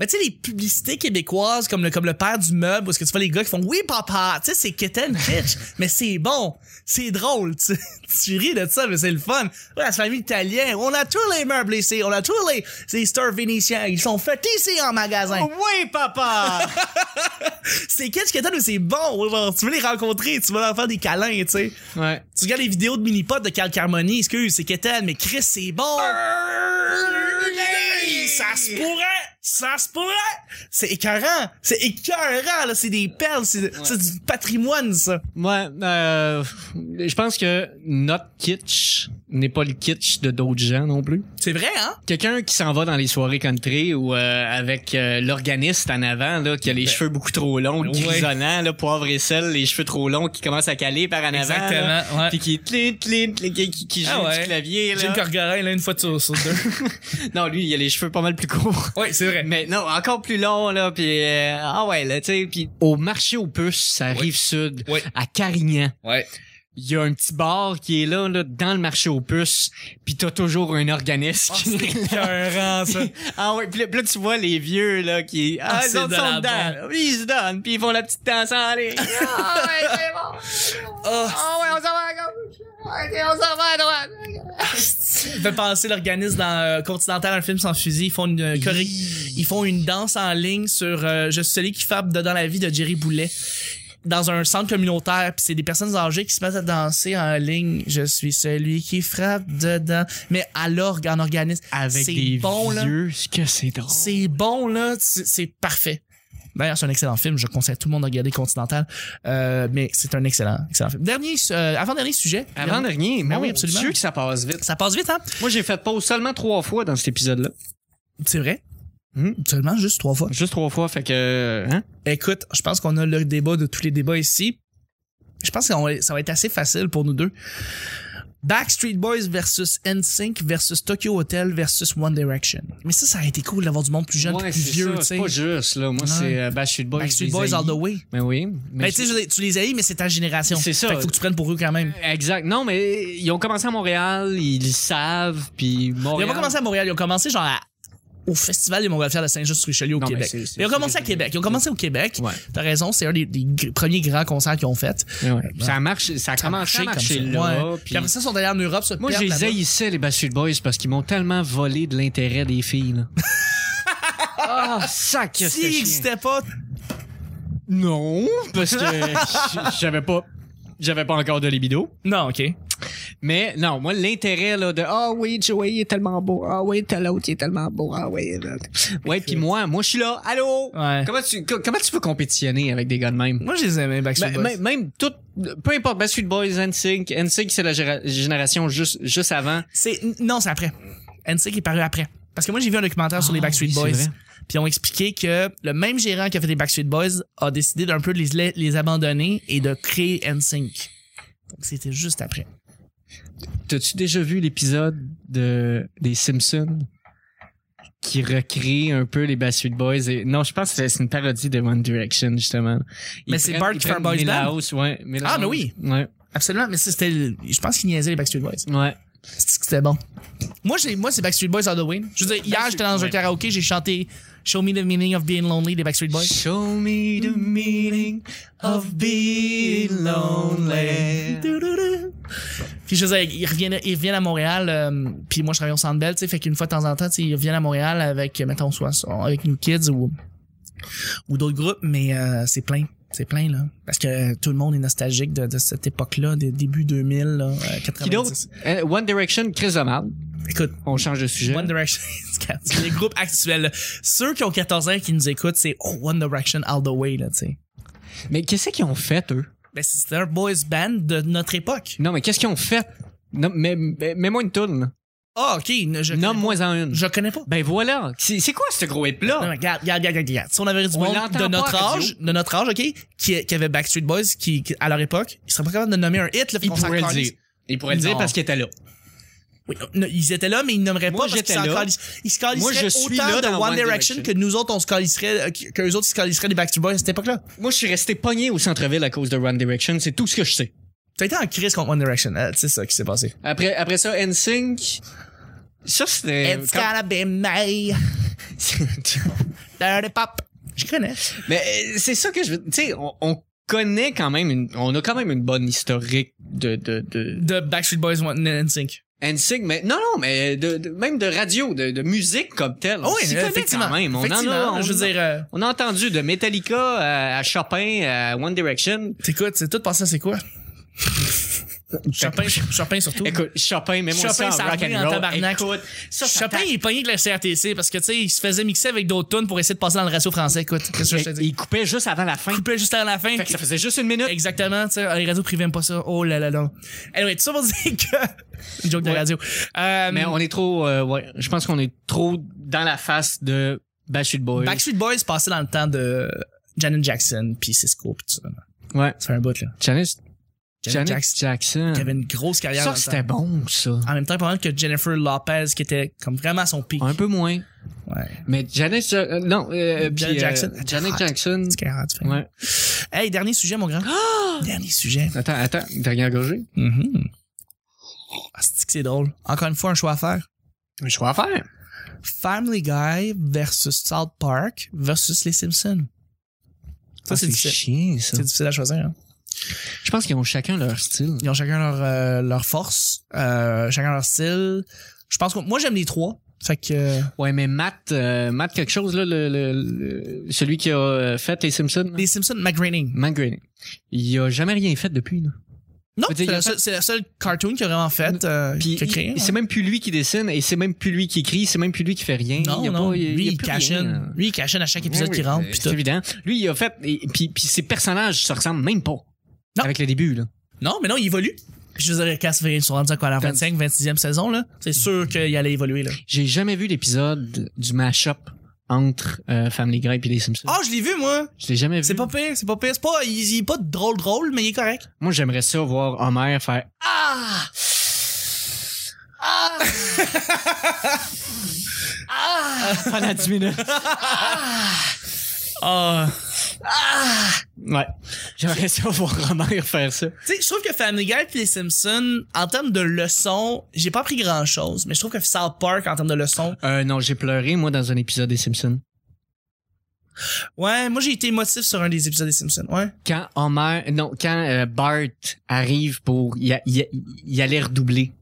Speaker 2: Mais tu sais, les publicités québécoises, comme le, comme le père du meuble, où est-ce que tu vois les gars qui font oui, papa, tu sais, c'est kitten kitsch, mais c'est bon, c'est drôle, tu, tu ris de ça, mais c'est le fun. Ouais, la famille italienne, on a tous les meubles ici, on a tous les, ces stores vénitiens, ils sont faits ici en magasin.
Speaker 1: oui, papa!
Speaker 2: C'est kitsch kitten, mais c'est bon, genre, tu veux les rencontrer, tu veux leur faire des câlins, tu sais.
Speaker 1: ouais.
Speaker 2: Tu regardes les vidéos de mini-pot de Cal Carmoni, excuse, c'est kitten, mais Chris, c'est bon.
Speaker 1: Ah,
Speaker 2: Hey, ça se pourrait! Ça se pourrait! C'est écœurant! C'est écœurant, là! C'est des perles, c'est c'est du patrimoine, ça!
Speaker 1: Ouais, euh, je pense que notre kitsch n'est pas le kitsch de d'autres gens non plus.
Speaker 2: C'est vrai, hein?
Speaker 1: Quelqu'un qui s'en va dans les soirées country ou euh, avec euh, l'organiste en avant là qui a les
Speaker 2: Ben,
Speaker 1: cheveux beaucoup trop longs,
Speaker 2: ouais.
Speaker 1: grisonnants, là, poivre et sel, les cheveux trop longs qui commencent à caler par en avant. là,
Speaker 2: Exactement, ouais.
Speaker 1: Puis qui tlin, tlin, tlin, qui, qui, qui joue
Speaker 2: Ah ouais.
Speaker 1: du clavier
Speaker 2: Jim
Speaker 1: là.
Speaker 2: Corcoran, là, une fois sur, sur (laughs) deux.
Speaker 1: Non, lui, il a les cheveux pas mal plus courts.
Speaker 2: oui, c'est vrai.
Speaker 1: Mais non, encore plus long là puis euh, ah ouais là tu sais puis au marché aux puces, ça
Speaker 2: Ouais.
Speaker 1: rive sud
Speaker 2: Ouais.
Speaker 1: à Carignan.
Speaker 2: Ouais.
Speaker 1: il y a un petit bar qui est là, là dans le marché aux puces, puis t'as toujours un organisme.
Speaker 2: Oh,
Speaker 1: qui-
Speaker 2: (laughs) c'est écœurant, ça.
Speaker 1: (laughs) ah ouais, puis là, puis là, tu vois les vieux là qui ah,
Speaker 2: Ah,
Speaker 1: ils
Speaker 2: c'est
Speaker 1: autres
Speaker 2: de
Speaker 1: sont
Speaker 2: la
Speaker 1: dedans, oui, ils se donnent, puis ils font la petite danse en
Speaker 2: (laughs)
Speaker 1: ligne. Ah ouais, c'est bon.
Speaker 2: Oh,
Speaker 1: Ah ouais, on s'en va à gauche. Ouais, on s'en va à droite.
Speaker 2: ça (laughs) fait penser l'organisme dans euh, Continental, un film sans fusil. Ils font une euh, choré- ils font une danse en ligne sur euh, Je suis celui qui fabre de dans la vie de Jerry Boulet dans un centre communautaire puis c'est des personnes âgées qui se mettent à danser en ligne je suis celui qui frappe dedans mais à l'orgue en organisme
Speaker 1: Avec
Speaker 2: C'est
Speaker 1: des
Speaker 2: bon, là.
Speaker 1: vieux, ce que c'est drôle.
Speaker 2: C'est bon, là. C'est c'est parfait. D'ailleurs, c'est un excellent film. Je conseille à tout le monde de regarder Continental. Euh, mais c'est un excellent, excellent film. Dernier, euh, avant-dernier sujet.
Speaker 1: Avant
Speaker 2: Dernier-
Speaker 1: dernier, mais
Speaker 2: Ah oui,
Speaker 1: oui,
Speaker 2: absolument.
Speaker 1: absolument. que ça passe vite.
Speaker 2: Ça passe vite, hein?
Speaker 1: Moi, j'ai fait pause seulement trois fois dans cet épisode-là.
Speaker 2: C'est vrai.
Speaker 1: Hmm.
Speaker 2: Seulement juste trois fois.
Speaker 1: Juste trois fois, fait que. Hein?
Speaker 2: Écoute, je pense qu'on a le débat de tous les débats ici. Je pense que ça va- ça va être assez facile pour nous deux. Backstreet Boys versus NSYNC versus Tokyo Hotel versus One Direction. Mais ça, ça a été cool d'avoir du monde plus jeune,
Speaker 1: Ouais,
Speaker 2: plus
Speaker 1: c'est
Speaker 2: vieux,
Speaker 1: ça,
Speaker 2: tu
Speaker 1: C'est
Speaker 2: sais.
Speaker 1: pas juste, là. Moi,
Speaker 2: Ouais.
Speaker 1: c'est euh, Backstreet Boys.
Speaker 2: Backstreet
Speaker 1: je les
Speaker 2: Boys all
Speaker 1: haïs.
Speaker 2: the way.
Speaker 1: Ben oui. Mais
Speaker 2: Ben, tu sais, je veux dire, tu les haïs, mais c'est ta génération.
Speaker 1: C'est ça.
Speaker 2: Fait qu'il faut que tu prennes pour eux quand même.
Speaker 1: Exact. Non, mais ils ont commencé à Montréal, ils le savent, puis
Speaker 2: Ils
Speaker 1: Montréal.
Speaker 2: ont pas commencé à Montréal, ils ont commencé genre à- au Festival des Montgolfières de Saint-Just-sur-Richelieu au
Speaker 1: Non, mais
Speaker 2: Québec.
Speaker 1: c'est- c'est-
Speaker 2: Ils ont commencé
Speaker 1: c'est-
Speaker 2: à Québec. Ils ont commencé au Québec.
Speaker 1: Ouais.
Speaker 2: T'as raison, c'est un des, des gr- premiers grands concerts qu'ils ont fait. Euh,
Speaker 1: Ouais, ouais. Ça marche, ça a commencé à marcher
Speaker 2: comme ça.
Speaker 1: là.
Speaker 2: Ouais. Puis...
Speaker 1: puis-
Speaker 2: après ça, ils sont allés en Europe. se
Speaker 1: Moi,
Speaker 2: perdre
Speaker 1: je les
Speaker 2: là-bas.
Speaker 1: haïssais, les Backstreet Boys, parce qu'ils m'ont tellement volé de l'intérêt des filles,
Speaker 2: (laughs)
Speaker 1: là. Ah, sac! que c'était
Speaker 2: S'ils
Speaker 1: chiant.
Speaker 2: n'existaient pas,
Speaker 1: Non, parce
Speaker 2: (laughs)
Speaker 1: que j'avais pas, j'avais pas encore de libido.
Speaker 2: non, ok.
Speaker 1: Mais non, moi, l'intérêt là, de Ah oui, Joey il est tellement beau. Ah oui, tel l'autre, il est tellement beau. Ah oui. là. Ouais, puis moi, moi, je suis là. Allô?
Speaker 2: Ouais.
Speaker 1: Comment, tu, co- comment tu peux compétitionner avec des gars de même?
Speaker 2: Moi, je les aimais, Backstreet
Speaker 1: Ben,
Speaker 2: Boys.
Speaker 1: même, même tout, peu importe, Backstreet Boys, NSYNC, NSYNC, c'est la géra- génération juste, juste avant.
Speaker 2: C'est non, c'est après. NSYNC est paru après. Parce que moi j'ai vu un documentaire sur
Speaker 1: Ah,
Speaker 2: les Backstreet
Speaker 1: oui, c'est
Speaker 2: Boys.
Speaker 1: vrai.
Speaker 2: Puis ils ont expliqué que le même gérant qui a fait les Backstreet Boys a décidé d'un peu de les, les abandonner et de créer NSYNC. Donc c'était juste après.
Speaker 1: T'as-tu déjà vu l'épisode de, des Simpsons? qui recrée un peu les Backstreet Boys et non je pense que c'est- c'est une parodie de One Direction justement Ils
Speaker 2: Mais c'est
Speaker 1: prennent-
Speaker 2: Bart
Speaker 1: ils
Speaker 2: qui fait un
Speaker 1: prennent
Speaker 2: boys band?
Speaker 1: Milhouse, ouais Milhouse.
Speaker 2: Ah, mais oui.
Speaker 1: ouais
Speaker 2: Absolument, mais ça, c'était le- je pense qu'ils niaisaient les Backstreet Boys.
Speaker 1: ouais
Speaker 2: C'est que c'était bon. Moi j'ai moi c'est Backstreet Boys all the way. Je veux dire hier j'étais dans un
Speaker 1: Ouais.
Speaker 2: karaoké, j'ai chanté Show me the meaning of being lonely des Backstreet Boys.
Speaker 1: Show me the meaning of being lonely.
Speaker 2: Puis je veux dire, ils reviennent, ils reviennent à Montréal, euh, puis moi je travaille au Centre Bell, tu sais, fait qu'une fois de temps en temps, tu sais, ils reviennent à Montréal avec, euh, mettons, soit soit avec New Kids ou, ou d'autres groupes, mais euh, c'est plein. C'est plein, là. Parce que tout le monde est nostalgique de, de cette époque-là, des début 2000, là, euh,
Speaker 1: Qui d'autre?
Speaker 2: 90.
Speaker 1: Euh, One Direction, Chris O'Malley.
Speaker 2: Écoute,
Speaker 1: On change de sujet.
Speaker 2: One Direction, (laughs) c'est les groupes actuels. là. Ceux qui ont 14 ans et qui nous écoutent, c'est oh, One Direction all the way, là, tu sais.
Speaker 1: Mais qu'est-ce qu'ils ont fait, eux?
Speaker 2: Ben, c'était un boys band de notre époque.
Speaker 1: Non, mais qu'est-ce qu'ils ont fait? Non, mais, mais- mets-moi une toune.
Speaker 2: Ah, OK. ne- Je connais
Speaker 1: Nomme-moi en
Speaker 2: pas.
Speaker 1: une.
Speaker 2: Je connais pas.
Speaker 1: Ben voilà. C'est c'est quoi ce gros
Speaker 2: Non, mais
Speaker 1: hip-là?
Speaker 2: regarde, regarde, regarde, regarde, regarde. Si on avait du
Speaker 1: On
Speaker 2: monde
Speaker 1: l'entend
Speaker 2: de
Speaker 1: pas
Speaker 2: notre
Speaker 1: à la radio.
Speaker 2: âge, de notre âge, OK, qui, qui avait Backstreet Boys, qui, qui- à leur époque, ils seraient pas capables de nommer un hit, là,
Speaker 1: Ils
Speaker 2: qu'on s'en
Speaker 1: pourraient le
Speaker 2: calisse.
Speaker 1: dire. Ils pourraient le dire
Speaker 2: Non.
Speaker 1: parce qu'ils étaient là.
Speaker 2: Oui, euh, non, ils étaient là, mais ils nommeraient
Speaker 1: Moi,
Speaker 2: pas parce
Speaker 1: j'étais
Speaker 2: qu'ils s'en
Speaker 1: là.
Speaker 2: calissent. Ils se calisseraient
Speaker 1: Moi, je suis
Speaker 2: autant
Speaker 1: là
Speaker 2: de
Speaker 1: dans
Speaker 2: One
Speaker 1: One
Speaker 2: Direction
Speaker 1: Direction.
Speaker 2: que nous autres, on se calisserait, euh, que- que eux autres, ils se caliseraient des Backstreet Boys à cette époque-là.
Speaker 1: Moi, je suis resté pogné au centre-ville à cause de One Direction. C'est tout ce que je sais.
Speaker 2: T'as été en crise contre One Direction. euh, C'est ça qui s'est passé.
Speaker 1: Après, après ça, NSYNC. Ça, c'était...
Speaker 2: It's gotta be me.
Speaker 1: (laughs)
Speaker 2: Dirty pop. Je connais.
Speaker 1: Mais euh, c'est ça que je veux. Tu sais, on, on connaît quand même une, on a quand même une bonne historique de de de
Speaker 2: De Backstreet Boys One and Sync.
Speaker 1: NSYNC, mais non non, mais euh, de, de- même de radio, de, de musique comme telle. on s'y connaît quand même. On en a.
Speaker 2: Effectivement,
Speaker 1: on-
Speaker 2: je veux dire, euh,
Speaker 1: on a entendu de Metallica à, à Chopin à One Direction.
Speaker 2: T'écoutes, c'est tout passé,
Speaker 1: (laughs)
Speaker 2: c'est quoi? Chopin, Chopin surtout.
Speaker 1: Écoute, Chopin, même moi ça,
Speaker 2: Chopin, ça
Speaker 1: en rock
Speaker 2: revient en
Speaker 1: and roll.
Speaker 2: tabarnak.
Speaker 1: Écoute, ça, ça
Speaker 2: Chopin,
Speaker 1: tape.
Speaker 2: il est pogné avec la CRTC parce que, tu sais, il se faisait mixer avec d'autres tunes pour essayer de passer dans le ratio français. Écoute, qu'est-ce que je te
Speaker 1: il,
Speaker 2: dis?
Speaker 1: il coupait juste avant la fin.
Speaker 2: Il coupait juste à la fin.
Speaker 1: Fait que ça faisait juste une minute.
Speaker 2: (laughs) Exactement, tu sais, les radios privées aiment pas ça. Oh là là là. Anyway, tout ça pour (laughs) dire que. (laughs) Une joke de
Speaker 1: Ouais.
Speaker 2: radio. Euh,
Speaker 1: Mais on est trop, euh, ouais, je pense qu'on est trop dans la face de Backstreet Boys.
Speaker 2: Backstreet Boys passait dans le temps de Janet Jackson, puis Cisco, puis tout ça.
Speaker 1: Ouais.
Speaker 2: Ça fait un bout, là.
Speaker 1: Challenge, Janet
Speaker 2: Janet Jackson,
Speaker 1: Jackson.
Speaker 2: qui avait une grosse carrière.
Speaker 1: Ça,
Speaker 2: dans le
Speaker 1: c'était
Speaker 2: temps.
Speaker 1: bon, ça.
Speaker 2: En même temps, pendant que Jennifer Lopez, qui était comme vraiment à son pic.
Speaker 1: Un peu moins.
Speaker 2: Ouais.
Speaker 1: Mais Janet... Ja- euh, non, euh,
Speaker 2: Janet
Speaker 1: puis, euh,
Speaker 2: Jackson.
Speaker 1: Janet
Speaker 2: Hot.
Speaker 1: Jackson.
Speaker 2: C'est carrément différent.
Speaker 1: Ouais. Ah!
Speaker 2: Hey, dernier sujet, mon grand. dernier sujet.
Speaker 1: Attends, attends. Dernière gorgée.
Speaker 2: Mhm. Ah, c'est que c'est drôle. Encore une fois, un choix à faire.
Speaker 1: Un choix à faire.
Speaker 2: Family Guy versus South Park versus Les Simpsons. Ça,
Speaker 1: Ah,
Speaker 2: c'est difficile.
Speaker 1: chiant, ça.
Speaker 2: C'est difficile à choisir. hein.
Speaker 1: Je pense qu'ils ont chacun leur style.
Speaker 2: Ils ont chacun leur, euh, leur force, euh, chacun leur style. Je pense que moi, j'aime les trois. Fait que. euh,
Speaker 1: Ouais, mais Matt, euh, Matt quelque chose, là, le, le- le- celui qui a euh, fait les Simpsons. là.
Speaker 2: Les Simpsons, Matt Groening.
Speaker 1: Matt Groening. Il a jamais rien fait depuis, là. Je veux
Speaker 2: Non, c'est
Speaker 1: dire, il
Speaker 2: la,
Speaker 1: a
Speaker 2: seule- c'est la seule cartoon qu'il a vraiment faite, euh,
Speaker 1: Puis
Speaker 2: qu'il a créée.
Speaker 1: il- hein. c'est même plus lui qui dessine et c'est même plus lui qui écrit, c'est même plus lui qui fait rien.
Speaker 2: Non,
Speaker 1: Il y a
Speaker 2: non.
Speaker 1: pas- il y a- il
Speaker 2: lui,
Speaker 1: y a
Speaker 2: il
Speaker 1: plus
Speaker 2: cache
Speaker 1: rien.
Speaker 2: in. Lui, il cache in à chaque épisode
Speaker 1: Oui,
Speaker 2: qui
Speaker 1: oui,
Speaker 2: rentre.
Speaker 1: c'est-
Speaker 2: puis
Speaker 1: Euh, C'est
Speaker 2: tout.
Speaker 1: évident. Lui, il a fait. et- Puis, puis ses personnages se ressemblent même pas.
Speaker 2: Non.
Speaker 1: Avec le début, là.
Speaker 2: Non, mais non, il évolue. Puis je veux dire, quand ça fait- ils sont rendus à quoi, la
Speaker 1: Tandis-
Speaker 2: 25, 26e saison, là, c'est sûr qu'il allait évoluer, là.
Speaker 1: J'ai jamais vu l'épisode du mash-up entre euh, Family Guy et les Simpsons.
Speaker 2: Ah, je l'ai vu, moi!
Speaker 1: Je l'ai jamais vu.
Speaker 2: C'est pas pire, c'est pas pire. C'est pas, il, il est pas drôle, drôle, mais il est correct.
Speaker 1: Moi, j'aimerais ça voir Homer faire Ah! Ah! ah! Pendant 10 minutes.
Speaker 2: Ah.
Speaker 1: Ouais. J'aimerais ça voir Homer faire ça.
Speaker 2: Tu sais, je trouve que Family Guy et les Simpsons, en termes de leçons, j'ai pas appris grand chose, mais je trouve que South Park, en termes de leçons,
Speaker 1: Euh, non, j'ai pleuré, moi, dans un épisode des Simpsons.
Speaker 2: ouais, moi j'ai été émotif sur un des épisodes des Simpsons, ouais.
Speaker 1: Quand Homer, non, quand euh, Bart arrive pour, il, a- il, a- il allait redoubler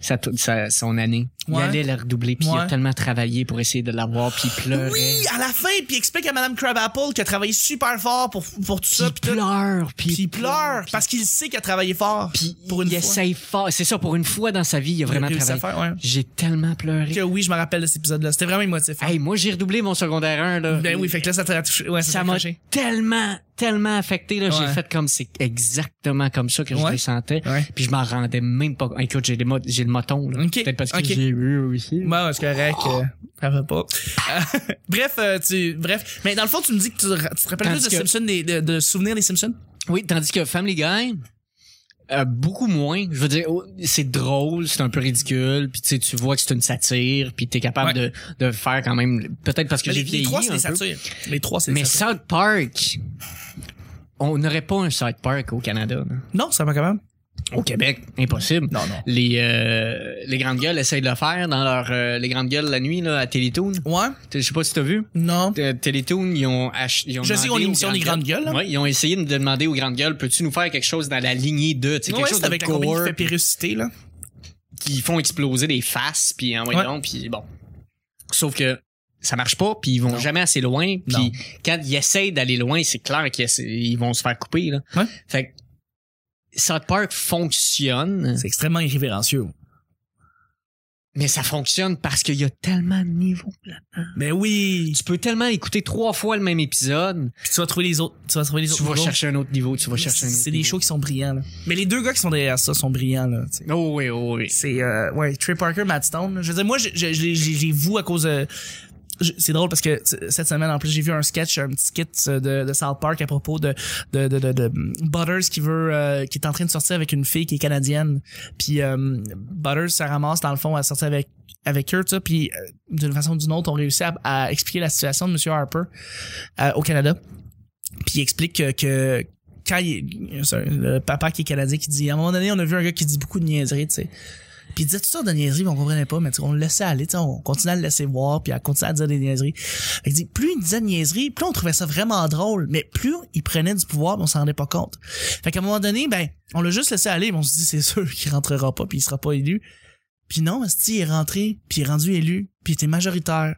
Speaker 1: sa, tou- sa- son année. Il
Speaker 2: Ouais.
Speaker 1: allait la redoubler, puis il a
Speaker 2: Ouais.
Speaker 1: tellement travaillé pour essayer de l'avoir, puis il pleurait.
Speaker 2: Oui, à la fin, puis il explique à Madame Crabapple qui a travaillé super fort pour, pour tout
Speaker 1: Puis
Speaker 2: ça,
Speaker 1: il
Speaker 2: puis tout.
Speaker 1: pleure, puis
Speaker 2: Puis il pleure,
Speaker 1: puis-
Speaker 2: parce qu'il sait qu'il a travaillé fort.
Speaker 1: puis
Speaker 2: pour une
Speaker 1: il
Speaker 2: fois.
Speaker 1: essaye fort. C'est ça, pour une fois dans sa vie, il a
Speaker 2: Il a
Speaker 1: vraiment
Speaker 2: réussi à
Speaker 1: travaillé.
Speaker 2: faire, ouais.
Speaker 1: J'ai tellement pleuré.
Speaker 2: Que oui, je me rappelle de cet épisode-là. C'était vraiment émotif. hein.
Speaker 1: Hey, moi, j'ai redoublé mon secondaire 1, là.
Speaker 2: Ben oui, fait que là, ça t'a touché. Ouais, ça,
Speaker 1: ça
Speaker 2: t'a
Speaker 1: m'a
Speaker 2: accroché.
Speaker 1: tellement, tellement affecté, là. J'ai
Speaker 2: Ouais.
Speaker 1: fait comme, c'est exactement comme ça que je
Speaker 2: Ouais.
Speaker 1: le sentais.
Speaker 2: Ouais.
Speaker 1: Puis je m'en rendais même pas. Écoute, j'ai des mo- j'ai le moton, là.
Speaker 2: Ok,
Speaker 1: Peut-être parce que
Speaker 2: ok.
Speaker 1: j'ai eu aussi.
Speaker 2: Moi, c'est correct. Euh, ça va pas. (laughs) Euh, bref, euh, tu, bref. Mais dans le fond, tu me dis que tu, te- tu te rappelles
Speaker 1: Tandis
Speaker 2: plus de,
Speaker 1: que-
Speaker 2: Simpsons, des, de, de souvenirs des Simpsons?
Speaker 1: Oui, tandis que Family Guy, euh, beaucoup moins. Je veux dire, oh, c'est drôle, c'est un peu ridicule, puis tu sais, tu vois que c'est une satire, puis t'es capable de, de faire quand même. Peut-être parce que
Speaker 2: Mais
Speaker 1: j'ai
Speaker 2: les, les
Speaker 1: vieilli
Speaker 2: trois, c'est
Speaker 1: un
Speaker 2: des
Speaker 1: peu.
Speaker 2: satires. Les trois, c'est des
Speaker 1: Mais
Speaker 2: satires.
Speaker 1: South Park, on n'aurait pas un South Park au Canada. là.
Speaker 2: Non, ça va quand même.
Speaker 1: Au Québec, impossible.
Speaker 2: Non, non.
Speaker 1: Les euh, les grandes gueules essayent de le faire dans leur euh, les grandes gueules la nuit là à Télétoon.
Speaker 2: Ouais?
Speaker 1: Je sais pas si t'as vu.
Speaker 2: Non.
Speaker 1: Euh, Télétoon, ils ont ach- ils ont
Speaker 2: Je sais qu'on
Speaker 1: demandé
Speaker 2: est
Speaker 1: aux
Speaker 2: émission des grandes gueules, hein? là.
Speaker 1: Ouais, ils ont essayé de demander aux grandes gueules, peux-tu nous faire quelque chose dans la lignée de, tu sais, quelque
Speaker 2: Ouais,
Speaker 1: chose
Speaker 2: c'est
Speaker 1: de
Speaker 2: avec la
Speaker 1: gore,
Speaker 2: compagnie qui fait Péricité, là.
Speaker 1: qui font exploser des faces, puis en
Speaker 2: Ouais.
Speaker 1: voyant, puis bon. Sauf que ça marche pas, puis ils vont
Speaker 2: Non.
Speaker 1: jamais assez loin,
Speaker 2: Non.
Speaker 1: puis quand ils essayent d'aller loin, c'est clair qu'ils essa- ils vont se faire couper là.
Speaker 2: Ouais.
Speaker 1: Fait que South Park fonctionne,
Speaker 2: C'est extrêmement irrévérencieux.
Speaker 1: mais ça fonctionne parce qu'il y a tellement de niveaux.
Speaker 2: Mais Ben oui.
Speaker 1: Tu peux tellement écouter trois fois le même épisode,
Speaker 2: Puis tu vas trouver les autres. Tu vas trouver les
Speaker 1: tu
Speaker 2: autres.
Speaker 1: vas
Speaker 2: niveaux.
Speaker 1: chercher un autre niveau, tu vas chercher un autre
Speaker 2: C'est des
Speaker 1: niveau.
Speaker 2: shows qui sont brillants, là. Mais les deux gars qui sont derrière ça sont brillants, là. tu sais.
Speaker 1: Oh oui, oh oui.
Speaker 2: C'est euh, ouais, Trey Parker, Matt Stone. là. Je veux dire, moi, je, je, je les- je les voue à cause. euh, je- c'est drôle parce que t- cette semaine, en plus, j'ai vu un sketch, un petit skit euh, de, de South Park à propos de de, de, de, de Butters qui veut, euh, qui est en train de sortir avec une fille qui est canadienne. Puis euh, Butters se ramasse dans le fond à sortir avec avec eux, tu sais. Puis euh, d'une façon ou d'une autre, on réussit à, à expliquer la situation de Monsieur Harper euh, au Canada. Puis il explique que, que quand il, sorry, le papa qui est canadien qui dit à un moment donné on a vu un gars qui dit beaucoup de niaiseries tu sais puis il disait toutes sortes de niaiseries mais on comprenait pas mais tu sais, on le laissait aller tu sais, on continuait à le laisser voir puis à continuer à dire des niaiseries Fait qu'il dit plus il disait de niaiseries plus on trouvait ça vraiment drôle mais plus il prenait du pouvoir mais on s'en rendait pas compte fait qu'à un moment donné ben on l'a juste laissé aller mais on se dit c'est (laughs) sûr qu'il rentrera pas puis il sera pas élu puis non si il est rentré puis il est rendu élu puis il était majoritaire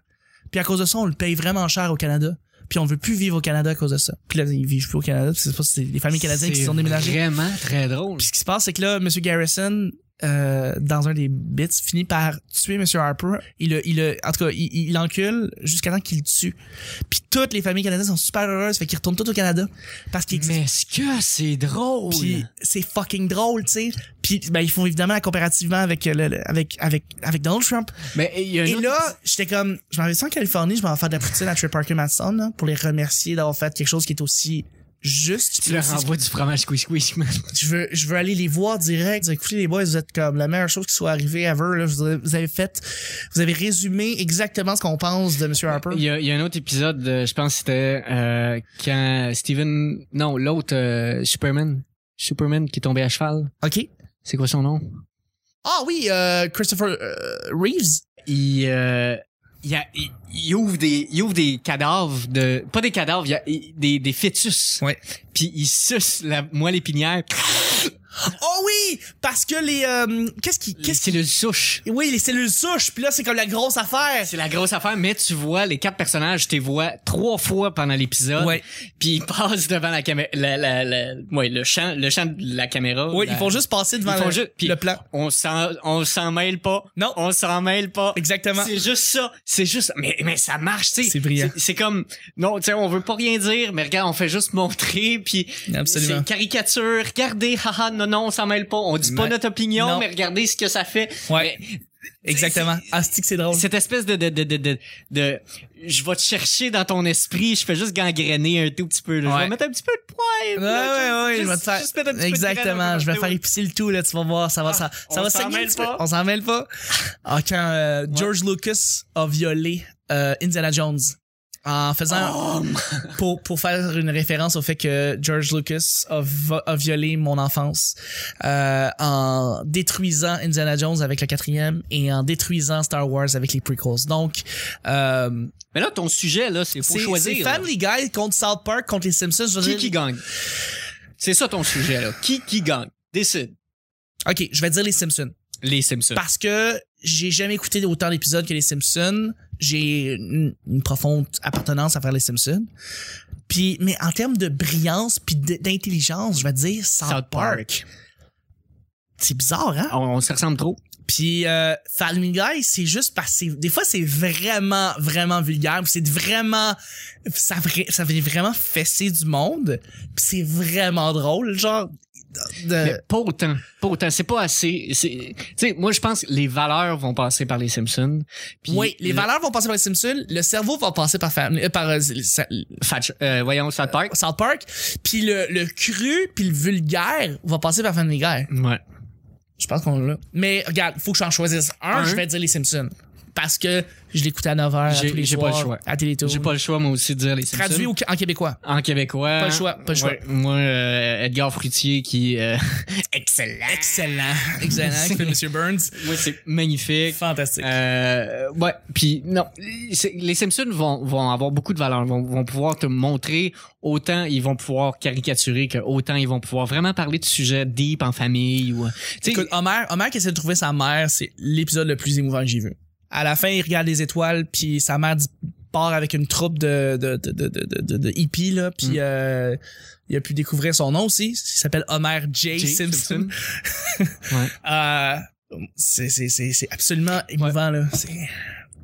Speaker 2: puis à cause de ça on le paye vraiment cher au Canada puis on veut plus vivre au Canada à cause de ça. Puis là, ils vivent plus au Canada, puis c'est pas c'est les familles canadiennes qui se sont déménagées.
Speaker 1: C'est vraiment très drôle.
Speaker 2: Puis ce qui se passe, c'est que là, M. Garrison, euh, dans un des bits, finit par tuer M. Harper. Il le, il le, en tout cas, il, il l'encule jusqu'à temps qu'il le tue. Puis toutes les familles canadiennes sont super heureuses, fait qu'ils retournent toutes au Canada. Parce qu'ils
Speaker 1: Mais est-ce que c'est drôle?
Speaker 2: puis c'est fucking drôle, tu sais. Puis ben ils font évidemment la comparativement avec euh, le, le- avec avec avec Donald Trump.
Speaker 1: mais il y a un
Speaker 2: Et
Speaker 1: autre-
Speaker 2: là, j'étais comme je m'en vais en Californie, je m'en vais faire de la poutine à Trey Parker Matson là, pour les remercier d'avoir fait quelque chose qui est aussi Juste.
Speaker 1: Tu leur envoies du fromage squeeze squeeze, man.
Speaker 2: je veux, je veux aller les voir direct. Dire, Écoutez, les boys, vous êtes comme la meilleure chose qui soit arrivée ever. Là, vous, avez, vous avez fait, vous avez résumé exactement ce qu'on pense de Monsieur Harper.
Speaker 1: (laughs) Il y, a, il y a un autre épisode, euh, je pense que c'était euh, quand Steven... Non, l'autre, euh, Superman. Superman qui est tombé à cheval.
Speaker 2: Ok.
Speaker 1: C'est quoi son nom?
Speaker 2: Ah oui, euh, Christopher euh, Reeves.
Speaker 1: Il, euh, il, a- il- il ouvre des, il ouvre des cadavres de... Pas des cadavres, il y a il- des, des fœtus.
Speaker 2: Ouais.
Speaker 1: Puis il suce la moelle épinière.
Speaker 2: Oh oui, parce que les, euh, qu'est-ce qui,
Speaker 1: Qu'est-ce
Speaker 2: qu'est-ce
Speaker 1: qu'il le souche?
Speaker 2: qui, oui, les cellules souches. Puis là, c'est comme la grosse affaire.
Speaker 1: Ah, C'est la grosse affaire, mais tu vois les quatre personnages, je les vois trois fois pendant l'épisode.
Speaker 2: Ouais.
Speaker 1: Puis ils passent devant la caméra, la, la, la- ouais, le champ, le champ de la caméra.
Speaker 2: Oui,
Speaker 1: La-
Speaker 2: ils font juste passer devant
Speaker 1: ils font
Speaker 2: le,
Speaker 1: juste- puis-
Speaker 2: le plan.
Speaker 1: On s'en, on s'en mêle pas.
Speaker 2: Non.
Speaker 1: On s'en mêle pas.
Speaker 2: Exactement.
Speaker 1: C'est juste ça. C'est juste, mais, mais ça marche, tu sais.
Speaker 2: C'est brillant.
Speaker 1: C'est comme, non, tu sais, on veut pas rien dire, mais regarde, on fait juste montrer, puis
Speaker 2: Absolument.
Speaker 1: c'est une caricature. Regardez, haha, non, non, on s'en mêle pas. On dit pas
Speaker 2: Mais-
Speaker 1: notre opinion,
Speaker 2: non.
Speaker 1: mais regardez ce que ça fait.
Speaker 2: Ouais.
Speaker 1: Mais-
Speaker 2: Exactement. Asti que c'est drôle.
Speaker 1: cette espèce de de de de de, de- je vais te chercher dans ton esprit, je fais juste gangréner un tout petit peu. là. Je
Speaker 2: Ouais.
Speaker 1: vais mettre un petit peu de poivre.
Speaker 2: Ah Ouais,
Speaker 1: là,
Speaker 2: ouais, ouais,
Speaker 1: juste-
Speaker 2: je vais te faire.
Speaker 1: juste mettre un petit peu de
Speaker 2: Exactement,
Speaker 1: graine,
Speaker 2: je vais
Speaker 1: là,
Speaker 2: faire épicer le tout, là, tu vas voir, ça va,
Speaker 1: Ah,
Speaker 2: ça, ça
Speaker 1: on
Speaker 2: va
Speaker 1: s'en
Speaker 2: saigner un
Speaker 1: mêle
Speaker 2: petit peu.
Speaker 1: pas.
Speaker 2: On s'en mêle pas. Ah, quand euh, George Lucas a violé euh, Indiana Jones en
Speaker 1: Oh,
Speaker 2: faisant
Speaker 1: mon-
Speaker 2: pour pour faire une référence au fait que George Lucas a, vo- a violé mon enfance euh, en détruisant Indiana Jones avec le quatrième et en détruisant Star Wars avec les prequels. Donc euh,
Speaker 1: Mais là ton sujet là, c'est faut
Speaker 2: c'est c'est
Speaker 1: choisir. là.
Speaker 2: Family Guy contre South Park contre les Simpsons. je veux
Speaker 1: Qui
Speaker 2: dire-
Speaker 1: qui gagne C'est ça ton sujet là. Qui qui gagne Décide.
Speaker 2: Ok, je vais dire les Simpsons.
Speaker 1: Les Simpsons.
Speaker 2: parce que j'ai jamais écouté autant d'épisodes que les Simpsons. J'ai une, une profonde appartenance à faire les Simpsons. Puis, mais en termes de brillance puis d- d'intelligence, je vais te dire South, Park. C'est bizarre, hein?
Speaker 1: On, on se ressemble trop.
Speaker 2: Puis euh, Family Guy, c'est juste parce que c'est- des fois c'est vraiment vraiment vulgaire, puis c'est vraiment ça vra- ça vient vraiment fesser du monde, puis c'est vraiment drôle, genre de-
Speaker 1: Mais pas autant. Pas autant. C'est pas assez. c'est- Tu sais, moi je pense que les valeurs vont passer par les Simpsons. Puis
Speaker 2: oui, les
Speaker 1: le-
Speaker 2: valeurs vont passer par les Simpsons, le cerveau va passer par Family euh, par euh,
Speaker 1: Fatch- euh, voyons South Park.
Speaker 2: South Park, puis le, le cru, puis le vulgaire va passer par Family Guy.
Speaker 1: Ouais.
Speaker 2: Je pense qu'on l'a. Mais regarde, faut que j'en choisisse un,
Speaker 1: Un.
Speaker 2: je vais dire les Simpsons. Parce que je l'écoutais à 9h, à
Speaker 1: J'ai-
Speaker 2: tous les
Speaker 1: j'ai
Speaker 2: soirs,
Speaker 1: pas le choix.
Speaker 2: à Télétoon.
Speaker 1: J'ai pas le choix, moi aussi, de dire les Simpsons.
Speaker 2: Traduit au- en québécois.
Speaker 1: En québécois.
Speaker 2: Pas le choix, pas le choix.
Speaker 1: Ouais, moi, euh, Edgar Fruitier qui... euh, (laughs) Excellent.
Speaker 2: Excellent.
Speaker 1: (laughs)
Speaker 2: Excellent. qui fait Monsieur Burns.
Speaker 1: Moi, c'est magnifique.
Speaker 2: Fantastique.
Speaker 1: Euh, ouais, puis non, c'est- les Simpsons vont, vont avoir beaucoup de valeur, vont, vont pouvoir te montrer autant ils vont pouvoir caricaturer que autant ils vont pouvoir vraiment parler de sujets deep en famille ou tu sais
Speaker 2: Écoute, Homer, Homer qui essaie de trouver sa mère, c'est l'épisode le plus émouvant que j'ai vu. À la fin, il regarde les étoiles, puis sa mère dit- part avec une troupe de, de, de, de, de, de- de hippies, là, puis
Speaker 1: Mm.
Speaker 2: euh, il a pu découvrir son nom aussi. Il s'appelle Homer J.
Speaker 1: Jay
Speaker 2: Simpson.
Speaker 1: Simpson.
Speaker 2: (laughs) Euh, c'est, c'est, c'est, c'est absolument émouvant, là. C'est...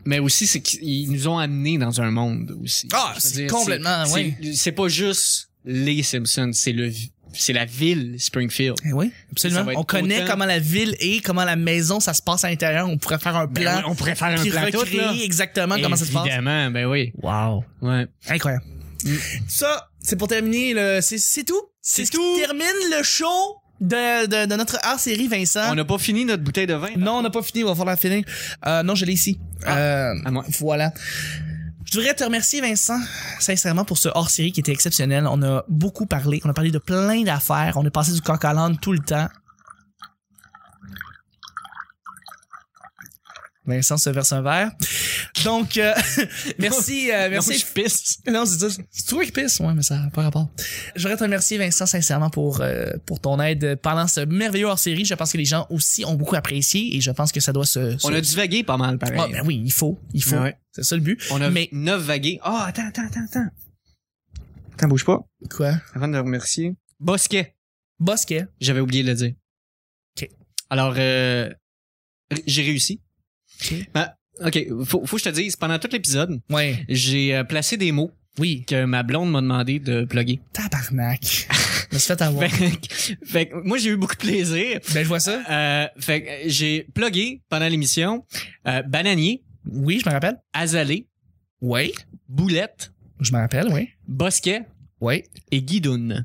Speaker 1: mais aussi c'est qu'ils nous ont amenés dans un monde aussi.
Speaker 2: Ah,
Speaker 1: Je veux
Speaker 2: c'est
Speaker 1: dire,
Speaker 2: complètement,
Speaker 1: c'est-
Speaker 2: ouais.
Speaker 1: c'est- C'est pas juste les Simpsons, c'est le c'est la ville Springfield.
Speaker 2: Eh oui,
Speaker 1: Ça
Speaker 2: absolument.
Speaker 1: va être
Speaker 2: On connaît
Speaker 1: autant-
Speaker 2: comment la ville est, comment la maison, ça se passe à l'intérieur. On pourrait faire un
Speaker 1: Ben
Speaker 2: plan,
Speaker 1: oui, on pourrait faire un
Speaker 2: puis
Speaker 1: plan tout,
Speaker 2: recréer
Speaker 1: là.
Speaker 2: exactement comment ça se passe.
Speaker 1: Évidemment, ben oui.
Speaker 2: Wow.
Speaker 1: Ouais.
Speaker 2: Incroyable.
Speaker 1: Mm.
Speaker 2: Ça, c'est pour terminer le. C'est c'est tout. C'est
Speaker 1: C'est
Speaker 2: ce qui
Speaker 1: tout.
Speaker 2: termine le show de, de, de notre art série, Vincent.
Speaker 1: On n'a pas fini notre bouteille de vin.
Speaker 2: Hein? Non, on n'a pas fini, on va falloir finir. Euh, non, je l'ai ici.
Speaker 1: Ah.
Speaker 2: Euh,
Speaker 1: À moi.
Speaker 2: voilà. Je voudrais te remercier, Vincent, sincèrement, pour ce hors-série qui était exceptionnel. On a beaucoup parlé. On a parlé de plein d'affaires. On est passé du coq à l'âne tout le temps. Vincent se verse un verre. Donc, euh, (laughs) merci, euh, merci.
Speaker 1: Non, je pisse.
Speaker 2: Non, c'est ça. C'est toi qui pisse, ouais, mais ça n'a pas rapport. Je voudrais te remercier, Vincent, sincèrement, pour, euh, pour ton aide pendant ce merveilleux hors-série. Je pense que les gens aussi ont beaucoup apprécié et je pense que ça doit se... se-
Speaker 1: On a divagué pas mal, pareil.
Speaker 2: Ah, ben oui, il faut, il faut.
Speaker 1: Ouais.
Speaker 2: C'est ça le but.
Speaker 1: On a
Speaker 2: Mais-
Speaker 1: neuf vagués. Ah, attends, attends, attends, attends. Attends, bouge pas.
Speaker 2: Quoi?
Speaker 1: Avant de le remercier. Bosquet.
Speaker 2: Bosquet.
Speaker 1: J'avais oublié de le dire.
Speaker 2: OK.
Speaker 1: Alors, euh, r- j'ai réussi.
Speaker 2: OK.
Speaker 1: Ben, OK, faut, faut que je te dise, pendant tout l'épisode,
Speaker 2: Ouais.
Speaker 1: j'ai euh, placé des mots
Speaker 2: Oui.
Speaker 1: que ma blonde m'a demandé de plugger. (laughs)
Speaker 2: Tabarnak. je me suis fait avoir.
Speaker 1: Fait, que- fait que moi, j'ai eu beaucoup de plaisir.
Speaker 2: Ben, je vois ça.
Speaker 1: Euh, fait que euh, j'ai plugué pendant l'émission euh, Bananier,
Speaker 2: Oui, je me rappelle.
Speaker 1: Azalée,
Speaker 2: Oui.
Speaker 1: Boulette,
Speaker 2: Je me rappelle, oui.
Speaker 1: Bosquet,
Speaker 2: Oui.
Speaker 1: et guidoune.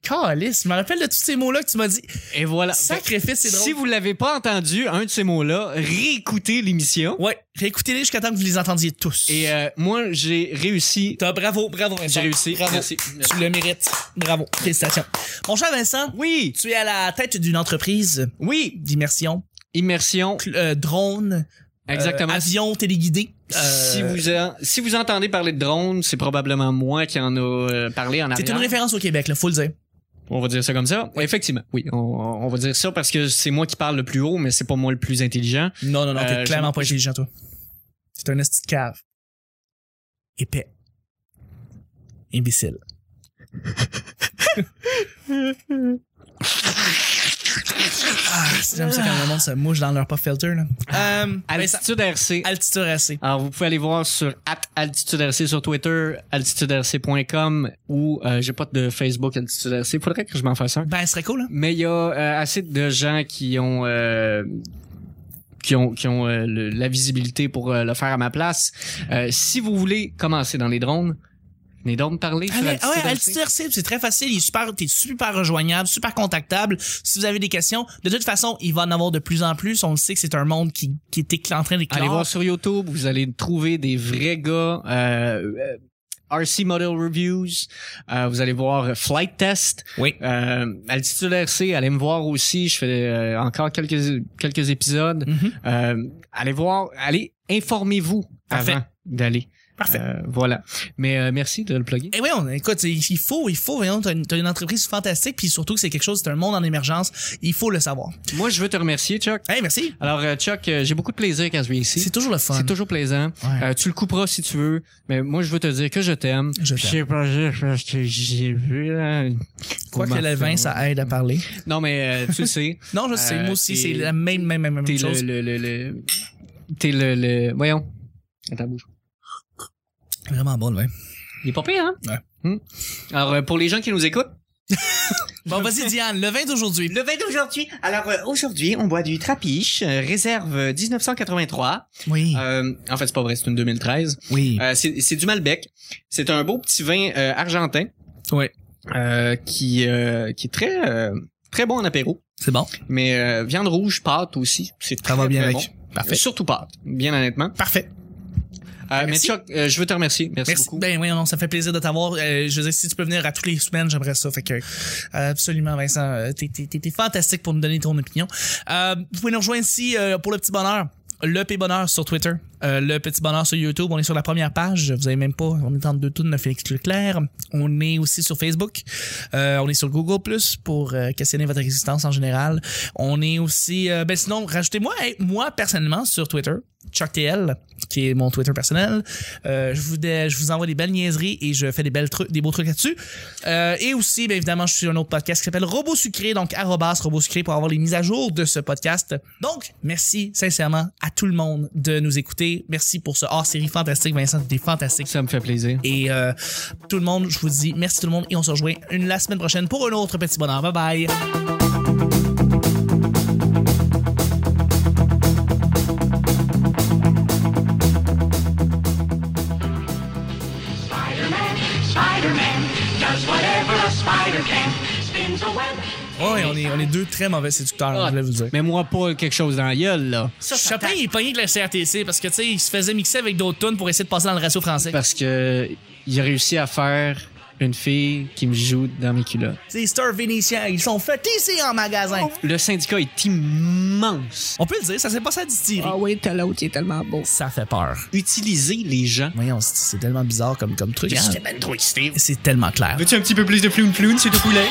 Speaker 2: Calice, je me rappelle de tous ces mots-là que tu m'as dit.
Speaker 1: Et voilà.
Speaker 2: Sacrifice, c'est drôle.
Speaker 1: Ben, Si vous l'avez pas entendu, un de ces mots-là, réécoutez l'émission.
Speaker 2: Ouais, réécoutez-les jusqu'à temps que vous les entendiez tous.
Speaker 1: Et euh, moi, j'ai réussi.
Speaker 2: T'as- bravo, bravo, Vincent.
Speaker 1: J'ai réussi.
Speaker 2: Bravo.
Speaker 1: Merci. Merci.
Speaker 2: Tu le mérites. Bravo. Félicitations. Mon cher Vincent,
Speaker 1: Oui,
Speaker 2: tu es à la tête d'une entreprise
Speaker 1: oui,
Speaker 2: d'immersion,
Speaker 1: immersion,
Speaker 2: cl- euh, drone, euh,
Speaker 1: exactement.
Speaker 2: avion téléguidé. Euh,
Speaker 1: Si vous en- si vous entendez parler de drones, c'est probablement moi qui en a euh, parlé en
Speaker 2: C'est une
Speaker 1: arrière.
Speaker 2: référence au Québec, là, faut le dire.
Speaker 1: On va dire ça comme ça. Effectivement, oui, on, on va dire ça parce que c'est moi qui parle le plus haut, mais c'est pas moi le plus intelligent.
Speaker 2: Non, non, non, t'es
Speaker 1: Euh,
Speaker 2: clairement
Speaker 1: je-
Speaker 2: pas intelligent, toi. C'est un esti de cave. Épais. Imbécile. (laughs) ah, c'est- j'aime ça quand le monde se mouche dans leur pop filter, là. Euh, Vincent,
Speaker 1: Altitude RC.
Speaker 2: altitude RC.
Speaker 1: Alors, vous pouvez aller voir sur at altitude RC sur Twitter, altituderc.com ou euh, j'ai pas de Facebook altitude RC. Faudrait que je m'en fasse un.
Speaker 2: Ben, ce serait cool, hein?
Speaker 1: Mais il y a euh, assez de gens qui ont euh, qui ont qui ont euh, le- la visibilité pour euh, le faire à ma place. Euh, si vous voulez commencer dans les drones, venez donc me parler
Speaker 2: Ah,
Speaker 1: sur
Speaker 2: mais- ah
Speaker 1: altitude
Speaker 2: ouais, altitude
Speaker 1: RC.
Speaker 2: RC, c'est très facile. Il est super, t'es super rejoignable, super contactable. Si vous avez des questions, de toute façon, il va en avoir de plus en plus. On le sait que c'est un monde qui, qui est écl- en train d'éclore.
Speaker 1: Allez voir sur YouTube, vous allez trouver des vrais gars. euh, euh, RC Model Reviews, euh, vous allez voir Flight Test,
Speaker 2: Oui.
Speaker 1: euh, Altitude RC, allez me voir aussi, je fais euh, encore quelques quelques épisodes.
Speaker 2: Mhm.
Speaker 1: Euh, allez voir, allez, informez-vous
Speaker 2: Parfait.
Speaker 1: avant d'aller.
Speaker 2: Parfait.
Speaker 1: Euh, voilà. Mais euh, merci de le plugger.
Speaker 2: Eh oui, on, écoute, il il faut, il faut, voyons, t'as une, t'as une entreprise fantastique, puis surtout que c'est quelque chose, c'est un monde en émergence, il faut le savoir.
Speaker 1: Moi, je veux te remercier, Chuck.
Speaker 2: Eh, merci.
Speaker 1: Alors, euh, Chuck, euh, j'ai beaucoup de plaisir quand je viens ici.
Speaker 2: C'est toujours le fun.
Speaker 1: C'est toujours plaisant.
Speaker 2: Ouais.
Speaker 1: Euh, tu le couperas si tu veux, mais moi je veux te dire que je t'aime.
Speaker 2: Je
Speaker 1: Puis j'ai pas juste parce que j'ai vu. hein.
Speaker 2: Quoi que
Speaker 1: Comment
Speaker 2: le vin,
Speaker 1: ça
Speaker 2: ça aide à parler.
Speaker 1: Non mais euh, tu le
Speaker 2: (laughs)
Speaker 1: sais,
Speaker 2: Non, je sais,
Speaker 1: Euh,
Speaker 2: moi aussi,
Speaker 1: t'es-
Speaker 2: c'est la même, même, même, même
Speaker 1: t'es
Speaker 2: chose.
Speaker 1: le, le, le, le- t'es le, le- voyons. Attends bouge.
Speaker 2: Vraiment bon, le vin.
Speaker 1: Il est pas pire hein. Hum. Alors euh, pour les gens qui nous écoutent. (laughs)
Speaker 2: Bon, vas-y, Diane, le vin d'aujourd'hui.
Speaker 1: Le vin d'aujourd'hui. Alors euh, aujourd'hui, on boit du Trapiche, euh, réserve euh, 1983.
Speaker 2: Oui,
Speaker 1: Euh, en fait, c'est pas vrai, c'est une 2013.
Speaker 2: oui.
Speaker 1: Euh, c'est c'est du Malbec. C'est un beau petit vin euh, argentin.
Speaker 2: Ouais.
Speaker 1: Euh, qui euh, qui est très euh, très bon en apéro.
Speaker 2: C'est bon.
Speaker 1: Mais euh, viande rouge, pâte aussi, c'est
Speaker 2: Ça
Speaker 1: très,
Speaker 2: va bien
Speaker 1: très
Speaker 2: avec.
Speaker 1: bon.
Speaker 2: Parfait.
Speaker 1: Surtout pâte, bien honnêtement.
Speaker 2: Parfait.
Speaker 1: Euh, mais
Speaker 2: Merci.
Speaker 1: Chuck, euh, je veux te remercier. Merci,
Speaker 2: Merci.
Speaker 1: beaucoup.
Speaker 2: Ben oui, non, ça me fait plaisir de t'avoir. Euh, je veux dire, si tu peux venir à toutes les semaines, j'aimerais ça. Fait que euh, absolument, Vincent, euh, t'es, t'es, t'es- t'es fantastique pour nous donner ton opinion. Euh, vous pouvez nous rejoindre ici euh, pour le petit bonheur. Le P Bonheur sur Twitter, euh, le Petit Bonheur sur YouTube, on est sur la première page, vous avez même pas, on est en deux tours de Félix Leclerc, on est aussi sur Facebook, Euh, on est sur Google Plus pour euh, questionner votre existence en général, on est aussi, euh, ben sinon, rajoutez-moi, hey, moi personnellement sur Twitter, ChuckTL, qui est mon Twitter personnel, euh, je vous dé- je vous envoie des belles niaiseries et je fais des belles trucs des beaux trucs là-dessus. Euh, et aussi bien évidemment, je suis sur un autre podcast qui s'appelle Robot sucré donc arrobas robot sucré pour avoir les mises à jour de ce podcast. Donc merci sincèrement à tout le monde de nous écouter. Merci pour ce hors série fantastique Vincent, t'es fantastique.
Speaker 1: Ça me fait plaisir.
Speaker 2: Et euh, tout le monde, je vous dis merci tout le monde et on se rejoint une la semaine prochaine pour un autre petit bonheur. Bye bye.
Speaker 3: Spider-Man, Spider-Man does whatever a spider can. Spins a web.
Speaker 2: Ouais, on est on est deux très mauvais séducteurs,
Speaker 1: Ah,
Speaker 2: je voulais vous dire.
Speaker 1: mais moi pas quelque chose dans la gueule là.
Speaker 2: Chopin il est pogné avec la CRTC parce que tu sais, il se faisait mixer avec d'autres tunes pour essayer de passer dans le ratio français.
Speaker 1: Parce que il a réussi à faire une fille qui me joue dans mes culottes.
Speaker 2: Ces stars vénitiens, ils sont faits ici en magasin.
Speaker 1: Le syndicat est immense.
Speaker 2: On peut le dire, ça s'est passé à distillerie.
Speaker 1: Ah oui, t'as l'autre, il est tellement beau.
Speaker 2: Ça fait peur.
Speaker 1: Utiliser les gens.
Speaker 2: Voyons, c'est- c'est tellement bizarre comme, comme truc. hein.
Speaker 1: ben trop excité.
Speaker 2: C'est tellement clair.
Speaker 1: Veux-tu un petit peu plus de floune floune, s'il te plaît?